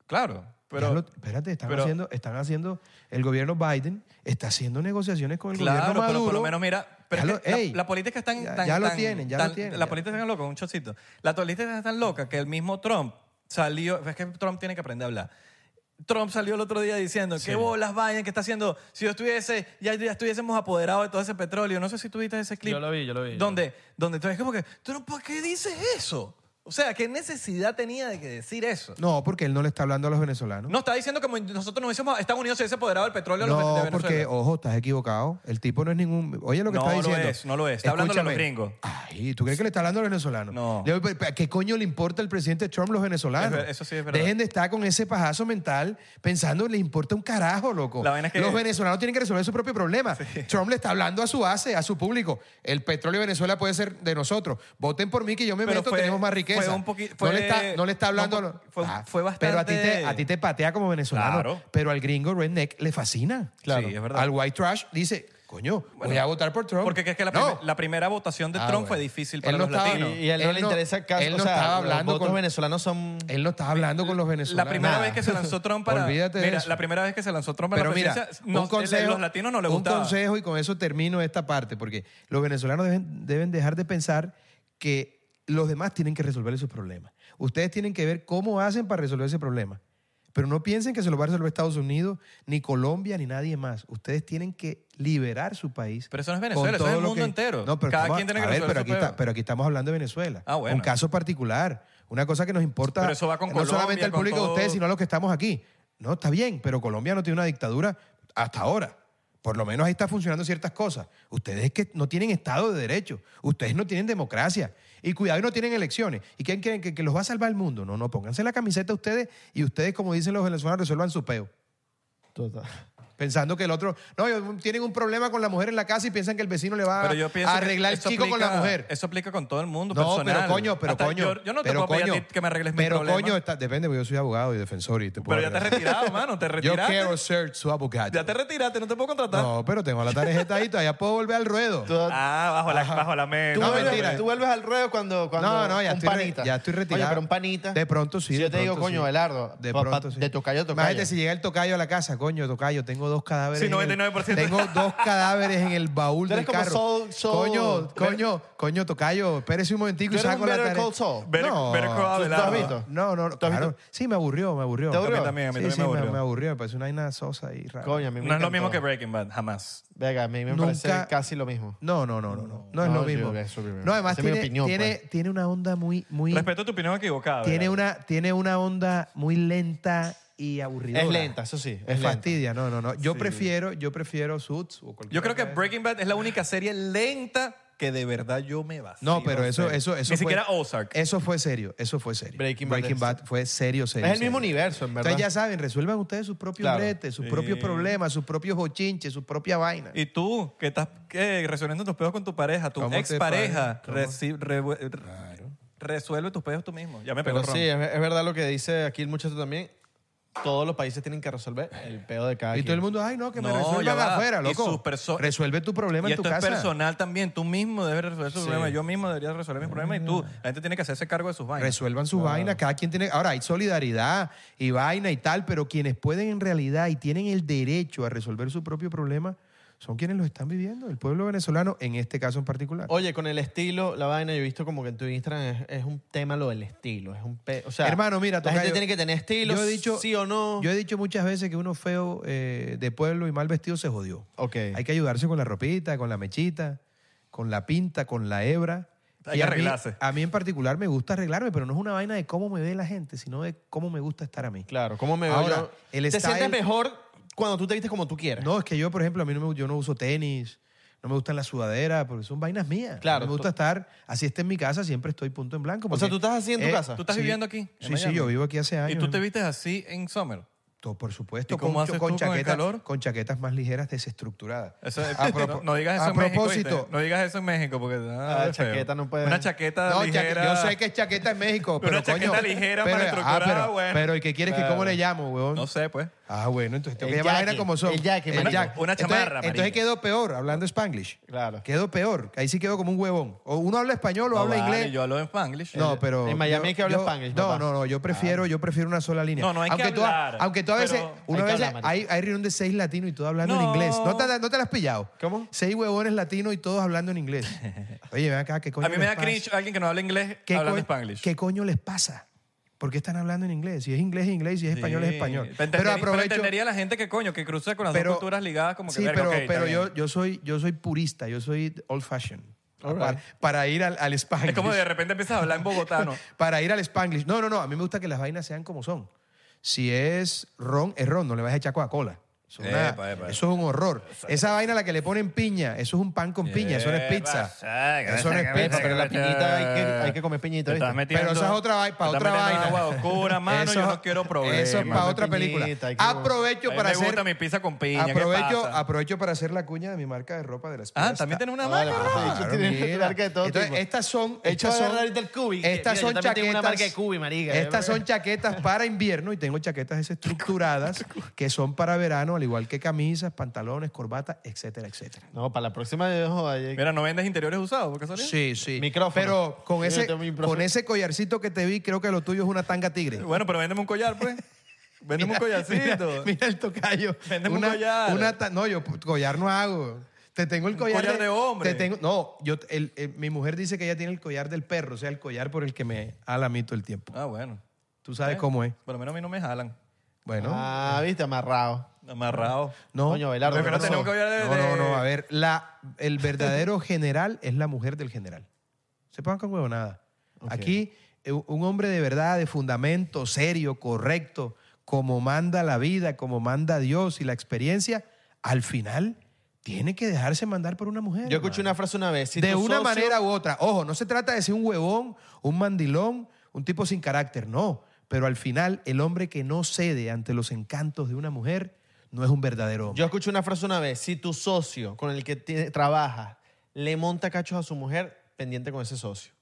[SPEAKER 5] Claro,
[SPEAKER 4] Ya
[SPEAKER 5] pero
[SPEAKER 4] lo- espérate, están
[SPEAKER 5] pero-
[SPEAKER 4] haciendo, están haciendo, el gobierno Biden está haciendo negociaciones con el
[SPEAKER 5] claro,
[SPEAKER 4] gobierno
[SPEAKER 5] pero
[SPEAKER 4] Maduro.
[SPEAKER 5] por lo menos mira, pero
[SPEAKER 4] Ya
[SPEAKER 5] es
[SPEAKER 4] lo-
[SPEAKER 5] que la-
[SPEAKER 4] ey,
[SPEAKER 5] la, política es tan,
[SPEAKER 4] ya-
[SPEAKER 5] tan-
[SPEAKER 4] ya lo
[SPEAKER 5] tan-
[SPEAKER 4] tienen, ya
[SPEAKER 5] tan-
[SPEAKER 4] lo tienen,
[SPEAKER 5] La
[SPEAKER 4] ya.
[SPEAKER 5] política es tan loca, un chocito. La política es tan loca que el mismo Trump salió, es que Trump tiene que aprender a hablar. Trump salió el otro día diciendo, qué bolas Biden que está haciendo, si yo estuviese, ya, ya estuviésemos apoderados de todo ese petróleo. No sé si tuviste ese clip.
[SPEAKER 7] Yo lo vi, yo lo vi, yo
[SPEAKER 5] Donde, donde tú es como que, Trump, ¿por qué dices eso? O sea, ¿qué necesidad tenía de que decir eso?
[SPEAKER 4] No, porque él no le está hablando a los venezolanos.
[SPEAKER 5] No, está diciendo como nosotros no hubiésemos, Estados Unidos se hubiese apoderado del petróleo de los
[SPEAKER 4] No,
[SPEAKER 5] de Venezuela.
[SPEAKER 4] porque, ojo, estás equivocado. El tipo no es ningún. Oye, lo que
[SPEAKER 5] No
[SPEAKER 4] está
[SPEAKER 5] lo
[SPEAKER 4] diciendo.
[SPEAKER 5] es, no lo es. Está hablando de los
[SPEAKER 4] Escúchame.
[SPEAKER 5] gringos.
[SPEAKER 4] Ay, ¿tú crees que le está hablando a los venezolanos?
[SPEAKER 5] No.
[SPEAKER 4] Le digo, "Pero, pero, ¿Qué coño le importa al presidente Trump los venezolanos?
[SPEAKER 5] Es ver- eso sí es verdad.
[SPEAKER 4] Dejen de estar con ese pajazo mental pensando, le importa un carajo, loco.
[SPEAKER 5] La vaina es que-
[SPEAKER 4] Los venezolanos tienen que resolver su propio problema. Trump le está hablando a su base, a su público. El petróleo de Venezuela puede ser de nosotros. Voten por mí que yo me
[SPEAKER 5] Pero
[SPEAKER 4] meto,
[SPEAKER 5] fue-
[SPEAKER 4] tenemos más riqueza.
[SPEAKER 5] fue un poqui-
[SPEAKER 4] no, le
[SPEAKER 5] fue-
[SPEAKER 4] está, no le está hablando. a los- Ah,
[SPEAKER 5] fue- fue
[SPEAKER 4] Pero a ti, te,
[SPEAKER 5] bastante-
[SPEAKER 4] a ti te patea como venezolano.
[SPEAKER 5] Claro.
[SPEAKER 4] Pero al gringo redneck le fascina.
[SPEAKER 5] Claro. Sí, es verdad.
[SPEAKER 4] Al white trash dice, Coño, voy a votar por Trump.
[SPEAKER 5] Porque es que la,
[SPEAKER 4] No.
[SPEAKER 5] prim- la primera votación de
[SPEAKER 4] Ah,
[SPEAKER 5] Trump fue
[SPEAKER 4] bueno.
[SPEAKER 5] difícil
[SPEAKER 4] Él
[SPEAKER 5] para
[SPEAKER 4] no
[SPEAKER 5] los
[SPEAKER 4] estaba-
[SPEAKER 5] latinos.
[SPEAKER 4] y-
[SPEAKER 6] Y a él no
[SPEAKER 4] Él
[SPEAKER 6] le
[SPEAKER 4] no-
[SPEAKER 6] interesa casi.
[SPEAKER 4] él
[SPEAKER 6] o
[SPEAKER 4] no
[SPEAKER 6] sea,
[SPEAKER 4] estaba hablando
[SPEAKER 6] los votos
[SPEAKER 4] con-
[SPEAKER 6] venezolanos son.
[SPEAKER 4] Él no estaba hablando con los
[SPEAKER 5] La
[SPEAKER 4] venezolanos.
[SPEAKER 5] primera
[SPEAKER 6] nada.
[SPEAKER 5] vez que se lanzó Trump
[SPEAKER 4] [laughs]
[SPEAKER 5] para
[SPEAKER 4] Olvídate de
[SPEAKER 5] mira,
[SPEAKER 4] eso.
[SPEAKER 5] la primera vez que se lanzó Trump para
[SPEAKER 4] Pero
[SPEAKER 5] la
[SPEAKER 4] mira,
[SPEAKER 5] presidencia, no-
[SPEAKER 4] un consejo,
[SPEAKER 5] los latinos no les
[SPEAKER 4] un
[SPEAKER 5] gustaba.
[SPEAKER 4] consejo y con eso termino esta parte, porque los venezolanos deben, deben dejar de pensar que los demás tienen que resolver sus problemas. Ustedes tienen que ver cómo hacen para resolver ese problema. Pero no piensen que se lo va a resolver Estados Unidos, ni Colombia, ni nadie más. Ustedes tienen que liberar su país.
[SPEAKER 5] Pero eso no es
[SPEAKER 4] con
[SPEAKER 5] Venezuela, eso
[SPEAKER 4] todo
[SPEAKER 5] es el
[SPEAKER 4] lo
[SPEAKER 5] mundo entero. Cada quien tiene que
[SPEAKER 4] a ver,
[SPEAKER 5] resolver
[SPEAKER 4] pero
[SPEAKER 5] su
[SPEAKER 4] aquí, está-
[SPEAKER 5] pedo.
[SPEAKER 4] pero aquí estamos hablando de Venezuela.
[SPEAKER 5] Ah, bueno.
[SPEAKER 4] Un caso particular. Una cosa que nos importa
[SPEAKER 5] Pero eso va con
[SPEAKER 4] no
[SPEAKER 5] Colombia,
[SPEAKER 4] solamente al
[SPEAKER 5] con
[SPEAKER 4] público de
[SPEAKER 5] todo.
[SPEAKER 4] ustedes, sino a los que estamos aquí. No, está bien, pero Colombia no tiene una dictadura hasta ahora. Por lo menos ahí está funcionando ciertas cosas. Ustedes es que no tienen Estado de Derecho, ustedes no tienen democracia y cuidado y no tienen elecciones. ¿Y quién creen que, que los va a salvar el mundo? No, no, pónganse la camiseta ustedes y ustedes, como dicen los venezolanos, resuelvan su peo.
[SPEAKER 6] Total.
[SPEAKER 4] Pensando que el otro... No, ellos tienen un problema con la mujer en la casa y piensan que el vecino le va
[SPEAKER 5] Pero yo pienso
[SPEAKER 4] a
[SPEAKER 5] que
[SPEAKER 4] arreglar el
[SPEAKER 5] eso
[SPEAKER 4] chico con la
[SPEAKER 5] aplica-
[SPEAKER 4] mujer.
[SPEAKER 5] Eso aplica con todo el mundo.
[SPEAKER 4] No,
[SPEAKER 5] personal.
[SPEAKER 4] pero coño, pero
[SPEAKER 5] Hasta
[SPEAKER 4] coño.
[SPEAKER 5] Yo, yo no te
[SPEAKER 4] pero
[SPEAKER 5] puedo pedir a
[SPEAKER 4] coño,
[SPEAKER 5] ti que me arregles mi
[SPEAKER 4] Pero
[SPEAKER 5] problema.
[SPEAKER 4] coño, este está- depende, porque yo soy abogado y defensor y te puedo
[SPEAKER 5] Pero ya te has
[SPEAKER 4] arreglar.
[SPEAKER 5] retirado, mano.
[SPEAKER 4] [laughs]
[SPEAKER 5] Te
[SPEAKER 4] Yo
[SPEAKER 5] retiraste.
[SPEAKER 4] quiero ser su abogado.
[SPEAKER 5] Ya te retiraste, no te puedo contratar.
[SPEAKER 4] No, pero tengo la tarjeta ahí, todavía puedo volver al ruedo.
[SPEAKER 6] Tú-
[SPEAKER 5] Ah, bajo la, bajo la
[SPEAKER 6] Tú,
[SPEAKER 5] mesa.
[SPEAKER 4] No,
[SPEAKER 6] vuelves,
[SPEAKER 4] mentira.
[SPEAKER 6] tú vuelves al ruedo cuando, cuando
[SPEAKER 4] No, no, ya
[SPEAKER 6] un
[SPEAKER 4] estoy re-
[SPEAKER 6] panita.
[SPEAKER 4] ya estoy
[SPEAKER 6] Oye,
[SPEAKER 4] retirado.
[SPEAKER 6] pero un panita.
[SPEAKER 4] De pronto sí,
[SPEAKER 6] Si
[SPEAKER 4] de
[SPEAKER 6] yo te digo,
[SPEAKER 4] pronto
[SPEAKER 6] coño,
[SPEAKER 4] sí.
[SPEAKER 6] Belardo,
[SPEAKER 4] De
[SPEAKER 6] pa- pa-
[SPEAKER 4] pronto sí.
[SPEAKER 6] De tocayo a tocayo.
[SPEAKER 4] Imagínate si llega el tocayo a la casa, coño, tocayo, tengo dos cadáveres.
[SPEAKER 5] Sí,
[SPEAKER 4] en el-
[SPEAKER 5] 99%.
[SPEAKER 4] tengo dos cadáveres en el baúl
[SPEAKER 6] Tú
[SPEAKER 4] del
[SPEAKER 6] eres como
[SPEAKER 4] carro.
[SPEAKER 6] Saul- Saul-
[SPEAKER 4] Coño, coño, coño, tocayo, espérese un momentico
[SPEAKER 6] Tú
[SPEAKER 4] y
[SPEAKER 6] eres
[SPEAKER 4] saco
[SPEAKER 6] un
[SPEAKER 4] la
[SPEAKER 6] Better
[SPEAKER 4] tarjeta.
[SPEAKER 6] Call Saul.
[SPEAKER 5] Better-
[SPEAKER 4] no,
[SPEAKER 5] Better Call
[SPEAKER 4] ¿tú-
[SPEAKER 5] Saul,
[SPEAKER 4] tú
[SPEAKER 5] Abelardo.
[SPEAKER 4] has visto? No, no,
[SPEAKER 6] ¿Tú has
[SPEAKER 4] claro.
[SPEAKER 6] visto?
[SPEAKER 4] Sí, me aburrió, me aburrió.
[SPEAKER 6] ¿Te
[SPEAKER 5] A
[SPEAKER 6] aburrió?
[SPEAKER 5] mí también, a mí
[SPEAKER 4] Sí,
[SPEAKER 5] también
[SPEAKER 4] sí,
[SPEAKER 5] me
[SPEAKER 4] me,
[SPEAKER 5] aburrió.
[SPEAKER 4] me aburrió, me parece una vaina sosa y rara.
[SPEAKER 6] Coño, a mí
[SPEAKER 5] no
[SPEAKER 6] me
[SPEAKER 5] es lo
[SPEAKER 6] encantó.
[SPEAKER 5] mismo que Breaking Bad, jamás.
[SPEAKER 6] Venga, a mí me
[SPEAKER 4] Nunca-
[SPEAKER 6] parece casi lo mismo.
[SPEAKER 4] No, no, no, no, no. No es
[SPEAKER 6] No,
[SPEAKER 4] lo
[SPEAKER 6] yo-
[SPEAKER 4] mismo.
[SPEAKER 6] eso primero.
[SPEAKER 4] No, además
[SPEAKER 6] Esa es mi
[SPEAKER 4] tiene,
[SPEAKER 6] opinión, pues.
[SPEAKER 4] tiene, tiene una onda muy, muy.
[SPEAKER 5] Respeto tu opinión equivocada.
[SPEAKER 4] Tiene
[SPEAKER 5] ¿verdad?
[SPEAKER 4] una, tiene una onda muy lenta y aburrida.
[SPEAKER 6] Es lenta, eso sí.
[SPEAKER 4] Es
[SPEAKER 6] Es lenta.
[SPEAKER 4] fastidia, no, no, no. Yo prefiero, yo prefiero Suits o cualquier
[SPEAKER 5] Yo creo que
[SPEAKER 4] otra.
[SPEAKER 5] Breaking Bad es la única serie lenta que de verdad yo me vacío.
[SPEAKER 4] No, pero eso,
[SPEAKER 5] serio.
[SPEAKER 4] eso, eso.
[SPEAKER 5] Ni
[SPEAKER 4] fue- Eh,
[SPEAKER 5] siquiera Ozark.
[SPEAKER 4] Eso fue serio, eso fue serio.
[SPEAKER 6] Breaking
[SPEAKER 4] Breaking,
[SPEAKER 6] Bad es-
[SPEAKER 4] Bad, fue serio,
[SPEAKER 6] Es
[SPEAKER 4] serio.
[SPEAKER 6] el mismo
[SPEAKER 4] serio.
[SPEAKER 6] universo, en verdad.
[SPEAKER 4] Entonces ya saben, resuelvan ustedes sus propios
[SPEAKER 6] Claro.
[SPEAKER 4] bretes, sus
[SPEAKER 5] Sí.
[SPEAKER 4] propios problemas, sus propios bochinches, sus propias vainas.
[SPEAKER 5] Y tú, que estás eh, resolviendo tus pedos con tu pareja, tu
[SPEAKER 4] ¿Cómo te
[SPEAKER 5] expareja,
[SPEAKER 4] pare- cómo?
[SPEAKER 5] reci- revu- resuelve tus pedos tú mismo. Ya me pegó el
[SPEAKER 6] Pero
[SPEAKER 5] ron.
[SPEAKER 6] sí, es, es verdad lo que dice aquí el muchacho también. Todos los países tienen que resolver el pedo de cada
[SPEAKER 4] Y
[SPEAKER 6] quien.
[SPEAKER 4] todo el mundo, ay, no, que me
[SPEAKER 5] No, ya
[SPEAKER 4] resuelvan
[SPEAKER 5] va.
[SPEAKER 4] afuera,
[SPEAKER 5] Y
[SPEAKER 4] loco.
[SPEAKER 5] sus perso-
[SPEAKER 4] Resuelve tu problema
[SPEAKER 5] Y
[SPEAKER 4] en tu
[SPEAKER 5] esto es
[SPEAKER 4] casa.
[SPEAKER 5] personal también. Tú mismo debes resolver tus problemas. Yo mismo debería resolver mis problemas y tú.
[SPEAKER 4] Ah.
[SPEAKER 5] La gente tiene que hacerse cargo de sus vainas.
[SPEAKER 4] Resuelvan sus vainas, cada quien tiene. Ahora, hay solidaridad y vaina y tal, pero quienes pueden en realidad y tienen el derecho a resolver su propio problema son quienes lo están viviendo, el pueblo venezolano, en este caso en particular.
[SPEAKER 6] Oye, con el estilo, la vaina, yo he visto como que en tu Instagram es, es un tema lo del estilo. Es un pe- o sea,
[SPEAKER 4] Hermano, mira,
[SPEAKER 6] la gente
[SPEAKER 4] tocayo,
[SPEAKER 6] tiene que tener estilo,
[SPEAKER 4] yo he dicho-
[SPEAKER 6] sí o no.
[SPEAKER 4] Yo he dicho muchas veces que uno feo eh, de pueblo y mal vestido se jodió.
[SPEAKER 6] Ok.
[SPEAKER 4] Hay que ayudarse con la ropita, con la mechita, con la pinta, con la hebra.
[SPEAKER 5] Hay que
[SPEAKER 4] a mí-
[SPEAKER 5] arreglarse.
[SPEAKER 4] A mí, en particular me gusta arreglarme, pero no es una vaina de cómo me ve la gente, sino de cómo me gusta estar a mí.
[SPEAKER 6] Claro, ¿cómo me veo
[SPEAKER 4] Ahora,
[SPEAKER 6] yo?
[SPEAKER 4] el
[SPEAKER 6] Te
[SPEAKER 4] style-
[SPEAKER 6] sientes mejor cuando tú te vistes como tú quieras.
[SPEAKER 4] No, es que yo, por ejemplo, a mí no me, yo no uso tenis, no me gustan las sudaderas, porque son vainas mías.
[SPEAKER 6] Claro,
[SPEAKER 4] No me
[SPEAKER 6] tú-
[SPEAKER 4] gusta estar, así esté en mi casa, siempre estoy punto en blanco.
[SPEAKER 6] o sea,
[SPEAKER 4] porque-
[SPEAKER 6] tú estás así en tu
[SPEAKER 4] eh,
[SPEAKER 6] casa.
[SPEAKER 5] ¿Tú estás
[SPEAKER 4] Sí.
[SPEAKER 5] viviendo aquí? en
[SPEAKER 4] Sí, sí,
[SPEAKER 5] Miami?
[SPEAKER 4] yo vivo aquí hace años.
[SPEAKER 5] ¿Y tú te vistes así en Summer?
[SPEAKER 4] To- Por supuesto,
[SPEAKER 5] ¿Y cómo
[SPEAKER 4] con, con
[SPEAKER 5] haces tú con el
[SPEAKER 4] chaquetas-
[SPEAKER 5] calor?
[SPEAKER 4] con chaquetas más ligeras desestructuradas.
[SPEAKER 5] Eso es-
[SPEAKER 4] A
[SPEAKER 5] [laughs] no-
[SPEAKER 4] propo-
[SPEAKER 5] no, digas eso
[SPEAKER 4] a
[SPEAKER 5] en México,
[SPEAKER 4] propósito,
[SPEAKER 5] ¿viste? No digas eso en México porque.
[SPEAKER 6] Ah,
[SPEAKER 5] Ah, es feo.
[SPEAKER 6] chaqueta no puede-
[SPEAKER 5] Una chaqueta
[SPEAKER 4] No, chaque-
[SPEAKER 5] ligera.
[SPEAKER 4] yo sé que es chaqueta en México, pero
[SPEAKER 5] Una chaqueta
[SPEAKER 4] coño,
[SPEAKER 5] ligera,
[SPEAKER 4] pero, ah,
[SPEAKER 5] más estructurada,
[SPEAKER 4] pero,
[SPEAKER 5] bueno.
[SPEAKER 4] pero ¿y qué quieres que cómo le llamo, weón?
[SPEAKER 5] No sé, pues.
[SPEAKER 4] Ah, bueno, entonces tengo
[SPEAKER 6] El
[SPEAKER 4] que llamar a la
[SPEAKER 6] jaque,
[SPEAKER 4] vaina como son.
[SPEAKER 6] el jaque, marico.
[SPEAKER 5] Una
[SPEAKER 4] entonces-
[SPEAKER 5] chamarra,
[SPEAKER 4] Entonces,
[SPEAKER 5] marico.
[SPEAKER 4] quedó peor hablando Spanglish.
[SPEAKER 6] Claro.
[SPEAKER 4] Quedó peor. Ahí sí quedó como un huevón. O uno habla español o
[SPEAKER 5] No,
[SPEAKER 4] habla
[SPEAKER 5] vale,
[SPEAKER 4] inglés.
[SPEAKER 5] Yo hablo en Spanglish. Eh,
[SPEAKER 4] No, pero.
[SPEAKER 6] En Miami
[SPEAKER 4] yo-
[SPEAKER 6] hay que hablar
[SPEAKER 4] yo-
[SPEAKER 6] Spanglish,
[SPEAKER 4] No,
[SPEAKER 6] papá. Ah.
[SPEAKER 4] no, no. Yo prefiero, yo prefiero una sola línea.
[SPEAKER 5] No, no hay que
[SPEAKER 4] aunque tú, a-
[SPEAKER 5] hablar,
[SPEAKER 4] aunque tú a veces,
[SPEAKER 5] pero-
[SPEAKER 4] una
[SPEAKER 6] Hay que
[SPEAKER 4] veces
[SPEAKER 6] hablar,
[SPEAKER 4] hay, hay reunión de seis latinos y todos hablando en
[SPEAKER 5] No.
[SPEAKER 4] inglés. No te, no te la has pillado.
[SPEAKER 6] ¿Cómo?
[SPEAKER 4] Seis huevones latinos y todos hablando en
[SPEAKER 5] [laughs]
[SPEAKER 4] inglés. Oye, ven acá, ¿qué coño
[SPEAKER 5] A mí me
[SPEAKER 4] les
[SPEAKER 5] da
[SPEAKER 4] pasa?
[SPEAKER 5] cringe alguien que no habla inglés
[SPEAKER 4] pues, ¿Qué
[SPEAKER 5] hablando
[SPEAKER 4] coño-
[SPEAKER 5] Spanglish.
[SPEAKER 4] ¿Qué coño les pasa? ¿Por qué están hablando en inglés? Si es inglés, es inglés. Si es español, es
[SPEAKER 5] Sí.
[SPEAKER 4] español.
[SPEAKER 5] Pero, entendería- pero entendería la gente que coño, que cruza con las
[SPEAKER 4] pero-
[SPEAKER 5] dos culturas ligadas Ah, como que
[SPEAKER 4] sí,
[SPEAKER 5] verga,
[SPEAKER 4] pero,
[SPEAKER 5] ok, está
[SPEAKER 4] pero
[SPEAKER 5] bien.
[SPEAKER 4] yo, yo, soy, yo soy purista, yo soy old fashioned.
[SPEAKER 6] All right.
[SPEAKER 4] para, para ir al, al Spanglish.
[SPEAKER 5] Es como de repente empiezas a hablar en bogotano.
[SPEAKER 4] Para ir al Spanglish. No, no, no. A mí me gusta que las vainas sean como son. Si es ron, es ron. No le vas a echar Coca-Cola. Eso, es una-
[SPEAKER 5] Epa, epa.
[SPEAKER 4] eso es un horror. Esa vaina a la que le ponen piña, eso es un pan con [laughs] piña, eso no es pizza. Eso no es
[SPEAKER 6] Pepa,
[SPEAKER 4] pizza.
[SPEAKER 6] pero la piñita hay que, hay que comer piñita, ¿viste?
[SPEAKER 4] Pero esa es otra vai- pa'
[SPEAKER 5] te estás
[SPEAKER 4] otra
[SPEAKER 5] metiendo
[SPEAKER 4] vaina. [laughs]
[SPEAKER 5] Agua oscura, mano,
[SPEAKER 4] Eso-
[SPEAKER 5] yo no quiero problemas.
[SPEAKER 4] Eso es para
[SPEAKER 6] Manda
[SPEAKER 4] otra película.
[SPEAKER 6] piñita, hay que-
[SPEAKER 4] Aprovecho
[SPEAKER 5] A mí
[SPEAKER 4] para
[SPEAKER 5] me
[SPEAKER 4] hacer.
[SPEAKER 5] gusta mi pizza con piña, ¿qué
[SPEAKER 4] Aprovecho,
[SPEAKER 5] pasa?
[SPEAKER 4] aprovecho para hacer la cuña de mi marca de ropa de la
[SPEAKER 5] Ah,
[SPEAKER 4] Escuela
[SPEAKER 5] también
[SPEAKER 4] Star.
[SPEAKER 5] tiene una
[SPEAKER 6] Ah,
[SPEAKER 5] marca.
[SPEAKER 6] vale, perfecto.
[SPEAKER 4] Claro,
[SPEAKER 6] Tiene
[SPEAKER 4] mira.
[SPEAKER 6] marca de todo
[SPEAKER 4] Entonces, este-
[SPEAKER 6] tipo.
[SPEAKER 4] estas son.
[SPEAKER 6] El
[SPEAKER 4] Estas
[SPEAKER 6] chavo
[SPEAKER 4] son,
[SPEAKER 6] de Radio del Cubi, que-
[SPEAKER 4] Estas
[SPEAKER 6] mira, yo
[SPEAKER 4] son
[SPEAKER 6] también
[SPEAKER 4] chaquetas.
[SPEAKER 6] tengo una marca de Cubi, marica. [laughs]
[SPEAKER 4] Estas son chaquetas para invierno y tengo chaquetas estructuradas que son para verano. al igual que camisas, pantalones, corbatas, etcétera, etcétera.
[SPEAKER 6] No, para la próxima de ojo, ahí-
[SPEAKER 5] Mira, no vendes interiores usados, por casualidad.
[SPEAKER 4] Sí, sí.
[SPEAKER 6] Micrófono.
[SPEAKER 4] Pero con
[SPEAKER 6] Mira,
[SPEAKER 4] ese,
[SPEAKER 6] tengo mi micrófono.
[SPEAKER 4] con ese collarcito que te vi, creo que lo tuyo es una tanga tigre.
[SPEAKER 5] Bueno, pero véndeme un collar, pues. Véndeme un collarcito.
[SPEAKER 4] Mira, mira el tocayo.
[SPEAKER 5] Véndeme un
[SPEAKER 4] Una-
[SPEAKER 5] collar.
[SPEAKER 4] una ta- no, yo pues, collar no hago. Te tengo el collar,
[SPEAKER 5] collar de hombre.
[SPEAKER 4] Te tengo, no, yo, el- el- mi mujer dice que ella tiene el collar del perro, o sea, el collar por el que me alamito el tiempo.
[SPEAKER 5] Ah, bueno.
[SPEAKER 4] Tú sabes cómo es.
[SPEAKER 5] Por lo menos a mí no me jalan.
[SPEAKER 4] Bueno,
[SPEAKER 6] Ah, viste, amarrado.
[SPEAKER 5] Amarrado.
[SPEAKER 4] no.
[SPEAKER 6] Coño, Belardo.
[SPEAKER 5] Prefiero
[SPEAKER 6] no.
[SPEAKER 5] tener un collar de...
[SPEAKER 4] No, no, no, a
[SPEAKER 5] de-
[SPEAKER 4] ver, la, el verdadero [laughs] general es la mujer del general. Se pongan con huevonada.
[SPEAKER 6] Ok.
[SPEAKER 4] Aquí, eh, un hombre de verdad, de fundamento, serio, correcto, como manda la vida, como manda Dios y la experiencia, al final tiene que dejarse mandar por una mujer.
[SPEAKER 6] Yo escuché
[SPEAKER 4] hermano.
[SPEAKER 6] una frase una vez. si
[SPEAKER 4] de
[SPEAKER 6] tu
[SPEAKER 4] una
[SPEAKER 6] socio-
[SPEAKER 4] manera u otra. Ojo, no se trata de ser un huevón, un mandilón, un tipo sin carácter, no. Pero al final, el hombre que no cede ante los encantos de una mujer no es un verdadero hombre.
[SPEAKER 6] Yo escuché una frase una vez. Si tu socio con el que tiene- trabajas le monta cachos a su mujer, pendiente con ese socio.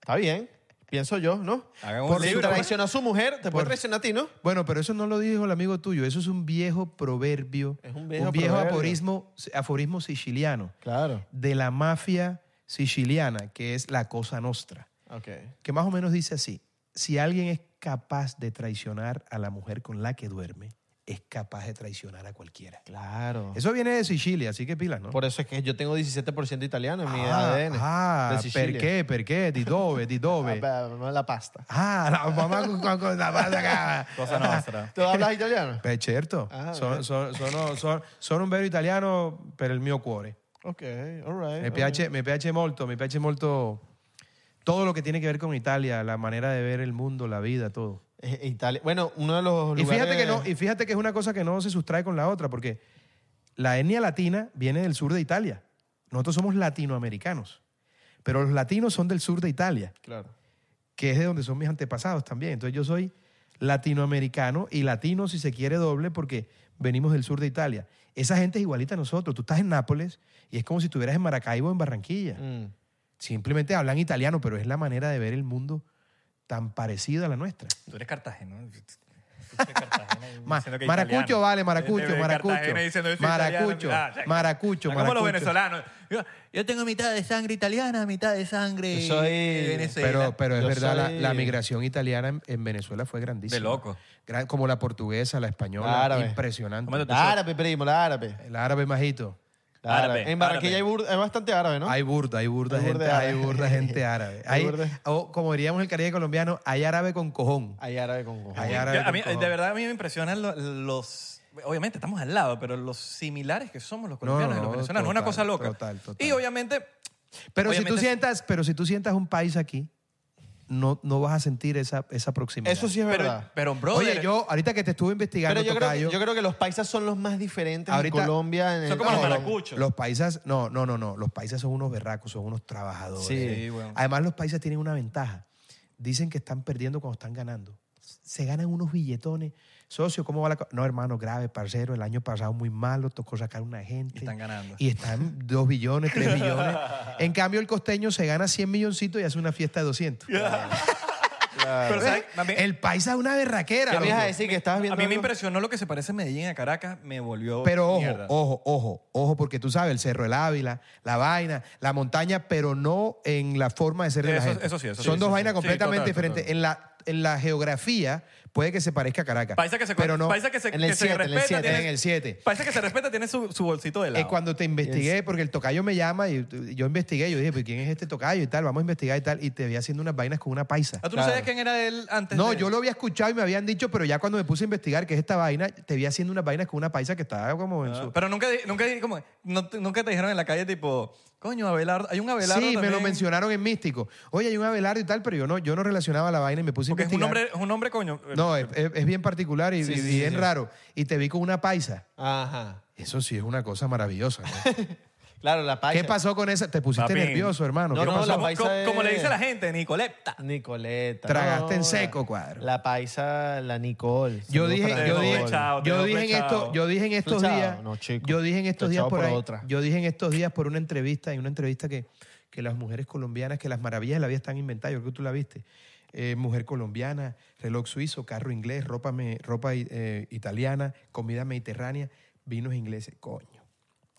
[SPEAKER 6] Está bien, pienso yo, ¿no?
[SPEAKER 5] Hagan un
[SPEAKER 6] Por si
[SPEAKER 5] libro,
[SPEAKER 6] traiciona a su mujer, te
[SPEAKER 4] Por-
[SPEAKER 6] puede traicionar a ti, ¿no?
[SPEAKER 4] Bueno, pero eso no lo dijo el amigo tuyo, eso es un viejo proverbio,
[SPEAKER 6] Es un viejo proverbio.
[SPEAKER 4] aforismo, aforismo siciliano
[SPEAKER 6] Claro.
[SPEAKER 4] de la mafia siciliana, que es la cosa nostra,
[SPEAKER 6] Ok.
[SPEAKER 4] que más o menos dice así, si alguien es capaz de traicionar a la mujer con la que duerme, es capaz de traicionar a cualquiera.
[SPEAKER 6] Claro.
[SPEAKER 4] Eso viene de Sicilia, así que pilas, ¿no?
[SPEAKER 6] Por eso es que yo tengo 17% italiano en mi
[SPEAKER 4] ah,
[SPEAKER 6] ADN.
[SPEAKER 4] Ah,
[SPEAKER 6] de Sicilia.
[SPEAKER 4] ¿per qué? ¿Per qué? Di dove, di
[SPEAKER 6] [laughs] Ah,
[SPEAKER 4] dove.
[SPEAKER 6] pa- pa- La pasta.
[SPEAKER 4] Ah, la mamá con, con- con la pasta acá.
[SPEAKER 5] Cosa nostra.
[SPEAKER 6] ¿Tú
[SPEAKER 4] [laughs]
[SPEAKER 6] hablas italiano?
[SPEAKER 4] Beh, certo.
[SPEAKER 6] Ah,
[SPEAKER 4] sono,
[SPEAKER 6] beh.
[SPEAKER 4] sono- sono- sono- sono un vero italiano per il mio cuore.
[SPEAKER 6] Ok, all right.
[SPEAKER 4] Mi piace, mi piace molto, mi piace molto todo lo que tiene que ver con Italia, la manera de ver el mundo, la vida, todo.
[SPEAKER 6] Eh, Italia. Bueno, uno de los
[SPEAKER 4] Y
[SPEAKER 6] lugares...
[SPEAKER 4] fíjate, que no, y fíjate que es una cosa que no se sustrae con la otra, porque la etnia latina viene del sur de Italia. Nosotros somos latinoamericanos, pero los latinos son del sur de Italia,
[SPEAKER 6] Claro.
[SPEAKER 4] que es de donde son mis antepasados también. Entonces yo soy latinoamericano y latino si se quiere doble porque venimos del sur de Italia. Esa gente es igualita a nosotros. Tú estás en Nápoles y es como si estuvieras en Maracaibo o en Barranquilla.
[SPEAKER 6] Mm.
[SPEAKER 4] Simplemente hablan italiano, pero es la manera de ver el mundo tan parecida a la nuestra.
[SPEAKER 5] Tú eres Cartagena. ¿no? Tú eres Cartagena y
[SPEAKER 4] Ma-
[SPEAKER 5] diciendo que
[SPEAKER 4] maracucho
[SPEAKER 5] italiano.
[SPEAKER 4] vale, maracucho,
[SPEAKER 5] Eh, eh,
[SPEAKER 4] maracucho.
[SPEAKER 5] Cartagena diciendo, "Yo soy
[SPEAKER 4] Maracucho,
[SPEAKER 5] italiano". Ah, ya-
[SPEAKER 4] maracucho,
[SPEAKER 5] Ah, Como los
[SPEAKER 4] maracucho.
[SPEAKER 5] venezolanos. Yo, yo tengo mitad de sangre italiana, mitad de sangre
[SPEAKER 6] Yo soy-
[SPEAKER 5] de Venezuela.
[SPEAKER 4] Pero, pero es
[SPEAKER 6] Yo
[SPEAKER 4] verdad, la-
[SPEAKER 6] soy-
[SPEAKER 4] la, migración italiana en, en Venezuela fue grandísima.
[SPEAKER 5] De loco.
[SPEAKER 4] Gran- como la portuguesa, la española,
[SPEAKER 6] Árabe.
[SPEAKER 4] impresionante.
[SPEAKER 5] Hombre,
[SPEAKER 6] La árabe, primo, la árabe.
[SPEAKER 4] El árabe majito.
[SPEAKER 6] La
[SPEAKER 5] Árabe,
[SPEAKER 6] árabe. En Barranquilla hay,
[SPEAKER 5] árabe.
[SPEAKER 6] bur- hay bastante árabe, ¿no?
[SPEAKER 4] Hay burda, hay burda,
[SPEAKER 6] Hay burda
[SPEAKER 4] gente,
[SPEAKER 6] árabe.
[SPEAKER 4] hay burda gente árabe.
[SPEAKER 6] [laughs] Hay
[SPEAKER 4] Hay-
[SPEAKER 6] burda.
[SPEAKER 4] o como diríamos en el Caribe colombiano, hay árabe con cojón.
[SPEAKER 6] Hay árabe con cojones.
[SPEAKER 4] Hay
[SPEAKER 5] Yo-
[SPEAKER 4] árabe
[SPEAKER 5] a mí,
[SPEAKER 4] con
[SPEAKER 5] de
[SPEAKER 4] cojón.
[SPEAKER 5] verdad, a mí me impresionan lo- los. Obviamente estamos al lado, pero los similares que somos los
[SPEAKER 4] No,
[SPEAKER 5] colombianos y los
[SPEAKER 4] no,
[SPEAKER 5] venezolanos.
[SPEAKER 4] total,
[SPEAKER 5] una cosa loca.
[SPEAKER 4] total, total.
[SPEAKER 5] Y obviamente.
[SPEAKER 4] Pero si, tú
[SPEAKER 5] obviamente-
[SPEAKER 4] sientas, pero si tú sientas un país aquí, no, no vas a sentir esa, esa proximidad.
[SPEAKER 6] Eso sí es
[SPEAKER 5] Pero,
[SPEAKER 6] verdad.
[SPEAKER 5] pero brother,
[SPEAKER 4] Oye, yo ahorita que te estuve investigando,
[SPEAKER 6] Pero yo creo,
[SPEAKER 4] tocayo,
[SPEAKER 6] que, yo creo que los paisas son los más diferentes
[SPEAKER 4] Ahorita-
[SPEAKER 6] en Colombia. En Ah,
[SPEAKER 5] Son
[SPEAKER 4] eh,
[SPEAKER 5] como los
[SPEAKER 6] en-
[SPEAKER 5] maracuchos.
[SPEAKER 4] Los paisas, no, no, no, no. Los paisas son unos berracos, son unos trabajadores.
[SPEAKER 6] Sí.
[SPEAKER 5] Sí, bueno.
[SPEAKER 4] Además, los paisas tienen una ventaja. Dicen que están perdiendo cuando están ganando. Se ganan unos billetones. Socio, ¿cómo va la co-? No, hermano, grave, parcero. El año pasado muy malo, tocó sacar una gente.
[SPEAKER 5] Y están ganando.
[SPEAKER 4] Y están 2 billones, 3 billones. En cambio, el costeño se gana 100 milloncitos y hace una fiesta de 200.
[SPEAKER 5] pero, ¿sabes? A mí-
[SPEAKER 4] El paisa es una berraquera.
[SPEAKER 6] ¿Qué me ibas a
[SPEAKER 4] loco.
[SPEAKER 6] decir? Que estabas
[SPEAKER 5] a
[SPEAKER 6] viendo
[SPEAKER 5] mí me
[SPEAKER 6] algo?
[SPEAKER 5] impresionó lo que se parece Medellín a Caracas, me volvió.
[SPEAKER 4] Pero ojo,
[SPEAKER 5] mierda.
[SPEAKER 4] ojo, ojo, ojo, porque tú sabes, el Cerro del Ávila, la vaina, la montaña, pero no en la forma de ser de la
[SPEAKER 5] Eso-
[SPEAKER 4] gente.
[SPEAKER 5] eso sí, eso sí,
[SPEAKER 4] Son
[SPEAKER 5] sí,
[SPEAKER 4] dos
[SPEAKER 5] sí.
[SPEAKER 4] vainas
[SPEAKER 5] Sí,
[SPEAKER 4] completamente
[SPEAKER 5] total,
[SPEAKER 4] diferentes.
[SPEAKER 5] total.
[SPEAKER 4] En, la, en la geografía puede que se parezca a Caracas.
[SPEAKER 5] Paisa que se,
[SPEAKER 4] pero no,
[SPEAKER 5] paisa que se,
[SPEAKER 6] en el
[SPEAKER 5] que se
[SPEAKER 6] siete, en el
[SPEAKER 5] respeta.
[SPEAKER 6] siete,
[SPEAKER 5] tiene-
[SPEAKER 4] en el siete.
[SPEAKER 5] Paisa que se respeta tiene su, su bolsito
[SPEAKER 4] Eh,
[SPEAKER 5] de helado.
[SPEAKER 4] cuando te investigué, porque el tocayo me llama y tú- yo investigué, yo dije, pues ¿quién es este tocayo y tal? Vamos a investigar y tal. Y te vi haciendo unas vainas con una paisa.
[SPEAKER 5] Ah, ¿Tú no sabías quién era él antes?
[SPEAKER 4] No,
[SPEAKER 5] de-
[SPEAKER 4] yo lo había escuchado y me habían dicho, pero ya cuando me puse a investigar qué es esta vaina, te vi haciendo unas vainas con una paisa que estaba como en
[SPEAKER 5] Ah,
[SPEAKER 4] su...
[SPEAKER 5] Pero nunca, di- nunca, di- como, no te- nunca te dijeron en la calle, tipo, coño, Abelardo. Hay un Abelardo.
[SPEAKER 4] Sí, me lo
[SPEAKER 5] también.
[SPEAKER 4] mencionaron en Místico. Oye, hay un Abelardo y tal, pero yo no, yo no relacionaba la vaina y me puse
[SPEAKER 5] Porque
[SPEAKER 4] a
[SPEAKER 5] es un,
[SPEAKER 4] investigar.
[SPEAKER 5] hombre, es un hombre, coño. eh,
[SPEAKER 4] No, es, es- es bien particular y, y bien raro. Y te vi con una paisa.
[SPEAKER 6] Ajá.
[SPEAKER 4] Eso sí es una cosa maravillosa.
[SPEAKER 5] [laughs]
[SPEAKER 4] ¿no?
[SPEAKER 6] Claro, la paisa.
[SPEAKER 4] ¿Qué pasó con esa? Te pusiste
[SPEAKER 5] Papi.
[SPEAKER 4] nervioso, hermano.
[SPEAKER 6] No,
[SPEAKER 4] ¿Qué
[SPEAKER 6] no,
[SPEAKER 4] pasó?
[SPEAKER 6] la
[SPEAKER 5] Como,
[SPEAKER 6] paisa
[SPEAKER 5] co-
[SPEAKER 6] es-
[SPEAKER 5] como le dice la gente, Nicoleta.
[SPEAKER 6] Nicoleta.
[SPEAKER 4] Tragaste en
[SPEAKER 6] la-
[SPEAKER 4] seco, cuadro.
[SPEAKER 6] La paisa, la Nicole.
[SPEAKER 4] Yo
[SPEAKER 6] Saludos
[SPEAKER 4] dije,
[SPEAKER 6] para la
[SPEAKER 4] yo
[SPEAKER 5] Te
[SPEAKER 6] Nicole.
[SPEAKER 4] dije,
[SPEAKER 5] dejó flechado, te
[SPEAKER 4] yo
[SPEAKER 5] dejó
[SPEAKER 4] dije en
[SPEAKER 5] flechado.
[SPEAKER 4] esto, yo dije en estos
[SPEAKER 6] Flechado,
[SPEAKER 4] días,
[SPEAKER 6] no, chico.
[SPEAKER 4] yo dije en estos días
[SPEAKER 6] Flechado
[SPEAKER 4] por,
[SPEAKER 6] por
[SPEAKER 4] ahí,
[SPEAKER 6] otra.
[SPEAKER 4] yo dije en estos días por una entrevista y una entrevista que, que las mujeres colombianas, que las maravillas de la vida están inventadas, yo creo que tú la viste. eh, mujer colombiana, reloj suizo, carro inglés, ropa, me- ropa eh, italiana, comida mediterránea, vinos ingleses. Coño,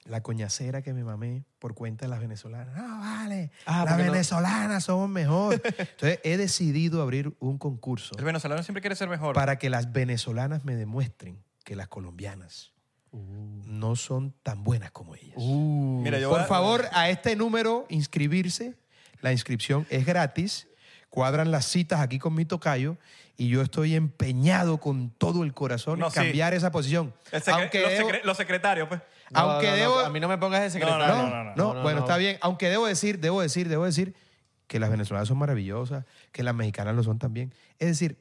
[SPEAKER 4] la coñacera que me mamé por cuenta de las venezolanas. No, vale,
[SPEAKER 6] Ah,
[SPEAKER 4] las
[SPEAKER 6] porque no-
[SPEAKER 4] venezolanas somos
[SPEAKER 6] [laughs]
[SPEAKER 4] mejor. Entonces he decidido abrir un concurso
[SPEAKER 5] El venezolano siempre quiere ser mejor.
[SPEAKER 4] para que las venezolanas me demuestren que las colombianas
[SPEAKER 6] Uh.
[SPEAKER 4] no son tan buenas como ellas.
[SPEAKER 5] Mira, yo voy
[SPEAKER 4] Por
[SPEAKER 5] a-
[SPEAKER 4] favor, a este número inscribirse. La inscripción es gratis. Cuadran las citas aquí con mi tocayo y yo estoy empeñado con todo el corazón
[SPEAKER 5] No,
[SPEAKER 4] en
[SPEAKER 5] sí.
[SPEAKER 4] cambiar esa posición.
[SPEAKER 5] El secre-
[SPEAKER 4] Aunque
[SPEAKER 5] los,
[SPEAKER 4] debo-
[SPEAKER 5] secre- los secretarios, pues.
[SPEAKER 6] No,
[SPEAKER 4] aunque
[SPEAKER 6] no, no,
[SPEAKER 4] debo
[SPEAKER 6] a mí no me pongas de secretario.
[SPEAKER 4] no, no,
[SPEAKER 6] no,
[SPEAKER 4] bueno,
[SPEAKER 6] no.
[SPEAKER 4] está bien. Aunque debo decir, debo decir, debo decir que las venezolanas son maravillosas, que las mexicanas lo son también. Es decir,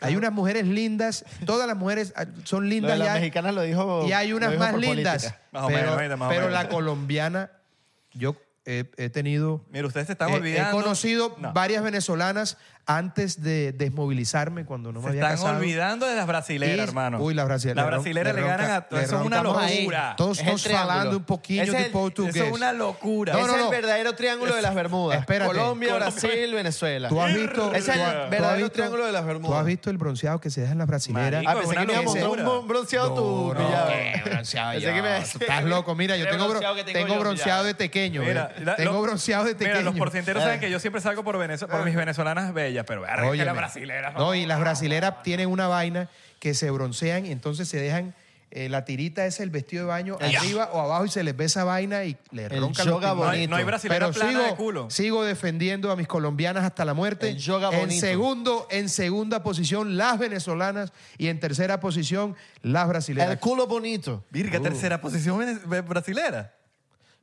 [SPEAKER 4] hay unas mujeres lindas, todas las mujeres ah, son
[SPEAKER 6] Lo de
[SPEAKER 4] lindas
[SPEAKER 6] las
[SPEAKER 4] ya,
[SPEAKER 6] mexicanas lo dijo.
[SPEAKER 4] y hay
[SPEAKER 6] lo
[SPEAKER 4] unas
[SPEAKER 6] dijo
[SPEAKER 4] más
[SPEAKER 6] por
[SPEAKER 4] lindas.
[SPEAKER 6] política.
[SPEAKER 5] Más o
[SPEAKER 4] pero
[SPEAKER 5] menos, ahorita, más o
[SPEAKER 4] pero
[SPEAKER 5] menos.
[SPEAKER 4] la colombiana, yo he, he tenido...
[SPEAKER 5] Mira, ustedes se están
[SPEAKER 4] Eh, he-
[SPEAKER 5] olvidando.
[SPEAKER 4] He conocido
[SPEAKER 5] No.
[SPEAKER 4] varias venezolanas antes de desmovilizarme cuando no me
[SPEAKER 5] Se
[SPEAKER 4] había
[SPEAKER 5] están
[SPEAKER 4] casado.
[SPEAKER 5] olvidando de las brasileras,
[SPEAKER 4] Y-
[SPEAKER 5] hermano.
[SPEAKER 4] Uy, las brasileras.
[SPEAKER 5] Las brasileras le, ganan a todas.
[SPEAKER 4] todos.
[SPEAKER 5] Eso es una
[SPEAKER 6] roncamos ahí.
[SPEAKER 5] locura.
[SPEAKER 4] Todos
[SPEAKER 6] Es el
[SPEAKER 4] estamos hablando
[SPEAKER 6] triángulo.
[SPEAKER 4] un poquillo
[SPEAKER 6] Es
[SPEAKER 4] de
[SPEAKER 6] el-
[SPEAKER 4] portugués.
[SPEAKER 5] Eso es una locura.
[SPEAKER 4] No,
[SPEAKER 6] Ese
[SPEAKER 4] no,
[SPEAKER 6] es
[SPEAKER 4] no.
[SPEAKER 6] el verdadero triángulo de las Bermudas.
[SPEAKER 4] Espérate.
[SPEAKER 6] Colombia, Brasil, Venezuela.
[SPEAKER 4] Tú has visto.
[SPEAKER 6] Es el
[SPEAKER 4] tú has- tú has
[SPEAKER 6] verdadero
[SPEAKER 4] visto-
[SPEAKER 6] triángulo de las
[SPEAKER 4] Tú has
[SPEAKER 6] Bermudas.
[SPEAKER 4] visto el bronceado que se deja en las brasileras.
[SPEAKER 5] Marico,
[SPEAKER 6] Ah, pensé
[SPEAKER 5] Es
[SPEAKER 6] que me
[SPEAKER 5] una
[SPEAKER 6] ibas a mostrar
[SPEAKER 5] locura.
[SPEAKER 6] un bon- bronceado tú.
[SPEAKER 4] No, no,
[SPEAKER 6] pillado.
[SPEAKER 4] qué bronceado
[SPEAKER 6] Pensé
[SPEAKER 4] yo.
[SPEAKER 6] que me ibas a
[SPEAKER 4] Tú
[SPEAKER 6] decir-
[SPEAKER 4] estás loco. Mira, yo
[SPEAKER 7] Mira el
[SPEAKER 4] tengo, bro-
[SPEAKER 7] bronceado que tengo
[SPEAKER 4] tengo
[SPEAKER 7] yo,
[SPEAKER 4] bronceado
[SPEAKER 7] ya.
[SPEAKER 4] de pequeño.
[SPEAKER 5] Mira,
[SPEAKER 4] eh.
[SPEAKER 5] la-
[SPEAKER 4] tengo
[SPEAKER 5] los-
[SPEAKER 4] bronceado de pequeño. Eh.
[SPEAKER 5] Mira, los porcenteros saben que yo siempre salgo por Venezuela, por mis venezolanas bellas, pero verga, es que
[SPEAKER 4] Óyeme.
[SPEAKER 5] las brasileras.
[SPEAKER 4] No, y las brasileras tienen una vaina que se broncean y entonces se dejan eh, la tirita es el vestido de baño arriba o abajo y se les ve esa vaina y le
[SPEAKER 6] El
[SPEAKER 4] ronca los
[SPEAKER 6] yoga
[SPEAKER 4] timbales.
[SPEAKER 5] No hay,
[SPEAKER 6] bonito.
[SPEAKER 5] no hay brasilera
[SPEAKER 4] Pero
[SPEAKER 5] plana
[SPEAKER 4] sigo,
[SPEAKER 5] de culo.
[SPEAKER 4] sigo defendiendo a mis colombianas hasta la muerte.
[SPEAKER 6] El yoga
[SPEAKER 4] en
[SPEAKER 6] bonito.
[SPEAKER 4] segundo, en segunda posición las venezolanas y en tercera posición las brasileñas.
[SPEAKER 6] El culo bonito.
[SPEAKER 5] Virga,
[SPEAKER 4] Uh.
[SPEAKER 5] tercera posición vene- ve- brasilera.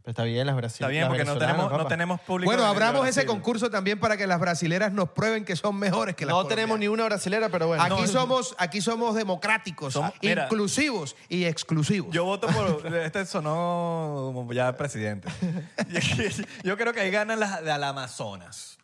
[SPEAKER 6] Pero está bien las brasileñas.
[SPEAKER 5] Está bien, porque no tenemos, no tenemos público.
[SPEAKER 4] Bueno,
[SPEAKER 5] de- de
[SPEAKER 4] abramos ese
[SPEAKER 5] Brasil.
[SPEAKER 4] concurso también para que las brasileras nos prueben que son mejores que las
[SPEAKER 6] No tenemos ni una brasilera, pero bueno.
[SPEAKER 4] Aquí
[SPEAKER 6] No.
[SPEAKER 4] somos, aquí somos democráticos,
[SPEAKER 5] Somos- mira.
[SPEAKER 4] inclusivos y exclusivos.
[SPEAKER 5] Yo voto por. Este sonó como ya
[SPEAKER 4] [laughs]
[SPEAKER 5] presidente. Yo creo que ahí ganan las de la Amazonas.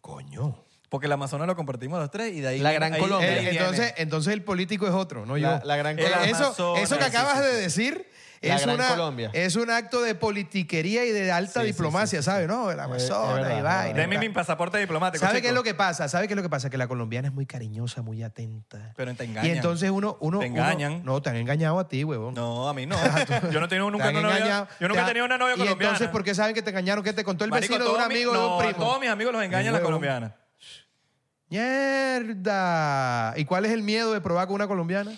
[SPEAKER 4] Coño.
[SPEAKER 5] Porque el Amazonas lo compartimos los tres y de ahí.
[SPEAKER 6] La Gran
[SPEAKER 5] ahí-
[SPEAKER 6] Colombia.
[SPEAKER 5] ahí
[SPEAKER 4] Eh,
[SPEAKER 5] viene.
[SPEAKER 4] entonces, entonces el político es otro, no
[SPEAKER 6] La-
[SPEAKER 4] yo.
[SPEAKER 6] la gran
[SPEAKER 4] Eh,
[SPEAKER 6] Colombia.
[SPEAKER 4] eso,
[SPEAKER 5] Amazonas,
[SPEAKER 4] eso que
[SPEAKER 5] sí,
[SPEAKER 4] acabas
[SPEAKER 5] sí,
[SPEAKER 4] de
[SPEAKER 5] sí.
[SPEAKER 4] decir
[SPEAKER 6] La
[SPEAKER 4] es,
[SPEAKER 6] gran
[SPEAKER 4] una-
[SPEAKER 6] Colombia.
[SPEAKER 4] es un acto de politiquería y de alta
[SPEAKER 6] Sí, sí,
[SPEAKER 4] diplomacia,
[SPEAKER 6] sí, sí.
[SPEAKER 4] ¿sabes? No, el
[SPEAKER 6] es
[SPEAKER 4] Amazonas
[SPEAKER 6] verdad,
[SPEAKER 4] y
[SPEAKER 6] es
[SPEAKER 4] vaina.
[SPEAKER 6] verdad.
[SPEAKER 5] Deme mi pasaporte diplomático.
[SPEAKER 4] ¿Sabe
[SPEAKER 5] chico?
[SPEAKER 4] qué es lo que pasa? ¿Sabe qué es lo que pasa? Que la colombiana es muy cariñosa, muy atenta.
[SPEAKER 5] Pero te engañan.
[SPEAKER 4] Y entonces uno... uno
[SPEAKER 5] Te
[SPEAKER 4] uno-
[SPEAKER 5] engañan.
[SPEAKER 4] no, te han engañado a ti, huevón.
[SPEAKER 5] No, a
[SPEAKER 4] [laughs]
[SPEAKER 5] mí no. Yo no he tenido nunca
[SPEAKER 4] Ah, Te han
[SPEAKER 5] una novia.
[SPEAKER 4] engañado.
[SPEAKER 5] Yo
[SPEAKER 4] Te
[SPEAKER 5] nunca he
[SPEAKER 4] ha-
[SPEAKER 5] tenido una novia
[SPEAKER 4] ¿Y
[SPEAKER 5] colombiana.
[SPEAKER 4] entonces por qué saben que te engañaron? ¿Qué te contó el
[SPEAKER 5] Marico,
[SPEAKER 4] vecino de
[SPEAKER 5] todos
[SPEAKER 4] un
[SPEAKER 5] mi-
[SPEAKER 4] amigo
[SPEAKER 5] no,
[SPEAKER 4] de
[SPEAKER 5] a
[SPEAKER 4] un primo?
[SPEAKER 5] Todos mis amigos los engañan las
[SPEAKER 4] Huevo.
[SPEAKER 5] colombianas.
[SPEAKER 4] ¡Mierda! ¿Y cuál es el miedo de probar con una colombiana?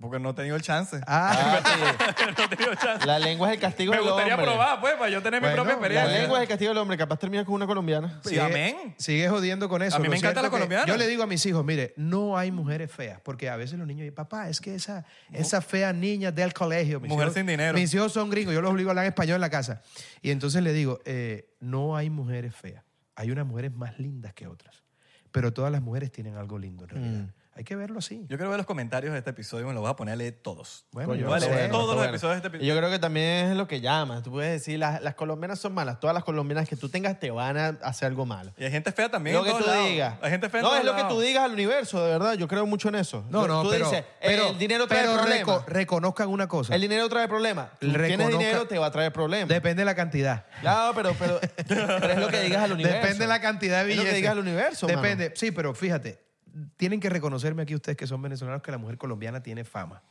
[SPEAKER 5] Porque no he tenido
[SPEAKER 4] [laughs]
[SPEAKER 5] el chance.
[SPEAKER 4] Ah,
[SPEAKER 5] no he tenido chance.
[SPEAKER 6] La lengua es el
[SPEAKER 5] [laughs]
[SPEAKER 6] castigo
[SPEAKER 5] Me
[SPEAKER 6] del hombre.
[SPEAKER 5] gustaría probar, pues, para yo tener mi
[SPEAKER 4] Bueno,
[SPEAKER 5] propia
[SPEAKER 6] La
[SPEAKER 5] experiencia.
[SPEAKER 6] lengua es el castigo del hombre. Capaz terminas con una colombiana.
[SPEAKER 5] Sí, amén.
[SPEAKER 4] Sigue jodiendo con eso.
[SPEAKER 5] A mí
[SPEAKER 4] Lo
[SPEAKER 5] me encanta
[SPEAKER 4] cierto
[SPEAKER 5] la
[SPEAKER 4] que
[SPEAKER 5] colombiana.
[SPEAKER 4] Yo le digo a mis hijos, mire, no hay mujeres feas, porque a veces los niños dicen, papá, es que esa, esa fea niña del colegio. Mis
[SPEAKER 5] Mujer
[SPEAKER 4] hijos-
[SPEAKER 5] sin dinero.
[SPEAKER 4] Mis hijos son gringos, yo los obligo a hablar español en la casa. Y entonces le digo, eh, no hay mujeres feas, hay unas mujeres más lindas que otras, pero todas las mujeres tienen algo lindo en realidad.
[SPEAKER 6] Mm.
[SPEAKER 4] Hay que verlo así.
[SPEAKER 5] Yo quiero ver los comentarios de este episodio. Me los voy a poner a leer todos.
[SPEAKER 4] Bueno,
[SPEAKER 5] Voy
[SPEAKER 4] yo
[SPEAKER 5] a
[SPEAKER 4] no sé,
[SPEAKER 5] leer
[SPEAKER 4] bueno,
[SPEAKER 5] todos los
[SPEAKER 6] Está bueno.
[SPEAKER 5] episodios de este
[SPEAKER 6] Y
[SPEAKER 5] episodio.
[SPEAKER 6] Yo creo que también es lo que llamas. Tú puedes decir, las, las colombianas son malas. Todas las colombianas que tú tengas te van a hacer algo malo.
[SPEAKER 5] Y hay gente fea también.
[SPEAKER 6] Lo
[SPEAKER 5] en
[SPEAKER 6] que
[SPEAKER 5] todos
[SPEAKER 6] tú
[SPEAKER 5] lados.
[SPEAKER 6] digas.
[SPEAKER 5] Hay gente fea en
[SPEAKER 6] No,
[SPEAKER 5] todos
[SPEAKER 6] es lo que
[SPEAKER 5] lados.
[SPEAKER 6] tú digas al universo, de verdad. Yo creo mucho en eso.
[SPEAKER 4] No, no,
[SPEAKER 6] tú
[SPEAKER 4] pero,
[SPEAKER 6] dices,
[SPEAKER 4] pero-
[SPEAKER 6] el dinero trae
[SPEAKER 4] pero
[SPEAKER 6] problemas.
[SPEAKER 4] reco- reconozcan una cosa.
[SPEAKER 6] el dinero trae problemas. Tú
[SPEAKER 4] Reconozca-
[SPEAKER 6] Tienes dinero, te va a traer problemas.
[SPEAKER 4] Depende de la cantidad.
[SPEAKER 6] Claro, pero, pero, pero es lo que digas al universo.
[SPEAKER 4] [laughs] Depende de la cantidad de
[SPEAKER 6] Es lo
[SPEAKER 4] billetes.
[SPEAKER 6] que digas al universo, mano.
[SPEAKER 4] Depende. Sí, pero fíjate, tienen que reconocerme aquí ustedes que son venezolanos que la mujer colombiana tiene fama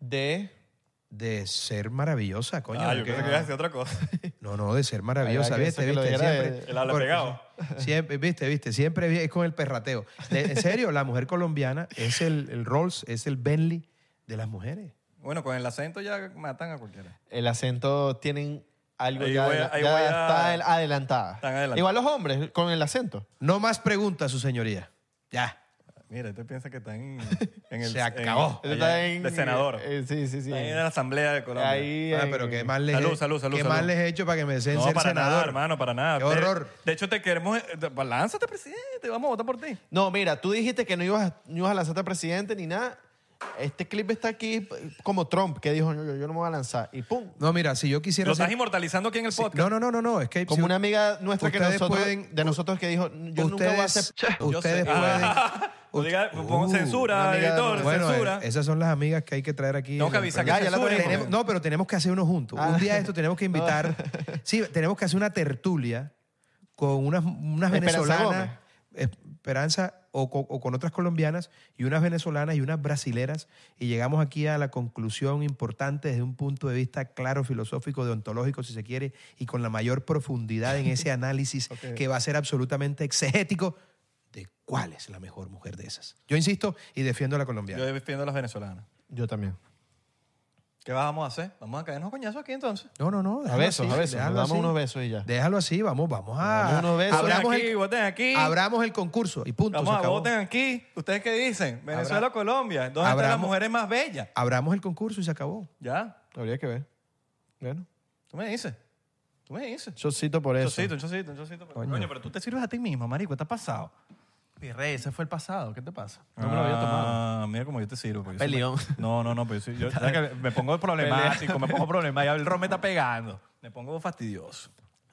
[SPEAKER 6] De...
[SPEAKER 4] de ser maravillosa, coño.
[SPEAKER 5] Ah,
[SPEAKER 4] ¿de
[SPEAKER 5] yo
[SPEAKER 4] qué?
[SPEAKER 5] pensé que ibas a decir
[SPEAKER 4] [laughs]
[SPEAKER 5] otra cosa.
[SPEAKER 4] No, no, de ser maravillosa,
[SPEAKER 6] Ay, ay,
[SPEAKER 4] ¿viste?
[SPEAKER 6] yo pensé que lo
[SPEAKER 4] ¿Viste?
[SPEAKER 6] dijera de-
[SPEAKER 4] Siempre,
[SPEAKER 5] El habla
[SPEAKER 4] porque-
[SPEAKER 5] pegado.
[SPEAKER 4] [laughs] Siempre, ¿viste? ¿Viste? Siempre es con el perrateo. De- en serio, la mujer colombiana es el, el Rolls, es el Bentley de las mujeres.
[SPEAKER 5] Bueno, con el acento ya matan a cualquiera.
[SPEAKER 6] El acento tienen algo
[SPEAKER 5] Ahí
[SPEAKER 6] ya,
[SPEAKER 5] voy a-
[SPEAKER 6] adela-
[SPEAKER 5] ahí
[SPEAKER 6] ya
[SPEAKER 5] voy a-
[SPEAKER 6] está el- adelantada.
[SPEAKER 5] Están adelantadas.
[SPEAKER 6] Igual los hombres con el acento.
[SPEAKER 4] No más preguntas, su señoría. Ya.
[SPEAKER 5] Mira, usted piensa que está en, en
[SPEAKER 4] Se acabó.
[SPEAKER 5] en-
[SPEAKER 6] Está
[SPEAKER 5] allá,
[SPEAKER 6] en-
[SPEAKER 5] de senador.
[SPEAKER 6] eh, sí, sí, sí.
[SPEAKER 5] Está ahí en la Asamblea de Colombia.
[SPEAKER 6] Ahí,
[SPEAKER 4] Ah,
[SPEAKER 6] en-
[SPEAKER 4] pero qué más les,
[SPEAKER 5] Salud, salud, salud,
[SPEAKER 4] qué
[SPEAKER 5] salud.
[SPEAKER 4] más les he hecho para que me deseen
[SPEAKER 5] No,
[SPEAKER 4] ser
[SPEAKER 5] para nada,
[SPEAKER 4] senador.
[SPEAKER 5] hermano, para nada.
[SPEAKER 4] Qué
[SPEAKER 5] De-
[SPEAKER 4] horror.
[SPEAKER 5] De, hecho, te queremos... eh, Lánzate, presidente. Vamos a votar por ti.
[SPEAKER 6] No, mira, tú dijiste que no ibas, a- no ibas a lanzarte a presidente ni nada. Este clip está aquí p- como Trump, que dijo, yo, yo- yo no me voy a lanzar. Y pum.
[SPEAKER 4] No, mira, si yo quisiera
[SPEAKER 5] Lo
[SPEAKER 4] ser-
[SPEAKER 5] estás inmortalizando aquí en el
[SPEAKER 4] Sí,
[SPEAKER 5] podcast.
[SPEAKER 4] No, no, no, no, no. Es que
[SPEAKER 6] Como
[SPEAKER 4] si
[SPEAKER 6] una amiga nuestra que
[SPEAKER 4] ustedes
[SPEAKER 6] nosotros,
[SPEAKER 4] pueden-
[SPEAKER 6] de nosotros que dijo, yo nunca voy a
[SPEAKER 4] ustedes,
[SPEAKER 6] hacer...
[SPEAKER 5] Yo sé.
[SPEAKER 4] ustedes
[SPEAKER 5] [laughs] Ah, no
[SPEAKER 4] pueden.
[SPEAKER 5] diga- pon
[SPEAKER 4] Uh,
[SPEAKER 5] censura,
[SPEAKER 6] una amiga de
[SPEAKER 5] editor,
[SPEAKER 6] nosotros.
[SPEAKER 4] bueno,
[SPEAKER 5] censura.
[SPEAKER 4] eh, esas son las amigas que hay que traer aquí.
[SPEAKER 5] Tengo que avisar que
[SPEAKER 6] Ya, ya la
[SPEAKER 5] censuren,
[SPEAKER 4] Tenemos-
[SPEAKER 5] porque-
[SPEAKER 4] no, pero tenemos que hacer uno juntos.
[SPEAKER 6] Ah.
[SPEAKER 4] Un día esto tenemos
[SPEAKER 6] [laughs]
[SPEAKER 4] que invitar. sí, tenemos que hacer una tertulia con unas, unas
[SPEAKER 6] Esperanza
[SPEAKER 4] venezolanas.
[SPEAKER 6] Gómez.
[SPEAKER 4] Esperanza o, co- o con otras colombianas y unas venezolanas y unas brasileras y llegamos aquí a la conclusión importante desde un punto de vista claro, filosófico, deontológico, si se quiere, y con la mayor profundidad en
[SPEAKER 6] [laughs]
[SPEAKER 4] ese análisis que va a ser absolutamente exegético de cuál es la mejor mujer de esas. Yo insisto y defiendo a la colombiana.
[SPEAKER 5] Yo defiendo a las venezolanas.
[SPEAKER 6] Yo también.
[SPEAKER 5] ¿Qué vamos a hacer? Vamos a caernos a coñazos aquí entonces.
[SPEAKER 4] No, no, no.
[SPEAKER 6] A
[SPEAKER 4] déjalo
[SPEAKER 6] besos,
[SPEAKER 4] así,
[SPEAKER 6] a besos. Nos
[SPEAKER 4] déjalo
[SPEAKER 6] damos
[SPEAKER 4] así.
[SPEAKER 6] unos besos y ya.
[SPEAKER 4] Déjalo así, vamos, vamos a.
[SPEAKER 6] Damos unos besos.
[SPEAKER 4] Abramos,
[SPEAKER 5] Voten aquí,
[SPEAKER 4] el,
[SPEAKER 5] voten aquí.
[SPEAKER 4] abramos el concurso y punto. se
[SPEAKER 5] Vamos a
[SPEAKER 4] acabó.
[SPEAKER 5] voten aquí. ¿Ustedes qué dicen? Venezuela
[SPEAKER 4] Habrá-
[SPEAKER 5] o Colombia. ¿Dónde están las
[SPEAKER 4] Habramos-
[SPEAKER 5] mujeres más bellas?
[SPEAKER 4] Abramos el concurso y se acabó.
[SPEAKER 5] Ya,
[SPEAKER 6] Habría que ver. Bueno,
[SPEAKER 5] tú me dices. Tú me dices.
[SPEAKER 6] chocito por eso.
[SPEAKER 5] Chocito, un chocito, un chocito. Coño. pero tú te sirves a ti mismo, marico. ¿Estás pasado?
[SPEAKER 7] Mi rey, ese fue el pasado. ¿Qué te pasa?
[SPEAKER 5] No me lo había tomado. Ah, mira cómo yo te sirvo. porque yo soy-
[SPEAKER 7] Peleón.
[SPEAKER 5] No, no, no. Pero yo, soy-
[SPEAKER 4] [laughs]
[SPEAKER 5] yo- ¿sabes que me pongo problemático, me pongo problemático. El ron me está pegando. Me pongo fastidioso.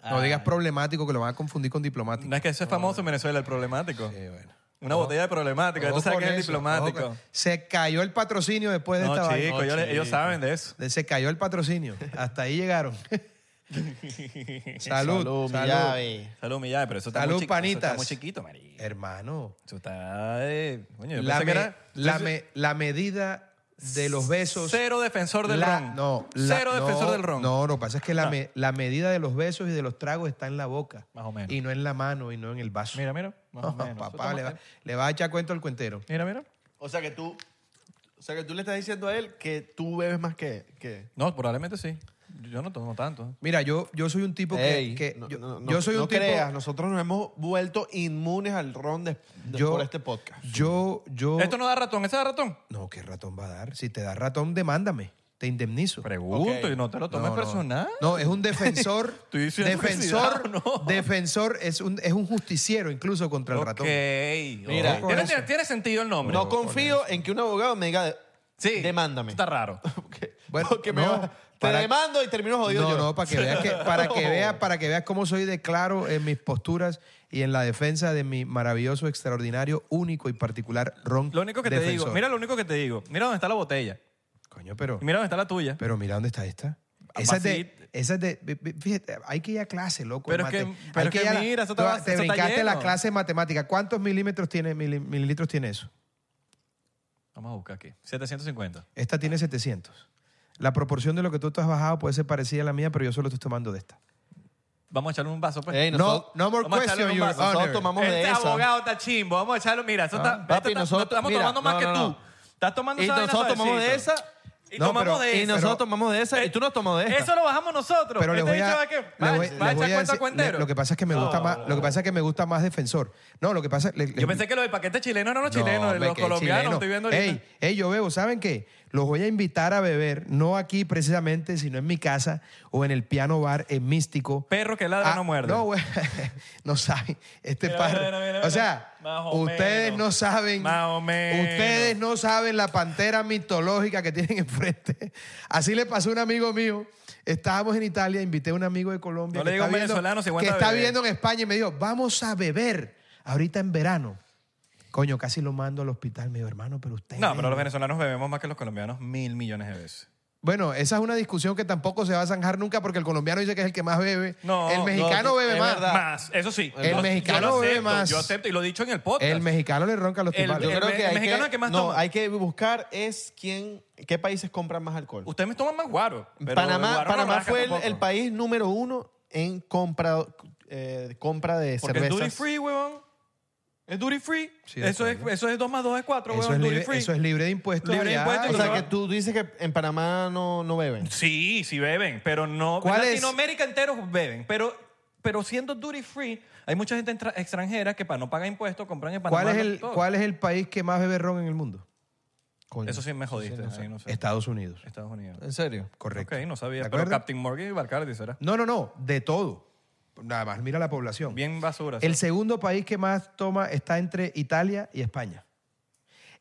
[SPEAKER 4] No digas problemático que lo van a confundir con diplomático.
[SPEAKER 5] No es que eso es famoso en Venezuela, el problemático.
[SPEAKER 4] Sí, bueno.
[SPEAKER 5] Una botella de problemático. Ya tú
[SPEAKER 4] Ojo
[SPEAKER 5] sabes
[SPEAKER 4] con
[SPEAKER 5] que es el
[SPEAKER 4] eso,
[SPEAKER 5] diplomático.
[SPEAKER 4] ojo con- Se cayó el patrocinio después de
[SPEAKER 5] No,
[SPEAKER 4] esta
[SPEAKER 5] chicos,
[SPEAKER 4] vaina.
[SPEAKER 5] ellos, ellos saben de eso.
[SPEAKER 4] De- Se cayó el patrocinio. Hasta ahí
[SPEAKER 5] [laughs]
[SPEAKER 4] llegaron. salud.
[SPEAKER 6] Salud, mi
[SPEAKER 4] salud.
[SPEAKER 6] llave.
[SPEAKER 5] Salud, mi llave, pero eso está,
[SPEAKER 4] Salud,
[SPEAKER 5] muy, chiquito, eso está
[SPEAKER 4] panitas.
[SPEAKER 5] muy chiquito, marico.
[SPEAKER 4] Hermano,
[SPEAKER 5] Eso está de... Coño, yo
[SPEAKER 4] la,
[SPEAKER 5] pensé que
[SPEAKER 4] me-
[SPEAKER 5] era...
[SPEAKER 4] la, me- la medida de los besos.
[SPEAKER 5] Cero defensor del
[SPEAKER 4] la-
[SPEAKER 5] ron.
[SPEAKER 4] No, la-
[SPEAKER 5] Cero
[SPEAKER 4] no,
[SPEAKER 5] defensor del ron. Ah.
[SPEAKER 4] No, lo que pasa es que la, me- la medida de los besos y de los tragos está en la boca.
[SPEAKER 5] Más o menos.
[SPEAKER 4] Y no en la mano y no en el vaso. [laughs]
[SPEAKER 5] Mira, mira. Más o
[SPEAKER 4] No,
[SPEAKER 5] menos. Eso
[SPEAKER 4] papá,
[SPEAKER 5] está
[SPEAKER 4] le
[SPEAKER 5] más-
[SPEAKER 4] va, le va a echar cuento al cuentero.
[SPEAKER 5] Mira, mira.
[SPEAKER 6] O sea que tú. O sea que tú le estás diciendo a él que tú bebes más que. que...
[SPEAKER 5] No, probablemente sí. Yo no tomo tanto.
[SPEAKER 4] Mira, yo, yo soy un tipo que-
[SPEAKER 6] Ey,
[SPEAKER 4] que.
[SPEAKER 6] no-
[SPEAKER 4] yo,
[SPEAKER 6] no-
[SPEAKER 4] yo
[SPEAKER 6] no-
[SPEAKER 4] soy un
[SPEAKER 6] no
[SPEAKER 4] tipo.
[SPEAKER 6] creas, nosotros nos hemos vuelto inmunes al ron de, de-
[SPEAKER 4] Yo-
[SPEAKER 6] por este podcast.
[SPEAKER 4] Yo, yo.
[SPEAKER 5] Esto no da ratón, ¿ese da ratón?
[SPEAKER 4] No, ¿qué ratón va a dar? Si te da ratón, demándame. Te indemnizo.
[SPEAKER 5] Pregunto
[SPEAKER 6] Ok.
[SPEAKER 5] y no te lo tomes
[SPEAKER 4] No, no.
[SPEAKER 5] personal.
[SPEAKER 4] No, es un defensor.
[SPEAKER 5] [laughs] Estoy diciendo que si da
[SPEAKER 4] defensor.
[SPEAKER 5] o no.
[SPEAKER 4] Defensor es un, es un justiciero incluso contra el ratón.
[SPEAKER 5] Ok.
[SPEAKER 6] Mira,
[SPEAKER 5] Ojo,
[SPEAKER 4] con
[SPEAKER 5] tiene,
[SPEAKER 4] eso.
[SPEAKER 5] tiene- tiene sentido el nombre.
[SPEAKER 6] No confío en que un abogado me diga,
[SPEAKER 5] Sí.
[SPEAKER 6] demándame.
[SPEAKER 5] Está raro.
[SPEAKER 6] Porque, [laughs]
[SPEAKER 4] Bueno,
[SPEAKER 6] porque me
[SPEAKER 4] no,
[SPEAKER 6] va-
[SPEAKER 4] para-
[SPEAKER 6] te demando y termino jodido
[SPEAKER 4] No,
[SPEAKER 6] yo.
[SPEAKER 4] no, para que veas que, para
[SPEAKER 5] [laughs]
[SPEAKER 4] que veas, para que veas cómo soy de claro en mis posturas y en la defensa de mi maravilloso, extraordinario, único y particular ron.
[SPEAKER 5] [laughs] Lo único que te digo,
[SPEAKER 4] defensor.
[SPEAKER 5] mira lo único que te digo. Mira dónde está la botella.
[SPEAKER 4] Coño, pero.
[SPEAKER 5] Mira dónde está la tuya.
[SPEAKER 4] Pero mira dónde está esta.
[SPEAKER 5] Ah,
[SPEAKER 4] Esa es, de,
[SPEAKER 5] vacil-
[SPEAKER 4] esa es de. vi- vi- Fíjate, hay que ir a clase, loco.
[SPEAKER 5] Pero
[SPEAKER 4] en
[SPEAKER 5] es
[SPEAKER 4] mate-
[SPEAKER 5] que- pero
[SPEAKER 4] hay
[SPEAKER 5] es que
[SPEAKER 4] ir a la-
[SPEAKER 5] mira, eso está
[SPEAKER 4] tú-
[SPEAKER 5] va-
[SPEAKER 4] Te
[SPEAKER 5] eso está
[SPEAKER 4] brincaste la
[SPEAKER 5] lleno.
[SPEAKER 4] clase de matemática. ¿Cuántos milímetros tiene, mili- mililitros tiene eso?
[SPEAKER 5] Vamos a buscar aquí. 750.
[SPEAKER 4] Esta tiene 700. La proporción de lo que tú te has bajado puede ser parecida a la mía, pero yo solo estoy tomando de esta.
[SPEAKER 5] Vamos a echarle un vaso, pues.
[SPEAKER 6] Ey,
[SPEAKER 4] No,
[SPEAKER 6] nosotros-
[SPEAKER 4] no more
[SPEAKER 5] Vamos a echarle
[SPEAKER 4] question,
[SPEAKER 5] un
[SPEAKER 4] your
[SPEAKER 5] vaso.
[SPEAKER 4] honor.
[SPEAKER 6] Nosotros tomamos de
[SPEAKER 5] este
[SPEAKER 6] esa.
[SPEAKER 5] abogado está chimbo. Vamos a echarlo. Mira, eso está,
[SPEAKER 6] papi,
[SPEAKER 5] esto está-
[SPEAKER 6] nosotros-
[SPEAKER 5] estamos
[SPEAKER 6] mira,
[SPEAKER 5] tomando más
[SPEAKER 6] no,
[SPEAKER 5] que
[SPEAKER 6] no,
[SPEAKER 5] tú.
[SPEAKER 6] no.
[SPEAKER 5] Estás tomando
[SPEAKER 6] Y
[SPEAKER 5] esa vaina
[SPEAKER 6] nosotros tomamos de
[SPEAKER 5] suavecito.
[SPEAKER 6] esa.
[SPEAKER 5] Y
[SPEAKER 4] No, pero-
[SPEAKER 5] tomamos de
[SPEAKER 4] y
[SPEAKER 5] esa.
[SPEAKER 6] Nosotros
[SPEAKER 4] Pero-
[SPEAKER 6] tomamos de esa y tú nos tomamos de esta.
[SPEAKER 5] Eso lo bajamos nosotros.
[SPEAKER 4] Pero le
[SPEAKER 5] Este
[SPEAKER 4] voy
[SPEAKER 5] bicho
[SPEAKER 4] a,
[SPEAKER 5] va que-
[SPEAKER 4] le
[SPEAKER 5] va-
[SPEAKER 4] voy-
[SPEAKER 5] va a
[SPEAKER 4] le voy
[SPEAKER 5] echar
[SPEAKER 4] a
[SPEAKER 5] cuento a
[SPEAKER 4] decir-
[SPEAKER 5] cuentero.
[SPEAKER 4] le- lo que pasa es que me gusta más, lo que pasa es que me gusta más defensor. No, lo que pasa, le- le-
[SPEAKER 5] Yo pensé que los del paquete chileno eran los
[SPEAKER 4] No,
[SPEAKER 5] chilenos,
[SPEAKER 4] hombre,
[SPEAKER 5] los
[SPEAKER 4] que el
[SPEAKER 5] colombianos.
[SPEAKER 4] chileno.
[SPEAKER 5] Estoy viendo ahorita.
[SPEAKER 4] Ey, ey, yo veo, ¿saben qué? Los voy a invitar a beber, no aquí precisamente, sino en mi casa o en el piano bar en Místico.
[SPEAKER 5] Perro que ladra no muerde.
[SPEAKER 4] Ah, No, güey, [laughs] no saben. Este
[SPEAKER 5] Mira,
[SPEAKER 4] par.
[SPEAKER 5] mira, mira,
[SPEAKER 4] o
[SPEAKER 5] mira.
[SPEAKER 4] sea,
[SPEAKER 5] Más o
[SPEAKER 4] ustedes
[SPEAKER 5] menos.
[SPEAKER 4] no saben.
[SPEAKER 5] Más o menos.
[SPEAKER 4] Ustedes no saben la pantera mitológica que tienen [laughs] enfrente. Así le pasó a un amigo mío. Estábamos en Italia, invité a un amigo de Colombia
[SPEAKER 5] No
[SPEAKER 4] que
[SPEAKER 5] le digo
[SPEAKER 4] está
[SPEAKER 5] a un
[SPEAKER 4] viendo-
[SPEAKER 5] venezolano si
[SPEAKER 4] que
[SPEAKER 5] aguanta
[SPEAKER 4] está
[SPEAKER 5] beber.
[SPEAKER 4] viendo en España y me dijo, vamos a beber ahorita en verano. Coño, casi lo mando al hospital, me dijo, hermano, pero usted...
[SPEAKER 5] No, pero los venezolanos bebemos más que los colombianos mil millones de veces.
[SPEAKER 4] Bueno, esa es una discusión que tampoco se va a zanjar nunca porque el colombiano dice que es el que más bebe.
[SPEAKER 5] No,
[SPEAKER 4] el mexicano
[SPEAKER 6] no,
[SPEAKER 4] bebe
[SPEAKER 6] es
[SPEAKER 4] más.
[SPEAKER 6] verdad.
[SPEAKER 5] Más, eso sí.
[SPEAKER 6] El
[SPEAKER 5] Yo-
[SPEAKER 4] mexicano
[SPEAKER 5] yo lo
[SPEAKER 4] bebe
[SPEAKER 5] acepto,
[SPEAKER 4] más.
[SPEAKER 5] Yo acepto y lo he dicho en el podcast.
[SPEAKER 4] El mexicano le ronca los
[SPEAKER 5] El-
[SPEAKER 4] timbales.
[SPEAKER 6] Yo
[SPEAKER 5] el
[SPEAKER 6] creo
[SPEAKER 5] me-
[SPEAKER 6] que
[SPEAKER 5] el
[SPEAKER 6] hay
[SPEAKER 5] mexicano es
[SPEAKER 6] que,
[SPEAKER 5] el que más
[SPEAKER 6] no,
[SPEAKER 5] toma.
[SPEAKER 6] hay que buscar es quién, qué países compran más alcohol.
[SPEAKER 5] Ustedes me toman más guaro. pero
[SPEAKER 6] Panamá,
[SPEAKER 5] guaro no
[SPEAKER 6] Panamá
[SPEAKER 5] rasca
[SPEAKER 6] fue el,
[SPEAKER 5] tampoco.
[SPEAKER 6] el país número uno en compra, eh, compra de
[SPEAKER 5] Porque el
[SPEAKER 6] cervezas.
[SPEAKER 5] duty free, huevón. Es duty free.
[SPEAKER 4] Sí, de
[SPEAKER 5] eso, es,
[SPEAKER 4] acuerdo.
[SPEAKER 5] eso es 2 más 2 es 4,
[SPEAKER 4] eso,
[SPEAKER 5] huevón.
[SPEAKER 4] es
[SPEAKER 5] duty
[SPEAKER 4] libre,
[SPEAKER 5] free.
[SPEAKER 4] eso es libre de impuestos.
[SPEAKER 5] Libre de
[SPEAKER 4] allá.
[SPEAKER 5] impuestos,
[SPEAKER 6] O sea que
[SPEAKER 5] va-
[SPEAKER 6] tú dices que en Panamá no, no beben.
[SPEAKER 5] Sí, sí beben, pero no.
[SPEAKER 4] ¿Cuál es?
[SPEAKER 5] Latinoamérica entero beben, pero, pero siendo duty free, hay mucha gente entra- extranjera que para no pagar impuestos compran en Panamá.
[SPEAKER 4] ¿Cuál es,
[SPEAKER 5] no-
[SPEAKER 4] el,
[SPEAKER 5] todo.
[SPEAKER 4] ¿Cuál es el país que más bebe ron en el mundo? Coño.
[SPEAKER 5] Eso sí me jodiste. ahí no sé.
[SPEAKER 4] Estados Unidos.
[SPEAKER 5] Estados Unidos.
[SPEAKER 6] ¿En serio?
[SPEAKER 4] Correcto.
[SPEAKER 5] Ok, no sabía.
[SPEAKER 4] ¿De
[SPEAKER 5] Pero
[SPEAKER 4] acuerdo?
[SPEAKER 5] Captain Morgan y Bacardi será.
[SPEAKER 4] No, no, no. De todo. Nada más, mira la población.
[SPEAKER 5] Bien basura.
[SPEAKER 4] El
[SPEAKER 5] ¿sabes?
[SPEAKER 4] segundo país que más toma está entre Italia y España.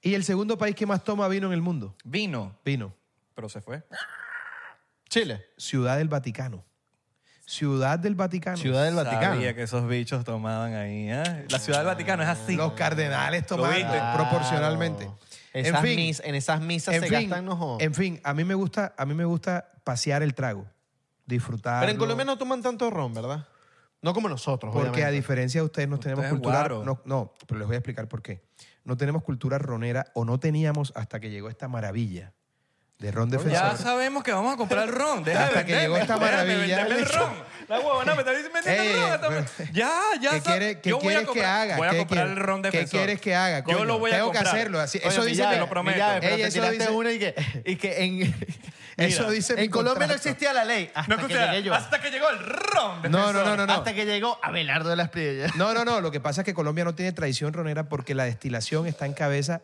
[SPEAKER 4] Y el segundo país que más toma vino en el mundo.
[SPEAKER 5] Vino,
[SPEAKER 4] Vino.
[SPEAKER 5] pero se fue.
[SPEAKER 6] Chile.
[SPEAKER 4] Ciudad del Vaticano. Ciudad del Vaticano.
[SPEAKER 6] Ciudad del Vaticano.
[SPEAKER 5] Sabía que esos bichos tomaban ahí. ¿eh? La ciudad del Vaticano es así.
[SPEAKER 4] Los cardenales toman
[SPEAKER 5] viste?
[SPEAKER 4] proporcionalmente.
[SPEAKER 6] Esas
[SPEAKER 4] en fin,
[SPEAKER 6] mis- en esas misas
[SPEAKER 4] en
[SPEAKER 6] se
[SPEAKER 4] fin,
[SPEAKER 6] gastan, no jodas.
[SPEAKER 4] en fin, a mí me gusta, a mí me gusta pasear el trago, disfrutar.
[SPEAKER 6] Pero en Colombia no toman tanto ron, ¿verdad? No como nosotros,
[SPEAKER 4] Porque a
[SPEAKER 6] obviamente.
[SPEAKER 4] diferencia de ustedes, no tenemos
[SPEAKER 5] Ustedes
[SPEAKER 4] cultura.
[SPEAKER 5] guaro.
[SPEAKER 4] No, no, pero les voy a explicar por qué. No tenemos cultura ronera o no teníamos hasta que llegó esta maravilla de ron
[SPEAKER 5] Ya
[SPEAKER 4] defensor.
[SPEAKER 5] sabemos que vamos a comprar el ron. Deja
[SPEAKER 4] Hasta
[SPEAKER 5] de
[SPEAKER 4] que
[SPEAKER 5] venderme,
[SPEAKER 4] llegó esta
[SPEAKER 5] espérame,
[SPEAKER 4] maravilla.
[SPEAKER 5] venderme el ron. La huevona me está metiendo
[SPEAKER 4] Ey,
[SPEAKER 5] el ron. hasta me-
[SPEAKER 4] pero-
[SPEAKER 5] Ya, ya.
[SPEAKER 4] ¿Qué,
[SPEAKER 5] sabes.
[SPEAKER 4] quiere- qué
[SPEAKER 5] Yo voy a
[SPEAKER 4] quieres que
[SPEAKER 5] comprar-
[SPEAKER 4] haga?
[SPEAKER 5] Voy a
[SPEAKER 4] ¿Qué
[SPEAKER 5] comprar
[SPEAKER 4] quieres-
[SPEAKER 5] el ron
[SPEAKER 4] ¿Qué
[SPEAKER 5] defensor.
[SPEAKER 4] quieres que haga?
[SPEAKER 5] Yo
[SPEAKER 4] coño?
[SPEAKER 5] lo voy a
[SPEAKER 4] Tengo
[SPEAKER 5] comprar.
[SPEAKER 4] que eh, hacerlo. Así,
[SPEAKER 5] Oye,
[SPEAKER 4] eso
[SPEAKER 5] mi
[SPEAKER 4] dice
[SPEAKER 5] llave,
[SPEAKER 4] mi-
[SPEAKER 5] lo prometo.
[SPEAKER 6] Mi llave, pero
[SPEAKER 4] Ey,
[SPEAKER 6] te
[SPEAKER 4] eso
[SPEAKER 6] tiraste
[SPEAKER 4] dice-
[SPEAKER 6] una y que, y que en,
[SPEAKER 4] Eso dice mi
[SPEAKER 6] en Colombia no
[SPEAKER 4] contrato.
[SPEAKER 6] existía la ley hasta
[SPEAKER 5] No
[SPEAKER 6] que
[SPEAKER 5] escucha,
[SPEAKER 6] llegué yo.
[SPEAKER 5] hasta que llegó el ron.
[SPEAKER 4] No, no, no, no, no.
[SPEAKER 6] Hasta que llegó Abelardo de las Privillas.
[SPEAKER 4] No, no, no. Lo que pasa es que Colombia no tiene tradición ronera porque la destilación está en cabeza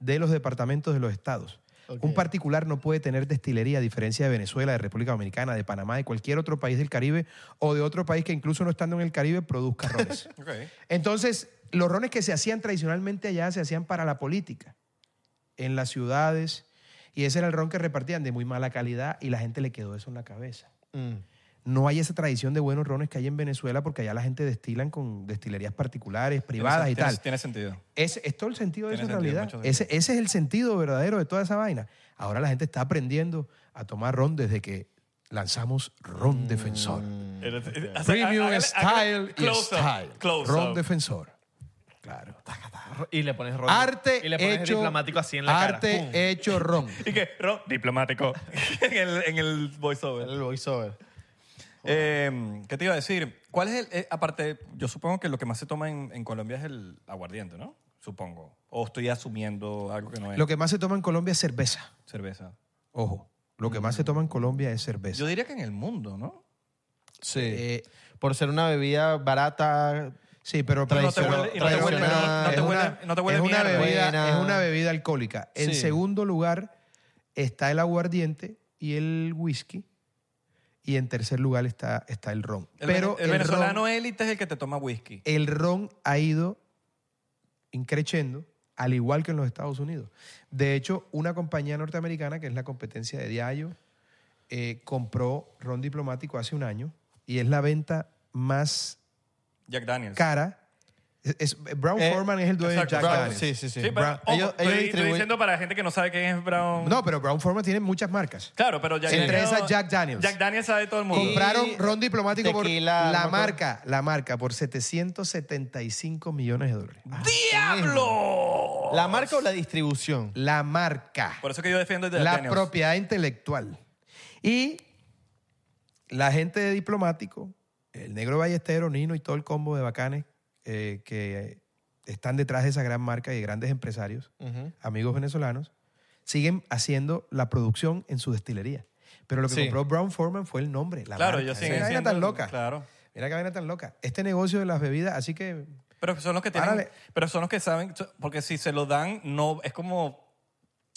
[SPEAKER 4] de los departamentos de los estados.
[SPEAKER 6] Ok.
[SPEAKER 4] Un particular no puede tener destilería a diferencia de Venezuela, de República Dominicana, de Panamá, de cualquier otro país del Caribe o de otro país que incluso no estando en el Caribe produzca rones.
[SPEAKER 5] Ok.
[SPEAKER 4] Entonces, los rones que se hacían tradicionalmente allá se hacían para la política, en las ciudades, y ese era el ron que repartían de muy mala calidad y la gente le quedó eso en la cabeza.
[SPEAKER 6] Mm.
[SPEAKER 4] No hay esa tradición de buenos rones que hay en Venezuela porque allá la gente destilan con destilerías particulares, privadas y
[SPEAKER 5] Tiene-
[SPEAKER 4] tal.
[SPEAKER 5] Tiene sentido.
[SPEAKER 4] Es, es todo el sentido de eso
[SPEAKER 5] Tiene
[SPEAKER 4] en
[SPEAKER 5] sentido,
[SPEAKER 4] realidad.
[SPEAKER 5] mucho
[SPEAKER 4] Ese, ese es el sentido verdadero de toda esa vaina. Ahora la gente está aprendiendo a tomar ron desde que lanzamos
[SPEAKER 7] Mm.
[SPEAKER 4] Ron Defensor. Premium Style y Style. ron Defensor. Claro.
[SPEAKER 7] Y le pones ron.
[SPEAKER 4] Arte
[SPEAKER 7] Y le pones
[SPEAKER 4] hecho
[SPEAKER 7] diplomático así en la
[SPEAKER 4] Arte
[SPEAKER 7] cara. Pum.
[SPEAKER 4] hecho
[SPEAKER 7] [laughs]
[SPEAKER 4] ron.
[SPEAKER 5] Y que ron diplomático en el, en el voiceover.
[SPEAKER 6] El voiceover.
[SPEAKER 5] Eh, ¿Qué te iba a decir? ¿Cuál es el, eh, aparte, yo supongo que lo que más se toma en, en Colombia es el aguardiente, ¿no? Supongo. O estoy asumiendo algo que no es
[SPEAKER 4] Lo que más se toma en Colombia es cerveza.
[SPEAKER 5] cerveza.
[SPEAKER 4] Ojo. Lo
[SPEAKER 7] Mm.
[SPEAKER 4] que más se toma en Colombia es cerveza.
[SPEAKER 5] Yo diría que en el mundo, ¿no?
[SPEAKER 6] Sí.
[SPEAKER 4] Eh,
[SPEAKER 6] Por ser una bebida barata.
[SPEAKER 4] Sí, pero
[SPEAKER 5] Pero no te
[SPEAKER 4] pero-
[SPEAKER 5] huele- y no te
[SPEAKER 4] pero
[SPEAKER 5] huele- no- no te
[SPEAKER 4] es
[SPEAKER 5] huele-
[SPEAKER 4] una-
[SPEAKER 5] no te huele
[SPEAKER 4] es una
[SPEAKER 5] mierda.
[SPEAKER 4] bebida,
[SPEAKER 6] Buena.
[SPEAKER 4] es una bebida alcohólica. En
[SPEAKER 6] Sí.
[SPEAKER 4] segundo lugar está el aguardiente y el whisky. Y en tercer lugar está, está el ron.
[SPEAKER 5] El,
[SPEAKER 4] pero
[SPEAKER 5] el venezolano
[SPEAKER 4] ron,
[SPEAKER 5] élite es el que te toma whisky.
[SPEAKER 4] el ron ha ido increciendo, al igual que en los Estados Unidos. De hecho, una compañía norteamericana, que es la competencia de Diallo, eh, compró ron diplomático hace un año y es la venta más
[SPEAKER 5] Jack Daniels.
[SPEAKER 4] cara. Es, es- Brown
[SPEAKER 6] Eh,
[SPEAKER 4] Foreman es el dueño
[SPEAKER 5] exacto,
[SPEAKER 4] de Jack
[SPEAKER 5] Brown,
[SPEAKER 4] Daniels.
[SPEAKER 6] Sí, sí, sí.
[SPEAKER 5] Sí, pero
[SPEAKER 4] Brown-
[SPEAKER 5] ojo,
[SPEAKER 6] ellos-
[SPEAKER 5] estoy,
[SPEAKER 6] ellos
[SPEAKER 5] estoy
[SPEAKER 6] distribuyen-
[SPEAKER 5] diciendo para la gente que no sabe quién es Brown.
[SPEAKER 4] No, pero Brown Foreman tiene muchas marcas.
[SPEAKER 5] Claro, pero Jack
[SPEAKER 4] Entre
[SPEAKER 5] Daniels-
[SPEAKER 4] esas, Jack Daniels.
[SPEAKER 5] Jack Daniels sabe todo el mundo.
[SPEAKER 4] Compraron ron diplomático
[SPEAKER 6] tequila,
[SPEAKER 4] por la
[SPEAKER 6] no me acuerdo.
[SPEAKER 4] marca, la marca por 775 millones de dólares.
[SPEAKER 6] Ah.
[SPEAKER 5] ¡Diablo!
[SPEAKER 6] ¿La marca o la distribución?
[SPEAKER 4] La marca,
[SPEAKER 5] Por eso que yo defiendo el de Jack
[SPEAKER 4] la
[SPEAKER 5] Daniels.
[SPEAKER 4] propiedad intelectual. Y la gente de diplomático, el negro ballestero, Nino y todo el combo de bacanes eh, que están detrás de esa gran marca y de grandes empresarios,
[SPEAKER 6] Ujú.
[SPEAKER 4] amigos venezolanos, siguen haciendo la producción en su destilería. Pero lo que
[SPEAKER 6] Sí.
[SPEAKER 4] compró Brown Foreman fue el nombre, la
[SPEAKER 5] Claro,
[SPEAKER 4] marca.
[SPEAKER 5] ellos
[SPEAKER 4] Esa
[SPEAKER 5] siguen
[SPEAKER 4] vaina
[SPEAKER 5] siendo-
[SPEAKER 4] tan loca.
[SPEAKER 5] Claro.
[SPEAKER 4] Mira qué vaina tan loca. Este negocio de las bebidas, así que
[SPEAKER 5] Pero son los que tienen,
[SPEAKER 4] Párale.
[SPEAKER 5] pero son los que saben, porque si se lo dan, no es como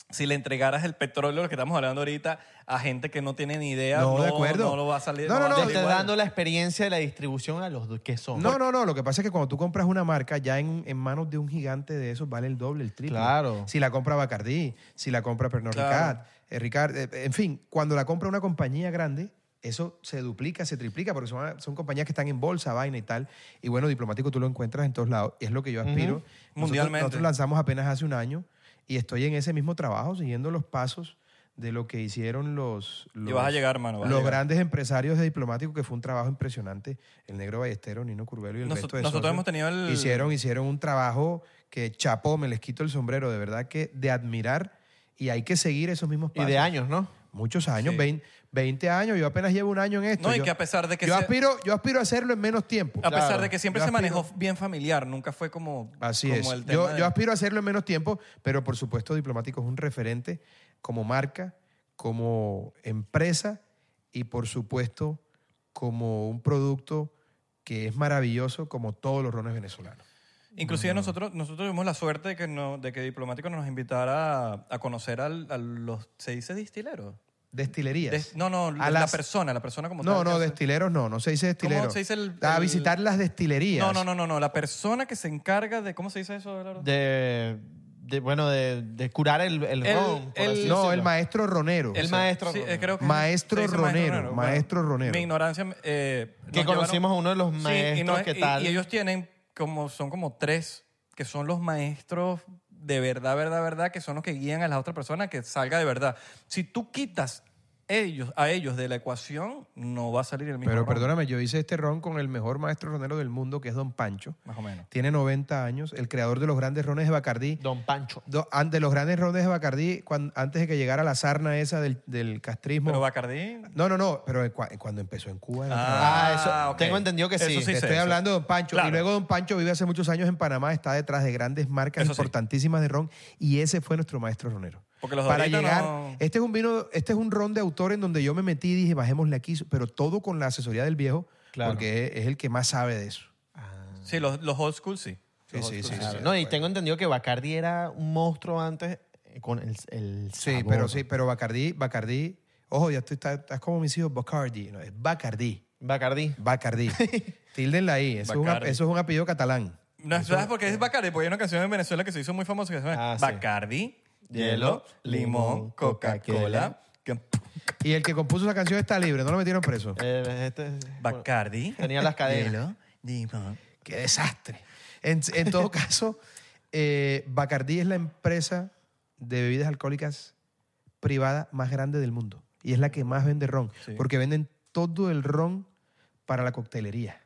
[SPEAKER 5] si le entregaras el petróleo, lo que estamos hablando ahorita, a gente que no tiene ni idea,
[SPEAKER 4] No,
[SPEAKER 5] no,
[SPEAKER 4] de acuerdo.
[SPEAKER 5] no lo va a salir.
[SPEAKER 4] No, no,
[SPEAKER 5] va a
[SPEAKER 4] no,
[SPEAKER 6] Le
[SPEAKER 5] salir
[SPEAKER 6] estás
[SPEAKER 5] igual.
[SPEAKER 6] dando la experiencia de la distribución a los que son.
[SPEAKER 4] No, no, no. Lo que pasa es que cuando tú compras una marca, ya en, en manos de un gigante de esos vale el doble, el triple.
[SPEAKER 6] Claro.
[SPEAKER 4] Si la compra Bacardí, si la compra Pernod
[SPEAKER 5] Claro.
[SPEAKER 4] Ricard, eh, Ricard, eh, en fin, cuando la compra una compañía grande, eso se duplica, se triplica, porque son, son compañías que están en bolsa, vaina y tal. Y bueno, diplomático tú lo encuentras en todos lados. Es lo que yo aspiro. Nosotros-
[SPEAKER 5] Mundialmente.
[SPEAKER 4] Nosotros lanzamos apenas hace un año y estoy en ese mismo trabajo, siguiendo los pasos de lo que hicieron los... los
[SPEAKER 5] Y vas a llegar, hermano. vas a
[SPEAKER 4] los
[SPEAKER 5] llegar.
[SPEAKER 4] grandes empresarios de diplomático que fue un trabajo impresionante el negro ballestero Nino Curvelo y el
[SPEAKER 5] Noso-
[SPEAKER 4] resto de
[SPEAKER 5] nosotros
[SPEAKER 4] socios,
[SPEAKER 5] hemos tenido el-
[SPEAKER 4] hicieron hicieron un trabajo que chapó me les quito el sombrero de verdad que de admirar y hay que seguir esos mismos
[SPEAKER 6] Y
[SPEAKER 4] pasos
[SPEAKER 6] de años, ¿no?
[SPEAKER 4] muchos años vein- 20, años yo apenas llevo un año en esto
[SPEAKER 5] No, y
[SPEAKER 4] yo,
[SPEAKER 5] que a pesar de que
[SPEAKER 4] yo
[SPEAKER 5] sea-
[SPEAKER 4] aspiro yo aspiro a hacerlo en menos tiempo
[SPEAKER 5] a pesar
[SPEAKER 6] Claro.
[SPEAKER 5] de que siempre
[SPEAKER 4] Yo
[SPEAKER 5] se
[SPEAKER 4] aspiro-
[SPEAKER 5] manejó bien familiar, nunca fue como,
[SPEAKER 4] Así
[SPEAKER 5] como
[SPEAKER 4] es.
[SPEAKER 5] el tema.
[SPEAKER 4] Yo,
[SPEAKER 5] de-
[SPEAKER 4] yo aspiro a hacerlo en menos tiempo, pero por supuesto Diplomático es un referente como marca, como empresa y por supuesto como un producto que es maravilloso como todos los rones venezolanos.
[SPEAKER 5] Inclusive nosotros, nosotros tuvimos la suerte de que, no, de que Diplomático nos invitara a, a conocer al- a los, ¿se dice destileros?
[SPEAKER 4] Destilerías.
[SPEAKER 5] Des- no, no,
[SPEAKER 4] A
[SPEAKER 5] la
[SPEAKER 4] las-
[SPEAKER 5] persona, la persona como
[SPEAKER 4] No,
[SPEAKER 5] tal que
[SPEAKER 4] no,
[SPEAKER 5] hace-
[SPEAKER 4] destileros no, no se dice destilero.
[SPEAKER 5] se dice el-
[SPEAKER 4] a
[SPEAKER 5] el-
[SPEAKER 4] visitar las destilerías.
[SPEAKER 5] No, no, no, no, no, la persona que se encarga de, ¿cómo se dice eso? Abelardo?
[SPEAKER 6] De, de, bueno, de, de curar el, el,
[SPEAKER 5] El-
[SPEAKER 6] ron, por
[SPEAKER 5] el-
[SPEAKER 6] así
[SPEAKER 4] No,
[SPEAKER 6] decirlo.
[SPEAKER 4] el maestro ronero.
[SPEAKER 6] El
[SPEAKER 4] O sea,
[SPEAKER 6] maestro.
[SPEAKER 5] Sí,
[SPEAKER 6] ronero.
[SPEAKER 5] eh, creo que
[SPEAKER 4] Maestro
[SPEAKER 5] se dice
[SPEAKER 4] ronero,
[SPEAKER 5] bueno,
[SPEAKER 4] maestro ronero.
[SPEAKER 5] Mi ignorancia. eh,
[SPEAKER 6] Que
[SPEAKER 5] nos
[SPEAKER 6] conocimos a uno de los
[SPEAKER 5] Sí, y
[SPEAKER 6] maestros,
[SPEAKER 5] no es-
[SPEAKER 6] ¿qué
[SPEAKER 5] y-
[SPEAKER 6] tal?
[SPEAKER 5] Y, ellos tienen como, son como tres, que son los maestros de verdad, verdad, verdad, que son los que guían a las otras personas que salga de verdad. Si tú quitas ellos, a ellos de la ecuación no va a salir el mismo.
[SPEAKER 4] Pero
[SPEAKER 5] ron,
[SPEAKER 4] perdóname, yo hice este ron con el mejor maestro ronero del mundo, que es Don Pancho.
[SPEAKER 5] Más o menos.
[SPEAKER 4] Tiene 90 años, el creador de los grandes rones de Bacardí.
[SPEAKER 6] Don Pancho.
[SPEAKER 4] Do- ante los grandes rones de Bacardí, cuan- antes de que llegara la sarna esa del, del castrismo.
[SPEAKER 5] Pero Bacardí.
[SPEAKER 4] no, no, no, pero cua- cuando empezó en Cuba. era otra
[SPEAKER 6] Ah, eso-
[SPEAKER 5] ok.
[SPEAKER 6] tengo entendido que sí.
[SPEAKER 5] Eso
[SPEAKER 4] Te
[SPEAKER 5] sé,
[SPEAKER 4] estoy
[SPEAKER 5] eso.
[SPEAKER 4] hablando de Don Pancho.
[SPEAKER 5] Claro.
[SPEAKER 4] Y luego Don Pancho vive hace muchos años en Panamá, está detrás de grandes marcas
[SPEAKER 5] Eso sí.
[SPEAKER 4] importantísimas de ron y ese fue nuestro maestro ronero.
[SPEAKER 5] Porque los de
[SPEAKER 4] Para
[SPEAKER 5] ahorita
[SPEAKER 4] llegar,
[SPEAKER 5] no-
[SPEAKER 4] este es un vino, este es un ron de autor en donde yo me metí y dije, bajémosle aquí, pero todo con la asesoría del viejo,
[SPEAKER 6] Claro.
[SPEAKER 4] porque es, es el que más sabe de eso.
[SPEAKER 5] Sí, los, los old school sí.
[SPEAKER 4] Sí,
[SPEAKER 5] Los old
[SPEAKER 4] sí,
[SPEAKER 5] school,
[SPEAKER 4] sí,
[SPEAKER 6] Claro.
[SPEAKER 4] sí.
[SPEAKER 6] No, y tengo entendido que Bacardi era un monstruo antes eh, con el, el
[SPEAKER 4] Sí,
[SPEAKER 6] sabor.
[SPEAKER 4] pero sí, pero Bacardí, Bacardí, ojo, ya tú estás, estás como mis hijos, Bacardi, no, es Bacardí,
[SPEAKER 6] Bacardí.
[SPEAKER 4] [laughs] Bacardí. Tildenla ahí, eso es, un, ap-
[SPEAKER 5] Bacardi.
[SPEAKER 4] eso es un apellido catalán.
[SPEAKER 5] No, ¿sabes por qué es Bacardi? Porque hay una canción en Venezuela que se hizo muy famosa que se llama
[SPEAKER 6] Ah, sí.
[SPEAKER 5] Bacardi, hielo, limón,
[SPEAKER 6] limón,
[SPEAKER 5] Coca-Cola. que-
[SPEAKER 4] Y el que compuso esa canción está libre, no lo metieron preso.
[SPEAKER 6] Eh, este-
[SPEAKER 5] Bacardi.
[SPEAKER 4] [laughs]
[SPEAKER 6] Tenía las cadenas.
[SPEAKER 5] Hielo, limón.
[SPEAKER 4] ¡Qué desastre! En, en [laughs] todo caso, eh, Bacardí es la empresa de bebidas alcohólicas privada más grande del mundo. Y es la que más vende ron.
[SPEAKER 5] Sí.
[SPEAKER 4] Porque venden todo el ron para la coctelería.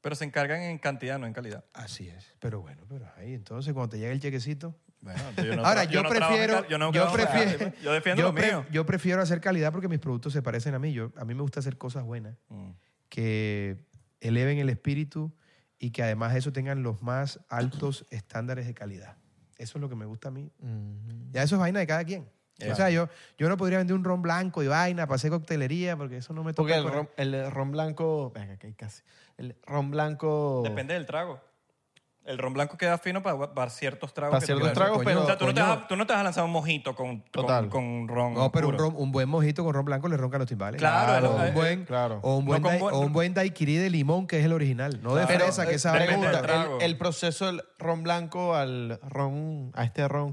[SPEAKER 5] Pero se encargan en cantidad, no en calidad.
[SPEAKER 4] Así es. Pero bueno, pero ahí entonces cuando te llega el chequecito...
[SPEAKER 5] Bueno,
[SPEAKER 4] [laughs]
[SPEAKER 5] yo no
[SPEAKER 4] Ahora,
[SPEAKER 5] tra-
[SPEAKER 4] yo,
[SPEAKER 5] no trabajo en
[SPEAKER 4] prefiero...
[SPEAKER 5] cal- yo, no
[SPEAKER 4] yo,
[SPEAKER 5] trabajo en calidad,
[SPEAKER 4] prefiero
[SPEAKER 5] pues. Yo defiendo
[SPEAKER 4] yo
[SPEAKER 5] lo
[SPEAKER 4] pre-
[SPEAKER 5] mío.
[SPEAKER 4] yo prefiero hacer calidad porque mis productos se parecen a mí. Yo, a mí me gusta hacer cosas buenas.
[SPEAKER 5] Mm.
[SPEAKER 4] que eleven el espíritu y que además eso tengan los más altos estándares de calidad. Eso es lo que me gusta a mí. Ya eso es vaina de cada quien. O sea, yo, yo no podría vender un ron blanco y vaina para hacer coctelería porque eso no me toca.
[SPEAKER 6] Porque el
[SPEAKER 4] por-
[SPEAKER 6] ron, el ron blanco. Venga, que hay casi. El ron blanco.
[SPEAKER 5] Depende del trago. El ron blanco queda fino para, para ciertos tragos.
[SPEAKER 6] Para
[SPEAKER 5] que tú
[SPEAKER 6] ciertos
[SPEAKER 5] quieras.
[SPEAKER 6] tragos, pero-
[SPEAKER 5] O sea, tú no, te
[SPEAKER 6] coño.
[SPEAKER 5] vas, a- tú no te vas a lanzar un mojito con, con,
[SPEAKER 6] Total.
[SPEAKER 5] con ron.
[SPEAKER 4] No, pero un,
[SPEAKER 5] puro.
[SPEAKER 4] ron- un buen mojito con ron blanco le roncan los timbales.
[SPEAKER 5] Claro, eh,
[SPEAKER 4] O
[SPEAKER 5] claro,
[SPEAKER 4] un buen,
[SPEAKER 6] claro.
[SPEAKER 4] O un buen,
[SPEAKER 5] No con
[SPEAKER 4] dai-
[SPEAKER 5] buen-
[SPEAKER 4] o un buen daiquiri de limón, que es el original. No de
[SPEAKER 5] Claro.
[SPEAKER 4] fresa, que esa
[SPEAKER 5] Pero-
[SPEAKER 4] vaina-
[SPEAKER 5] Depende
[SPEAKER 6] pregunta,
[SPEAKER 5] del trago.
[SPEAKER 6] el, el proceso del ron blanco al ron, a este ron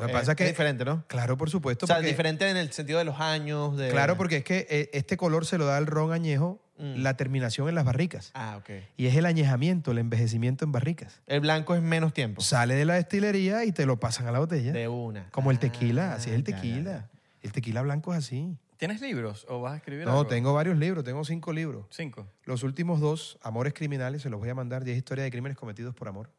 [SPEAKER 4] Lo que
[SPEAKER 6] es,
[SPEAKER 4] pasa es que-
[SPEAKER 6] es diferente, ¿no?
[SPEAKER 4] Claro, por supuesto.
[SPEAKER 6] O sea,
[SPEAKER 4] porque-
[SPEAKER 6] diferente en el sentido de los años. De...
[SPEAKER 4] Claro, porque es que eh, este color se lo da al ron añejo
[SPEAKER 6] Mm.
[SPEAKER 4] la terminación en las barricas.
[SPEAKER 6] Ah, ok.
[SPEAKER 4] Y es el añejamiento, el envejecimiento en barricas.
[SPEAKER 6] El blanco es menos tiempo.
[SPEAKER 4] Sale de la destilería y te lo pasan a la botella.
[SPEAKER 6] De una.
[SPEAKER 4] Como el
[SPEAKER 6] Ah,
[SPEAKER 4] tequila, así es el
[SPEAKER 6] ya, ya,
[SPEAKER 4] tequila.
[SPEAKER 6] ya.
[SPEAKER 4] El tequila blanco es así.
[SPEAKER 5] ¿Tienes libros o vas a escribir
[SPEAKER 4] No,
[SPEAKER 5] algo?
[SPEAKER 4] tengo varios libros, tengo cinco libros.
[SPEAKER 5] Cinco.
[SPEAKER 4] Los últimos dos, Amores Criminales, se los voy a mandar, 10 historias de crímenes cometidos por amor.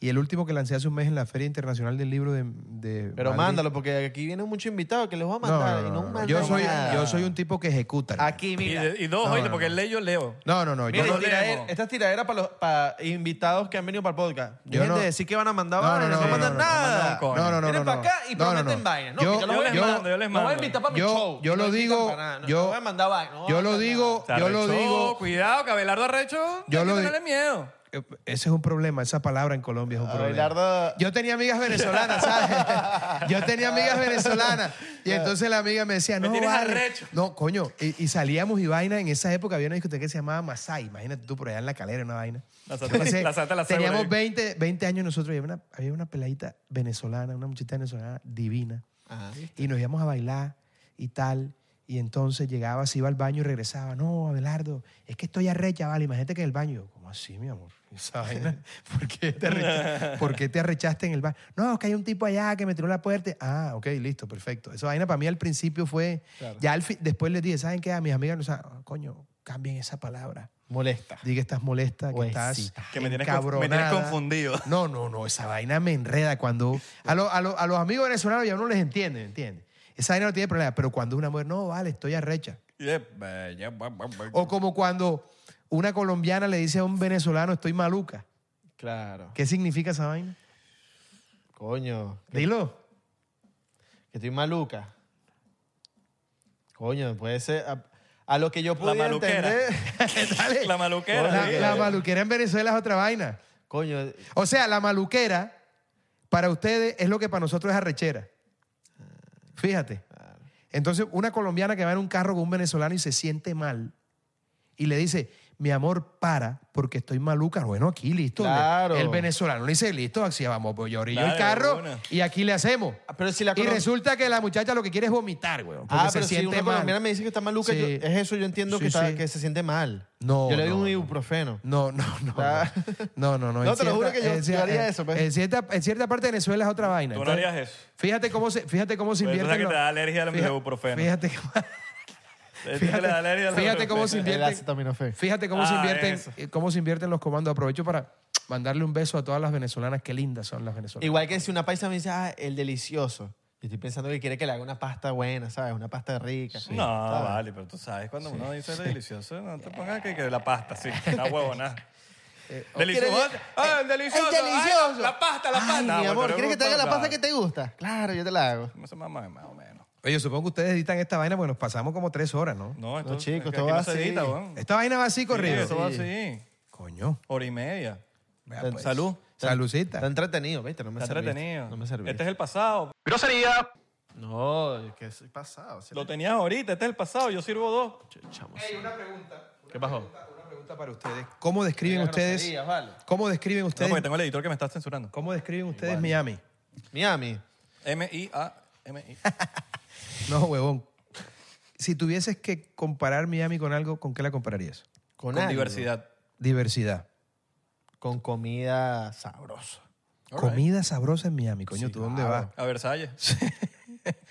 [SPEAKER 4] Y el último que lancé hace un mes en la Feria Internacional del Libro de... de
[SPEAKER 6] Pero
[SPEAKER 4] Madrid.
[SPEAKER 6] mándalo, porque aquí vienen muchos invitados que les voy a
[SPEAKER 4] No, no,
[SPEAKER 6] mandar.
[SPEAKER 4] no,
[SPEAKER 6] y no
[SPEAKER 4] no,
[SPEAKER 6] mandan
[SPEAKER 4] Yo, soy,
[SPEAKER 6] nada.
[SPEAKER 4] yo soy un tipo que ejecuta.
[SPEAKER 6] Aquí,
[SPEAKER 5] Y,
[SPEAKER 6] mira.
[SPEAKER 5] de- y dos,
[SPEAKER 4] No,
[SPEAKER 5] oíste,
[SPEAKER 4] no,
[SPEAKER 5] porque
[SPEAKER 4] no.
[SPEAKER 5] el ley yo leo.
[SPEAKER 4] No, no, no. yo
[SPEAKER 6] Mira,
[SPEAKER 5] no
[SPEAKER 4] no-
[SPEAKER 5] leo.
[SPEAKER 6] tiradera- esta es tiradera para los para invitados que han venido para el podcast.
[SPEAKER 4] Yo
[SPEAKER 6] Yo gente
[SPEAKER 4] no-
[SPEAKER 6] de decir que van a mandar
[SPEAKER 4] No, no,
[SPEAKER 6] vaina, no,
[SPEAKER 4] no, no,
[SPEAKER 6] mandan
[SPEAKER 4] no, no,
[SPEAKER 6] nada.
[SPEAKER 5] no, no,
[SPEAKER 4] no, no,
[SPEAKER 6] Vienen
[SPEAKER 4] no,
[SPEAKER 6] para
[SPEAKER 4] no.
[SPEAKER 6] acá y
[SPEAKER 4] No, no,
[SPEAKER 6] prometen
[SPEAKER 4] no.
[SPEAKER 6] vaina. No,
[SPEAKER 4] Yo-
[SPEAKER 6] que yo los
[SPEAKER 5] yo
[SPEAKER 6] voy a
[SPEAKER 5] les
[SPEAKER 6] invitar.
[SPEAKER 5] mando, yo les
[SPEAKER 6] No voy a
[SPEAKER 5] mando.
[SPEAKER 6] invitar para mi
[SPEAKER 4] Yo-
[SPEAKER 6] show.
[SPEAKER 4] yo
[SPEAKER 6] No
[SPEAKER 4] lo
[SPEAKER 6] me invitan
[SPEAKER 4] digo-
[SPEAKER 6] para nada, no,
[SPEAKER 4] yo-
[SPEAKER 6] no voy a mandar vaina. no voy
[SPEAKER 4] yo
[SPEAKER 6] a
[SPEAKER 4] lo
[SPEAKER 6] mandar
[SPEAKER 4] digo,
[SPEAKER 5] Se
[SPEAKER 4] yo lo
[SPEAKER 5] arrechó,
[SPEAKER 4] digo...
[SPEAKER 5] Cuidado, que Abelardo arrecho.
[SPEAKER 4] Yo
[SPEAKER 5] hay
[SPEAKER 4] lo
[SPEAKER 5] que
[SPEAKER 4] di-
[SPEAKER 5] tenerle miedo.
[SPEAKER 4] Eh, Ese es un problema, esa palabra en Colombia es un
[SPEAKER 6] nada.
[SPEAKER 4] problema.
[SPEAKER 6] Abelardo-
[SPEAKER 4] Yo tenía amigas venezolanas, ¿sabes? Yo tenía amigas venezolanas. Y entonces la amiga me decía,
[SPEAKER 5] Me
[SPEAKER 4] no,
[SPEAKER 5] tienes
[SPEAKER 4] vale.
[SPEAKER 5] arrecho.
[SPEAKER 4] No, coño. Y, y salíamos y vaina. En esa época había una discoteca que se llamaba Masai. Imagínate tú por allá en la calera, una vaina.
[SPEAKER 5] La Santa- la Santa la Cebra,
[SPEAKER 4] teníamos
[SPEAKER 5] eh.
[SPEAKER 4] 20, 20 años nosotros. y había una, había una peladita venezolana, una muchita venezolana divina.
[SPEAKER 6] Ajá.
[SPEAKER 4] Y nos íbamos a bailar y tal. Y entonces llegaba, se iba al baño y regresaba. No, Abelardo, es que estoy arrecha, vale. Imagínate que en el baño. Yo, ¿Cómo así, mi amor? Esa vaina. [laughs] ¿Por qué, te arrecha- por qué te arrechaste en el baño? No, es que hay un tipo allá que me tiró la puerta. Ah, ok, listo, perfecto. Esa vaina para mí al principio fue. Ya al fi- después les dije, ¿saben qué? A mis amigas, no saben, "Ah, coño, cambien esa palabra.
[SPEAKER 6] Molesta.
[SPEAKER 4] Diga que estás molesta, que
[SPEAKER 6] Pues
[SPEAKER 4] estás
[SPEAKER 6] sí.
[SPEAKER 5] Que me tienes conf- me tienes
[SPEAKER 4] encabronada.
[SPEAKER 5] confundido. [laughs]
[SPEAKER 4] No, no, no, esa vaina me enreda cuando... A, lo- a lo- a los amigos venezolanos ya uno les entiende, ¿me entiendes? Esa vaina no tiene problema, pero cuando una mujer, no, vale, estoy arrecha.
[SPEAKER 5] Y es- eh, ya, bu- bu- bu-
[SPEAKER 4] O como cuando una colombiana le dice a un venezolano, estoy maluca.
[SPEAKER 6] Claro.
[SPEAKER 4] ¿Qué significa esa vaina?
[SPEAKER 6] Coño. Que,
[SPEAKER 4] Dilo.
[SPEAKER 6] que estoy maluca. Coño, puede ser. A, a lo que yo
[SPEAKER 5] La
[SPEAKER 6] pude
[SPEAKER 5] maluquera.
[SPEAKER 6] entender. [laughs]
[SPEAKER 4] Dale.
[SPEAKER 5] La maluquera.
[SPEAKER 4] La,
[SPEAKER 5] sí.
[SPEAKER 6] eh.
[SPEAKER 4] la maluquera en Venezuela es otra vaina.
[SPEAKER 6] Coño,
[SPEAKER 4] O sea, la maluquera para ustedes es lo que para nosotros es arrechera. Fíjate. Entonces, una colombiana que va en un carro con un venezolano y se siente mal y le dice, mi amor, para, porque estoy maluca. Bueno, aquí, listo.
[SPEAKER 6] Claro.
[SPEAKER 4] El venezolano le dice, listo, así vamos, pues yo orillo el
[SPEAKER 5] Dale,
[SPEAKER 4] carro
[SPEAKER 5] una.
[SPEAKER 4] y aquí le hacemos.
[SPEAKER 6] Ah, pero si la
[SPEAKER 4] y
[SPEAKER 6] colom-
[SPEAKER 4] resulta que la muchacha lo que quiere es vomitar, güey. Porque
[SPEAKER 6] Ah,
[SPEAKER 4] se
[SPEAKER 6] pero si
[SPEAKER 4] siente
[SPEAKER 6] una
[SPEAKER 4] mal.
[SPEAKER 6] colombiana me dice que está maluca,
[SPEAKER 4] Sí.
[SPEAKER 6] yo- es eso, yo entiendo
[SPEAKER 4] Sí,
[SPEAKER 6] que, está-
[SPEAKER 4] sí.
[SPEAKER 6] que se siente mal.
[SPEAKER 4] No,
[SPEAKER 6] Yo le doy
[SPEAKER 4] no,
[SPEAKER 6] un
[SPEAKER 4] no.
[SPEAKER 6] ibuprofeno.
[SPEAKER 4] No, no, no.
[SPEAKER 6] Ah.
[SPEAKER 4] No, no, no.
[SPEAKER 6] [laughs] No,
[SPEAKER 4] en
[SPEAKER 6] te lo juro que yo-
[SPEAKER 4] en cier-
[SPEAKER 6] yo haría
[SPEAKER 4] en-
[SPEAKER 6] eso, pues.
[SPEAKER 4] En cierta, en cierta parte de Venezuela es otra vaina.
[SPEAKER 5] Tú no
[SPEAKER 4] Entonces,
[SPEAKER 5] harías eso. Pues
[SPEAKER 4] Fíjate cómo se, fíjate cómo se
[SPEAKER 5] Pero tú
[SPEAKER 4] invierte.
[SPEAKER 5] [laughs] sabes que te da alergia al ibuprofeno.
[SPEAKER 4] Fíjate, que-
[SPEAKER 5] Dígale a Valeria,
[SPEAKER 4] fíjate cómo se
[SPEAKER 6] El
[SPEAKER 4] invierten.
[SPEAKER 6] acetaminofén.
[SPEAKER 4] Fíjate cómo, se
[SPEAKER 5] Ah,
[SPEAKER 4] invierten,
[SPEAKER 5] eso.
[SPEAKER 4] eh, cómo se invierten los comandos. Aprovecho para mandarle un beso a todas las venezolanas. Qué lindas son las venezolanas.
[SPEAKER 6] Igual que si una paisa me dice, ah, el delicioso. Yo estoy pensando que quiere que le haga una pasta buena, ¿sabes? Una pasta rica.
[SPEAKER 5] No,
[SPEAKER 6] ¿sabes?
[SPEAKER 5] vale, pero tú sabes, cuando uno dice delicioso, no te pongas que, que la pasta, sí, una
[SPEAKER 6] [laughs]
[SPEAKER 5] huevona. Delicioso.
[SPEAKER 6] Eh, ¿Quieres-
[SPEAKER 5] ¡Ah, el
[SPEAKER 6] Eh,
[SPEAKER 5] delicioso!
[SPEAKER 6] ¡El delicioso!
[SPEAKER 5] Ay, la pasta, la pasta.
[SPEAKER 6] Ay,
[SPEAKER 5] No,
[SPEAKER 6] mi amor,
[SPEAKER 5] pero
[SPEAKER 6] ¿quieres que te haga la
[SPEAKER 5] para-
[SPEAKER 6] pasta que te gusta? Claro, yo te la hago.
[SPEAKER 5] No se mama, más o menos.
[SPEAKER 4] Oye, supongo que ustedes editan esta vaina porque nos pasamos como tres horas, ¿no?
[SPEAKER 5] No, entonces,
[SPEAKER 6] chicos,
[SPEAKER 5] es que
[SPEAKER 6] todo
[SPEAKER 5] aquí no
[SPEAKER 6] va
[SPEAKER 5] se
[SPEAKER 6] así.
[SPEAKER 5] edita, weón.
[SPEAKER 4] Esta vaina va así corrido.
[SPEAKER 5] Eso va así.
[SPEAKER 4] Coño.
[SPEAKER 5] Hora y media.
[SPEAKER 4] Vea,
[SPEAKER 6] Tan-
[SPEAKER 4] pues.
[SPEAKER 5] Salud.
[SPEAKER 4] Salucita.
[SPEAKER 6] Está entretenido, ¿viste? No me
[SPEAKER 5] Está
[SPEAKER 6] serviste.
[SPEAKER 5] entretenido.
[SPEAKER 6] No me serviste.
[SPEAKER 5] este es el pasado.
[SPEAKER 7] ¡Grosería!
[SPEAKER 6] No, es que soy pasado.
[SPEAKER 5] Lo tenías ahorita, este es el pasado. Yo sirvo dos.
[SPEAKER 7] ¿Qué pasó?
[SPEAKER 4] Una pregunta para ustedes. ¿Cómo describen ustedes?
[SPEAKER 6] vale.
[SPEAKER 4] ¿Cómo describen
[SPEAKER 5] No, porque
[SPEAKER 4] ustedes?
[SPEAKER 5] tengo el editor que me está censurando.
[SPEAKER 4] ¿Cómo describen ustedes Miami?
[SPEAKER 6] Miami.
[SPEAKER 5] M-I-A-M-I.
[SPEAKER 4] No, huevón. Si tuvieses que comparar Miami con algo, ¿con qué la compararías?
[SPEAKER 6] Con,
[SPEAKER 5] Con
[SPEAKER 6] algo.
[SPEAKER 5] diversidad.
[SPEAKER 4] Diversidad.
[SPEAKER 6] Con comida sabrosa.
[SPEAKER 4] Comida sabrosa en Miami, coño, ¿tú dónde vas?
[SPEAKER 5] A Versalles.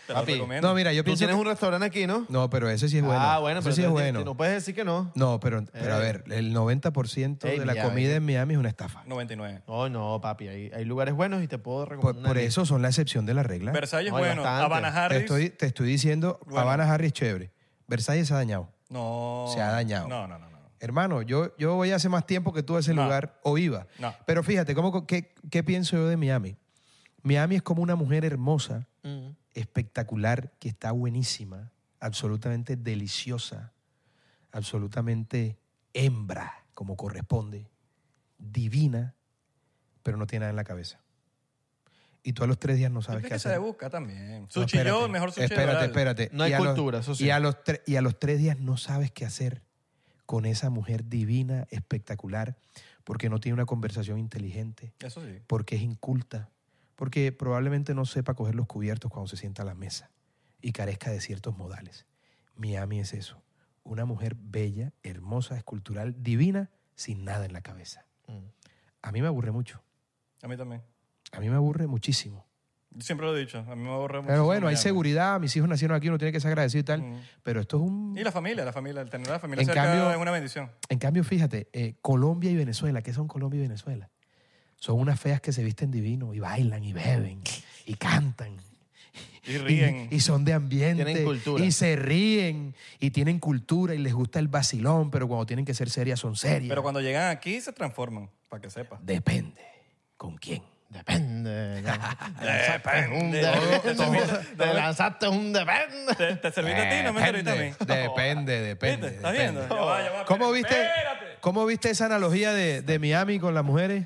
[SPEAKER 5] Te lo
[SPEAKER 6] Papi,
[SPEAKER 5] recomiendo.
[SPEAKER 4] No, mira, yo
[SPEAKER 6] Tú
[SPEAKER 4] pienso.
[SPEAKER 6] tienes
[SPEAKER 4] que-
[SPEAKER 6] un restaurante aquí, ¿no?
[SPEAKER 4] No, pero ese sí es bueno.
[SPEAKER 6] Ah, bueno,
[SPEAKER 4] ese
[SPEAKER 6] pero
[SPEAKER 4] sí es
[SPEAKER 6] tú-
[SPEAKER 4] bueno.
[SPEAKER 6] tú no puedes decir que no.
[SPEAKER 4] No, pero, pero a ver, el 90%
[SPEAKER 6] Ey,
[SPEAKER 4] de la
[SPEAKER 6] Miami.
[SPEAKER 4] comida en Miami es una estafa.
[SPEAKER 5] 99.
[SPEAKER 6] No, no, papi. Hay, hay lugares buenos y te puedo
[SPEAKER 4] Por,
[SPEAKER 6] recomendar.
[SPEAKER 4] por
[SPEAKER 6] una
[SPEAKER 4] eso son la excepción de la regla.
[SPEAKER 5] Versalles,
[SPEAKER 6] No, hay
[SPEAKER 5] bueno.
[SPEAKER 6] bastante.
[SPEAKER 5] Habana
[SPEAKER 4] Te
[SPEAKER 5] Harris.
[SPEAKER 4] estoy, te estoy diciendo,
[SPEAKER 5] Bueno.
[SPEAKER 4] Habana Harris chévere. Versalles se ha dañado.
[SPEAKER 5] No.
[SPEAKER 4] Se ha dañado.
[SPEAKER 5] No, no, no. no.
[SPEAKER 4] Hermano, yo, yo voy hace más tiempo que tú a ese
[SPEAKER 5] No.
[SPEAKER 4] lugar o iba.
[SPEAKER 5] No.
[SPEAKER 4] Pero fíjate, ¿cómo, qué, ¿qué pienso yo de Miami? Miami es como una mujer hermosa,
[SPEAKER 6] Mm.
[SPEAKER 4] espectacular, que está buenísima, absolutamente deliciosa, absolutamente hembra, como corresponde, divina, pero no tiene nada en la cabeza. Y tú a los tres días no
[SPEAKER 5] Yo
[SPEAKER 4] sabes
[SPEAKER 5] creo
[SPEAKER 4] qué
[SPEAKER 5] que se
[SPEAKER 4] hacer.
[SPEAKER 5] le busca también.
[SPEAKER 4] No,
[SPEAKER 5] Sushi
[SPEAKER 4] espérate,
[SPEAKER 5] yo, el mejor sushi
[SPEAKER 4] Espérate,
[SPEAKER 5] de Doral.
[SPEAKER 4] espérate.
[SPEAKER 6] No hay
[SPEAKER 4] Y a los-
[SPEAKER 6] cultura, eso sí.
[SPEAKER 4] Y a, los tre- y a los tres días no sabes qué hacer con esa mujer divina, espectacular, porque no tiene una conversación inteligente,
[SPEAKER 5] Eso sí.
[SPEAKER 4] porque es inculta, porque probablemente no sepa coger los cubiertos cuando se sienta a la mesa y carezca de ciertos modales. Miami es eso, una mujer bella, hermosa, escultural, divina, sin nada en la cabeza.
[SPEAKER 6] Mm.
[SPEAKER 4] A mí me aburre mucho,
[SPEAKER 5] A mí también.
[SPEAKER 4] a mí me aburre muchísimo.
[SPEAKER 5] Yo siempre lo he dicho. A mí me aburre mucho.
[SPEAKER 4] Pero bueno, hay seguridad, mis hijos nacieron aquí, uno tiene que ser agradecido y tal. Pero esto es un...
[SPEAKER 5] Mm. Y la familia, la familia. El tener la familia
[SPEAKER 4] En
[SPEAKER 5] cerca
[SPEAKER 4] cambio-
[SPEAKER 5] es una bendición.
[SPEAKER 4] En cambio, fíjate, eh, Colombia y Venezuela, ¿qué son Colombia y Venezuela? Son unas feas que se visten divino y bailan y beben y cantan.
[SPEAKER 5] Y
[SPEAKER 4] y-
[SPEAKER 5] ríen.
[SPEAKER 4] Y, son de ambiente.
[SPEAKER 6] Tienen cultura.
[SPEAKER 4] Y se ríen y tienen cultura y les gusta el vacilón, pero cuando tienen que ser serias son serias.
[SPEAKER 5] Pero cuando llegan aquí se transforman, para que sepas.
[SPEAKER 4] Depende. ¿Con quién?
[SPEAKER 6] Depende. ¿no?
[SPEAKER 4] [laughs]
[SPEAKER 5] Depende.
[SPEAKER 6] Te lanzaste- Te lanzaste un
[SPEAKER 4] Este
[SPEAKER 6] depende.
[SPEAKER 5] ¿Te, te serviste a ti? No me serviste a mí.
[SPEAKER 4] Depende, depende.
[SPEAKER 5] ¿Viste? ¿Estás
[SPEAKER 4] depende.
[SPEAKER 5] viendo? Ya va, ya va.
[SPEAKER 4] ¿Cómo
[SPEAKER 5] Espérate,
[SPEAKER 4] viste,
[SPEAKER 5] espérate.
[SPEAKER 4] ¿Cómo viste esa analogía de, de Miami con las mujeres?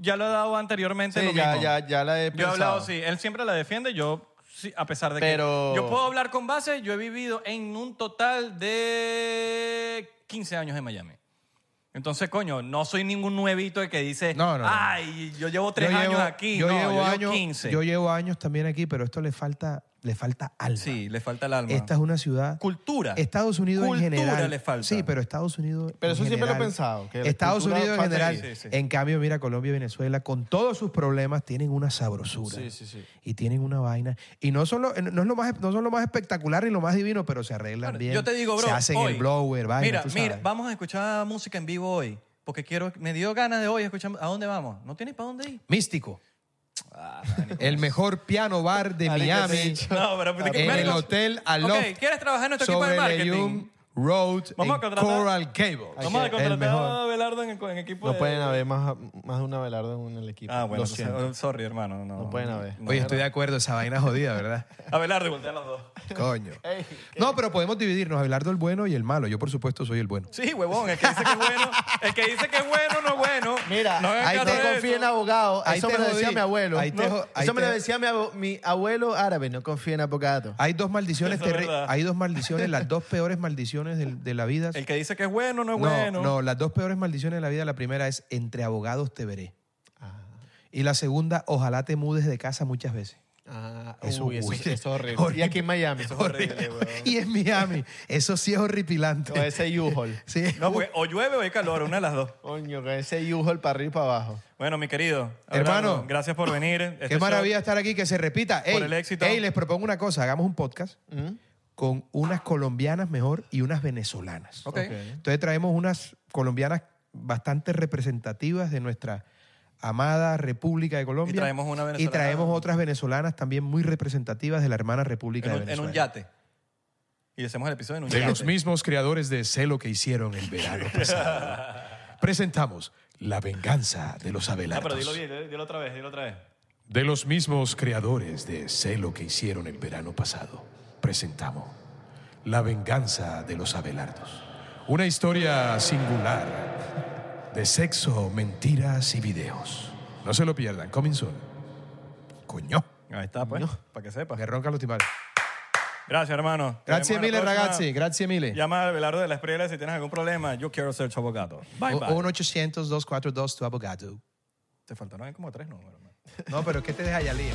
[SPEAKER 5] Ya lo he dado anteriormente
[SPEAKER 6] Sí,
[SPEAKER 5] lo
[SPEAKER 6] ya,
[SPEAKER 5] mismo.
[SPEAKER 6] ya, ya la
[SPEAKER 5] Yo
[SPEAKER 6] he
[SPEAKER 5] he
[SPEAKER 6] pensado.
[SPEAKER 5] hablado, sí. Él siempre la defiende. Yo, sí, a pesar de
[SPEAKER 6] Pero-
[SPEAKER 5] que. Yo puedo hablar con base. Yo he vivido en un total de 15 años en Miami. Entonces, coño, no soy ningún nuevito el que dice.
[SPEAKER 4] No, no, no.
[SPEAKER 5] Ay, yo llevo tres
[SPEAKER 4] Yo
[SPEAKER 5] años
[SPEAKER 4] llevo-
[SPEAKER 5] aquí. No, Yo llevo, 15.
[SPEAKER 4] Yo llevo años también aquí, pero esto le falta, le falta alma.
[SPEAKER 5] sí, le falta el alma.
[SPEAKER 4] Esta es una ciudad.
[SPEAKER 5] Cultura.
[SPEAKER 4] Estados Unidos en
[SPEAKER 5] Cultura
[SPEAKER 4] general.
[SPEAKER 5] le falta.
[SPEAKER 4] Sí, pero Estados Unidos.
[SPEAKER 6] Pero eso
[SPEAKER 4] en
[SPEAKER 6] siempre lo he
[SPEAKER 4] general-
[SPEAKER 6] pensado, que la
[SPEAKER 4] Estados
[SPEAKER 6] cultura
[SPEAKER 4] Unidos en
[SPEAKER 6] falta
[SPEAKER 4] general.
[SPEAKER 5] ahí. Sí, sí.
[SPEAKER 4] En cambio, mira, Colombia y Venezuela, con todos sus problemas, tienen una sabrosura.
[SPEAKER 6] Sí, sí, sí.
[SPEAKER 4] Y tienen una vaina. Y no son lo, no es lo más, no son lo más espectacular ni lo más divino, pero se arreglan
[SPEAKER 5] Claro,
[SPEAKER 4] bien.
[SPEAKER 5] Yo te digo, bro.
[SPEAKER 4] Se hacen
[SPEAKER 5] hoy,
[SPEAKER 4] el blower, vaina.
[SPEAKER 5] Mira,
[SPEAKER 4] tú
[SPEAKER 5] mira,
[SPEAKER 4] sabes.
[SPEAKER 5] vamos a escuchar música en vivo hoy. Porque quiero, me dio ganas de hoy escuchar. ¿A dónde vamos? ¿No tienes para dónde ir?
[SPEAKER 4] Místico.
[SPEAKER 5] Ah, [laughs]
[SPEAKER 4] el mejor piano bar de
[SPEAKER 6] Ahorita te he
[SPEAKER 4] Miami.
[SPEAKER 6] dicho.
[SPEAKER 5] No, pero pues,
[SPEAKER 4] En el hotel Aloft.
[SPEAKER 5] Ok, ¿quieres trabajar en nuestro este equipo de
[SPEAKER 4] sobre
[SPEAKER 5] marketing?
[SPEAKER 4] León Road
[SPEAKER 5] Vamos a
[SPEAKER 4] en
[SPEAKER 5] contratar-
[SPEAKER 4] Coral Gables.
[SPEAKER 5] Vamos a
[SPEAKER 4] El
[SPEAKER 5] contratar
[SPEAKER 4] mejor.
[SPEAKER 5] a Belardo en, el- en equipo
[SPEAKER 6] No
[SPEAKER 5] de...
[SPEAKER 6] pueden haber más, más de una Abelardo en el equipo.
[SPEAKER 5] Ah, bueno,
[SPEAKER 6] Lo
[SPEAKER 5] entonces,
[SPEAKER 6] siento.
[SPEAKER 5] oh, sorry, hermano. No,
[SPEAKER 6] No pueden haber.
[SPEAKER 5] No.
[SPEAKER 4] Oye, estoy de acuerdo, esa vaina es jodida, ¿verdad?
[SPEAKER 5] Abelardo, voltea los dos. [laughs]
[SPEAKER 4] Coño. No, pero podemos dividirnos, Abelardo el bueno y el malo. Yo, por supuesto, soy el bueno.
[SPEAKER 5] Sí, huevón, el que dice que es bueno, el que dice que es bueno no es bueno.
[SPEAKER 4] [laughs]
[SPEAKER 6] Mira,
[SPEAKER 5] no hagan
[SPEAKER 4] ahí
[SPEAKER 6] ahí
[SPEAKER 5] caso
[SPEAKER 6] no
[SPEAKER 5] de
[SPEAKER 6] confía
[SPEAKER 5] eso.
[SPEAKER 6] en abogados.
[SPEAKER 4] Ahí
[SPEAKER 6] Eso
[SPEAKER 4] te
[SPEAKER 6] me lo decía
[SPEAKER 4] jodí.
[SPEAKER 6] mi abuelo.
[SPEAKER 4] Ahí te
[SPEAKER 6] No,
[SPEAKER 4] jo- ahí
[SPEAKER 6] Eso me
[SPEAKER 4] te-
[SPEAKER 6] lo decía mi, abo- mi abuelo árabe. No confía en abogados.
[SPEAKER 4] Hay dos maldiciones
[SPEAKER 5] Eso es
[SPEAKER 4] terri-
[SPEAKER 5] verdad.
[SPEAKER 4] Hay dos maldiciones, las dos peores maldiciones del- de, la vida.
[SPEAKER 5] El que dice que es bueno no es
[SPEAKER 4] no,
[SPEAKER 5] bueno.
[SPEAKER 4] no, las dos peores maldiciones de la vida. La primera es entre abogados te veré.
[SPEAKER 5] Ah.
[SPEAKER 4] Y la segunda, ojalá te mudes de casa muchas veces.
[SPEAKER 6] Ah,
[SPEAKER 4] Eso,
[SPEAKER 6] uy, eso,
[SPEAKER 4] uy.
[SPEAKER 6] eso es horrible.
[SPEAKER 4] Horrible.
[SPEAKER 6] Y aquí en Miami. Eso
[SPEAKER 4] [laughs]
[SPEAKER 6] es horrible,
[SPEAKER 4] Y en Miami, eso sí es horripilante.
[SPEAKER 6] Con ese U-Haul.
[SPEAKER 4] Sí.
[SPEAKER 5] No, porque o llueve o hay calor, una de las dos.
[SPEAKER 6] Coño, con ese U-Haul para arriba y para abajo.
[SPEAKER 5] Bueno, mi querido.
[SPEAKER 4] Hermano.
[SPEAKER 5] Abelardo, Gracias por venir. Este
[SPEAKER 4] Qué
[SPEAKER 5] show-
[SPEAKER 4] maravilla estar aquí, que se repita. Ey,
[SPEAKER 5] el éxito.
[SPEAKER 6] ¿Mm?
[SPEAKER 4] ey, les propongo una cosa, hagamos un podcast con unas colombianas mejor y unas venezolanas.
[SPEAKER 5] Ok.
[SPEAKER 4] Entonces traemos unas colombianas bastante representativas de nuestra amada República de Colombia.
[SPEAKER 5] Y traemos una
[SPEAKER 4] Y
[SPEAKER 5] venezolana.
[SPEAKER 4] traemos otras venezolanas también muy representativas de la hermana República
[SPEAKER 5] En
[SPEAKER 4] de
[SPEAKER 5] un, en
[SPEAKER 4] Venezuela.
[SPEAKER 5] un yate. Y hacemos el episodio en un
[SPEAKER 4] De
[SPEAKER 5] yate.
[SPEAKER 4] los mismos creadores de Sé lo que hicieron el verano pasado.
[SPEAKER 5] [laughs]
[SPEAKER 4] Presentamos La venganza de los
[SPEAKER 5] Ah, pero dilo
[SPEAKER 4] abelardos.
[SPEAKER 5] bien, dilo- dilo otra vez, dilo otra vez.
[SPEAKER 4] De los mismos creadores de Sé lo que hicieron el verano pasado, presentamos La venganza de los abelardos. Una historia singular de sexo, mentiras y videos. No se lo pierdan, coming soon. Coño.
[SPEAKER 5] Ahí está, pues. Para que sepas.
[SPEAKER 4] Me roncan los timbales.
[SPEAKER 5] Gracias, hermano.
[SPEAKER 4] Grazie
[SPEAKER 5] Nos vemos
[SPEAKER 4] mille,
[SPEAKER 5] la próxima.
[SPEAKER 4] ragazzi. Grazie mille.
[SPEAKER 5] Llama a Belardo de la Espriela si tienes algún problema. Yo quiero ser tu abogado. Bye, bye.
[SPEAKER 4] 1-800-242 tu abogado.
[SPEAKER 5] Te faltaron ahí como tres números, hermano.
[SPEAKER 4] No, pero ¿qué te deja Yalía?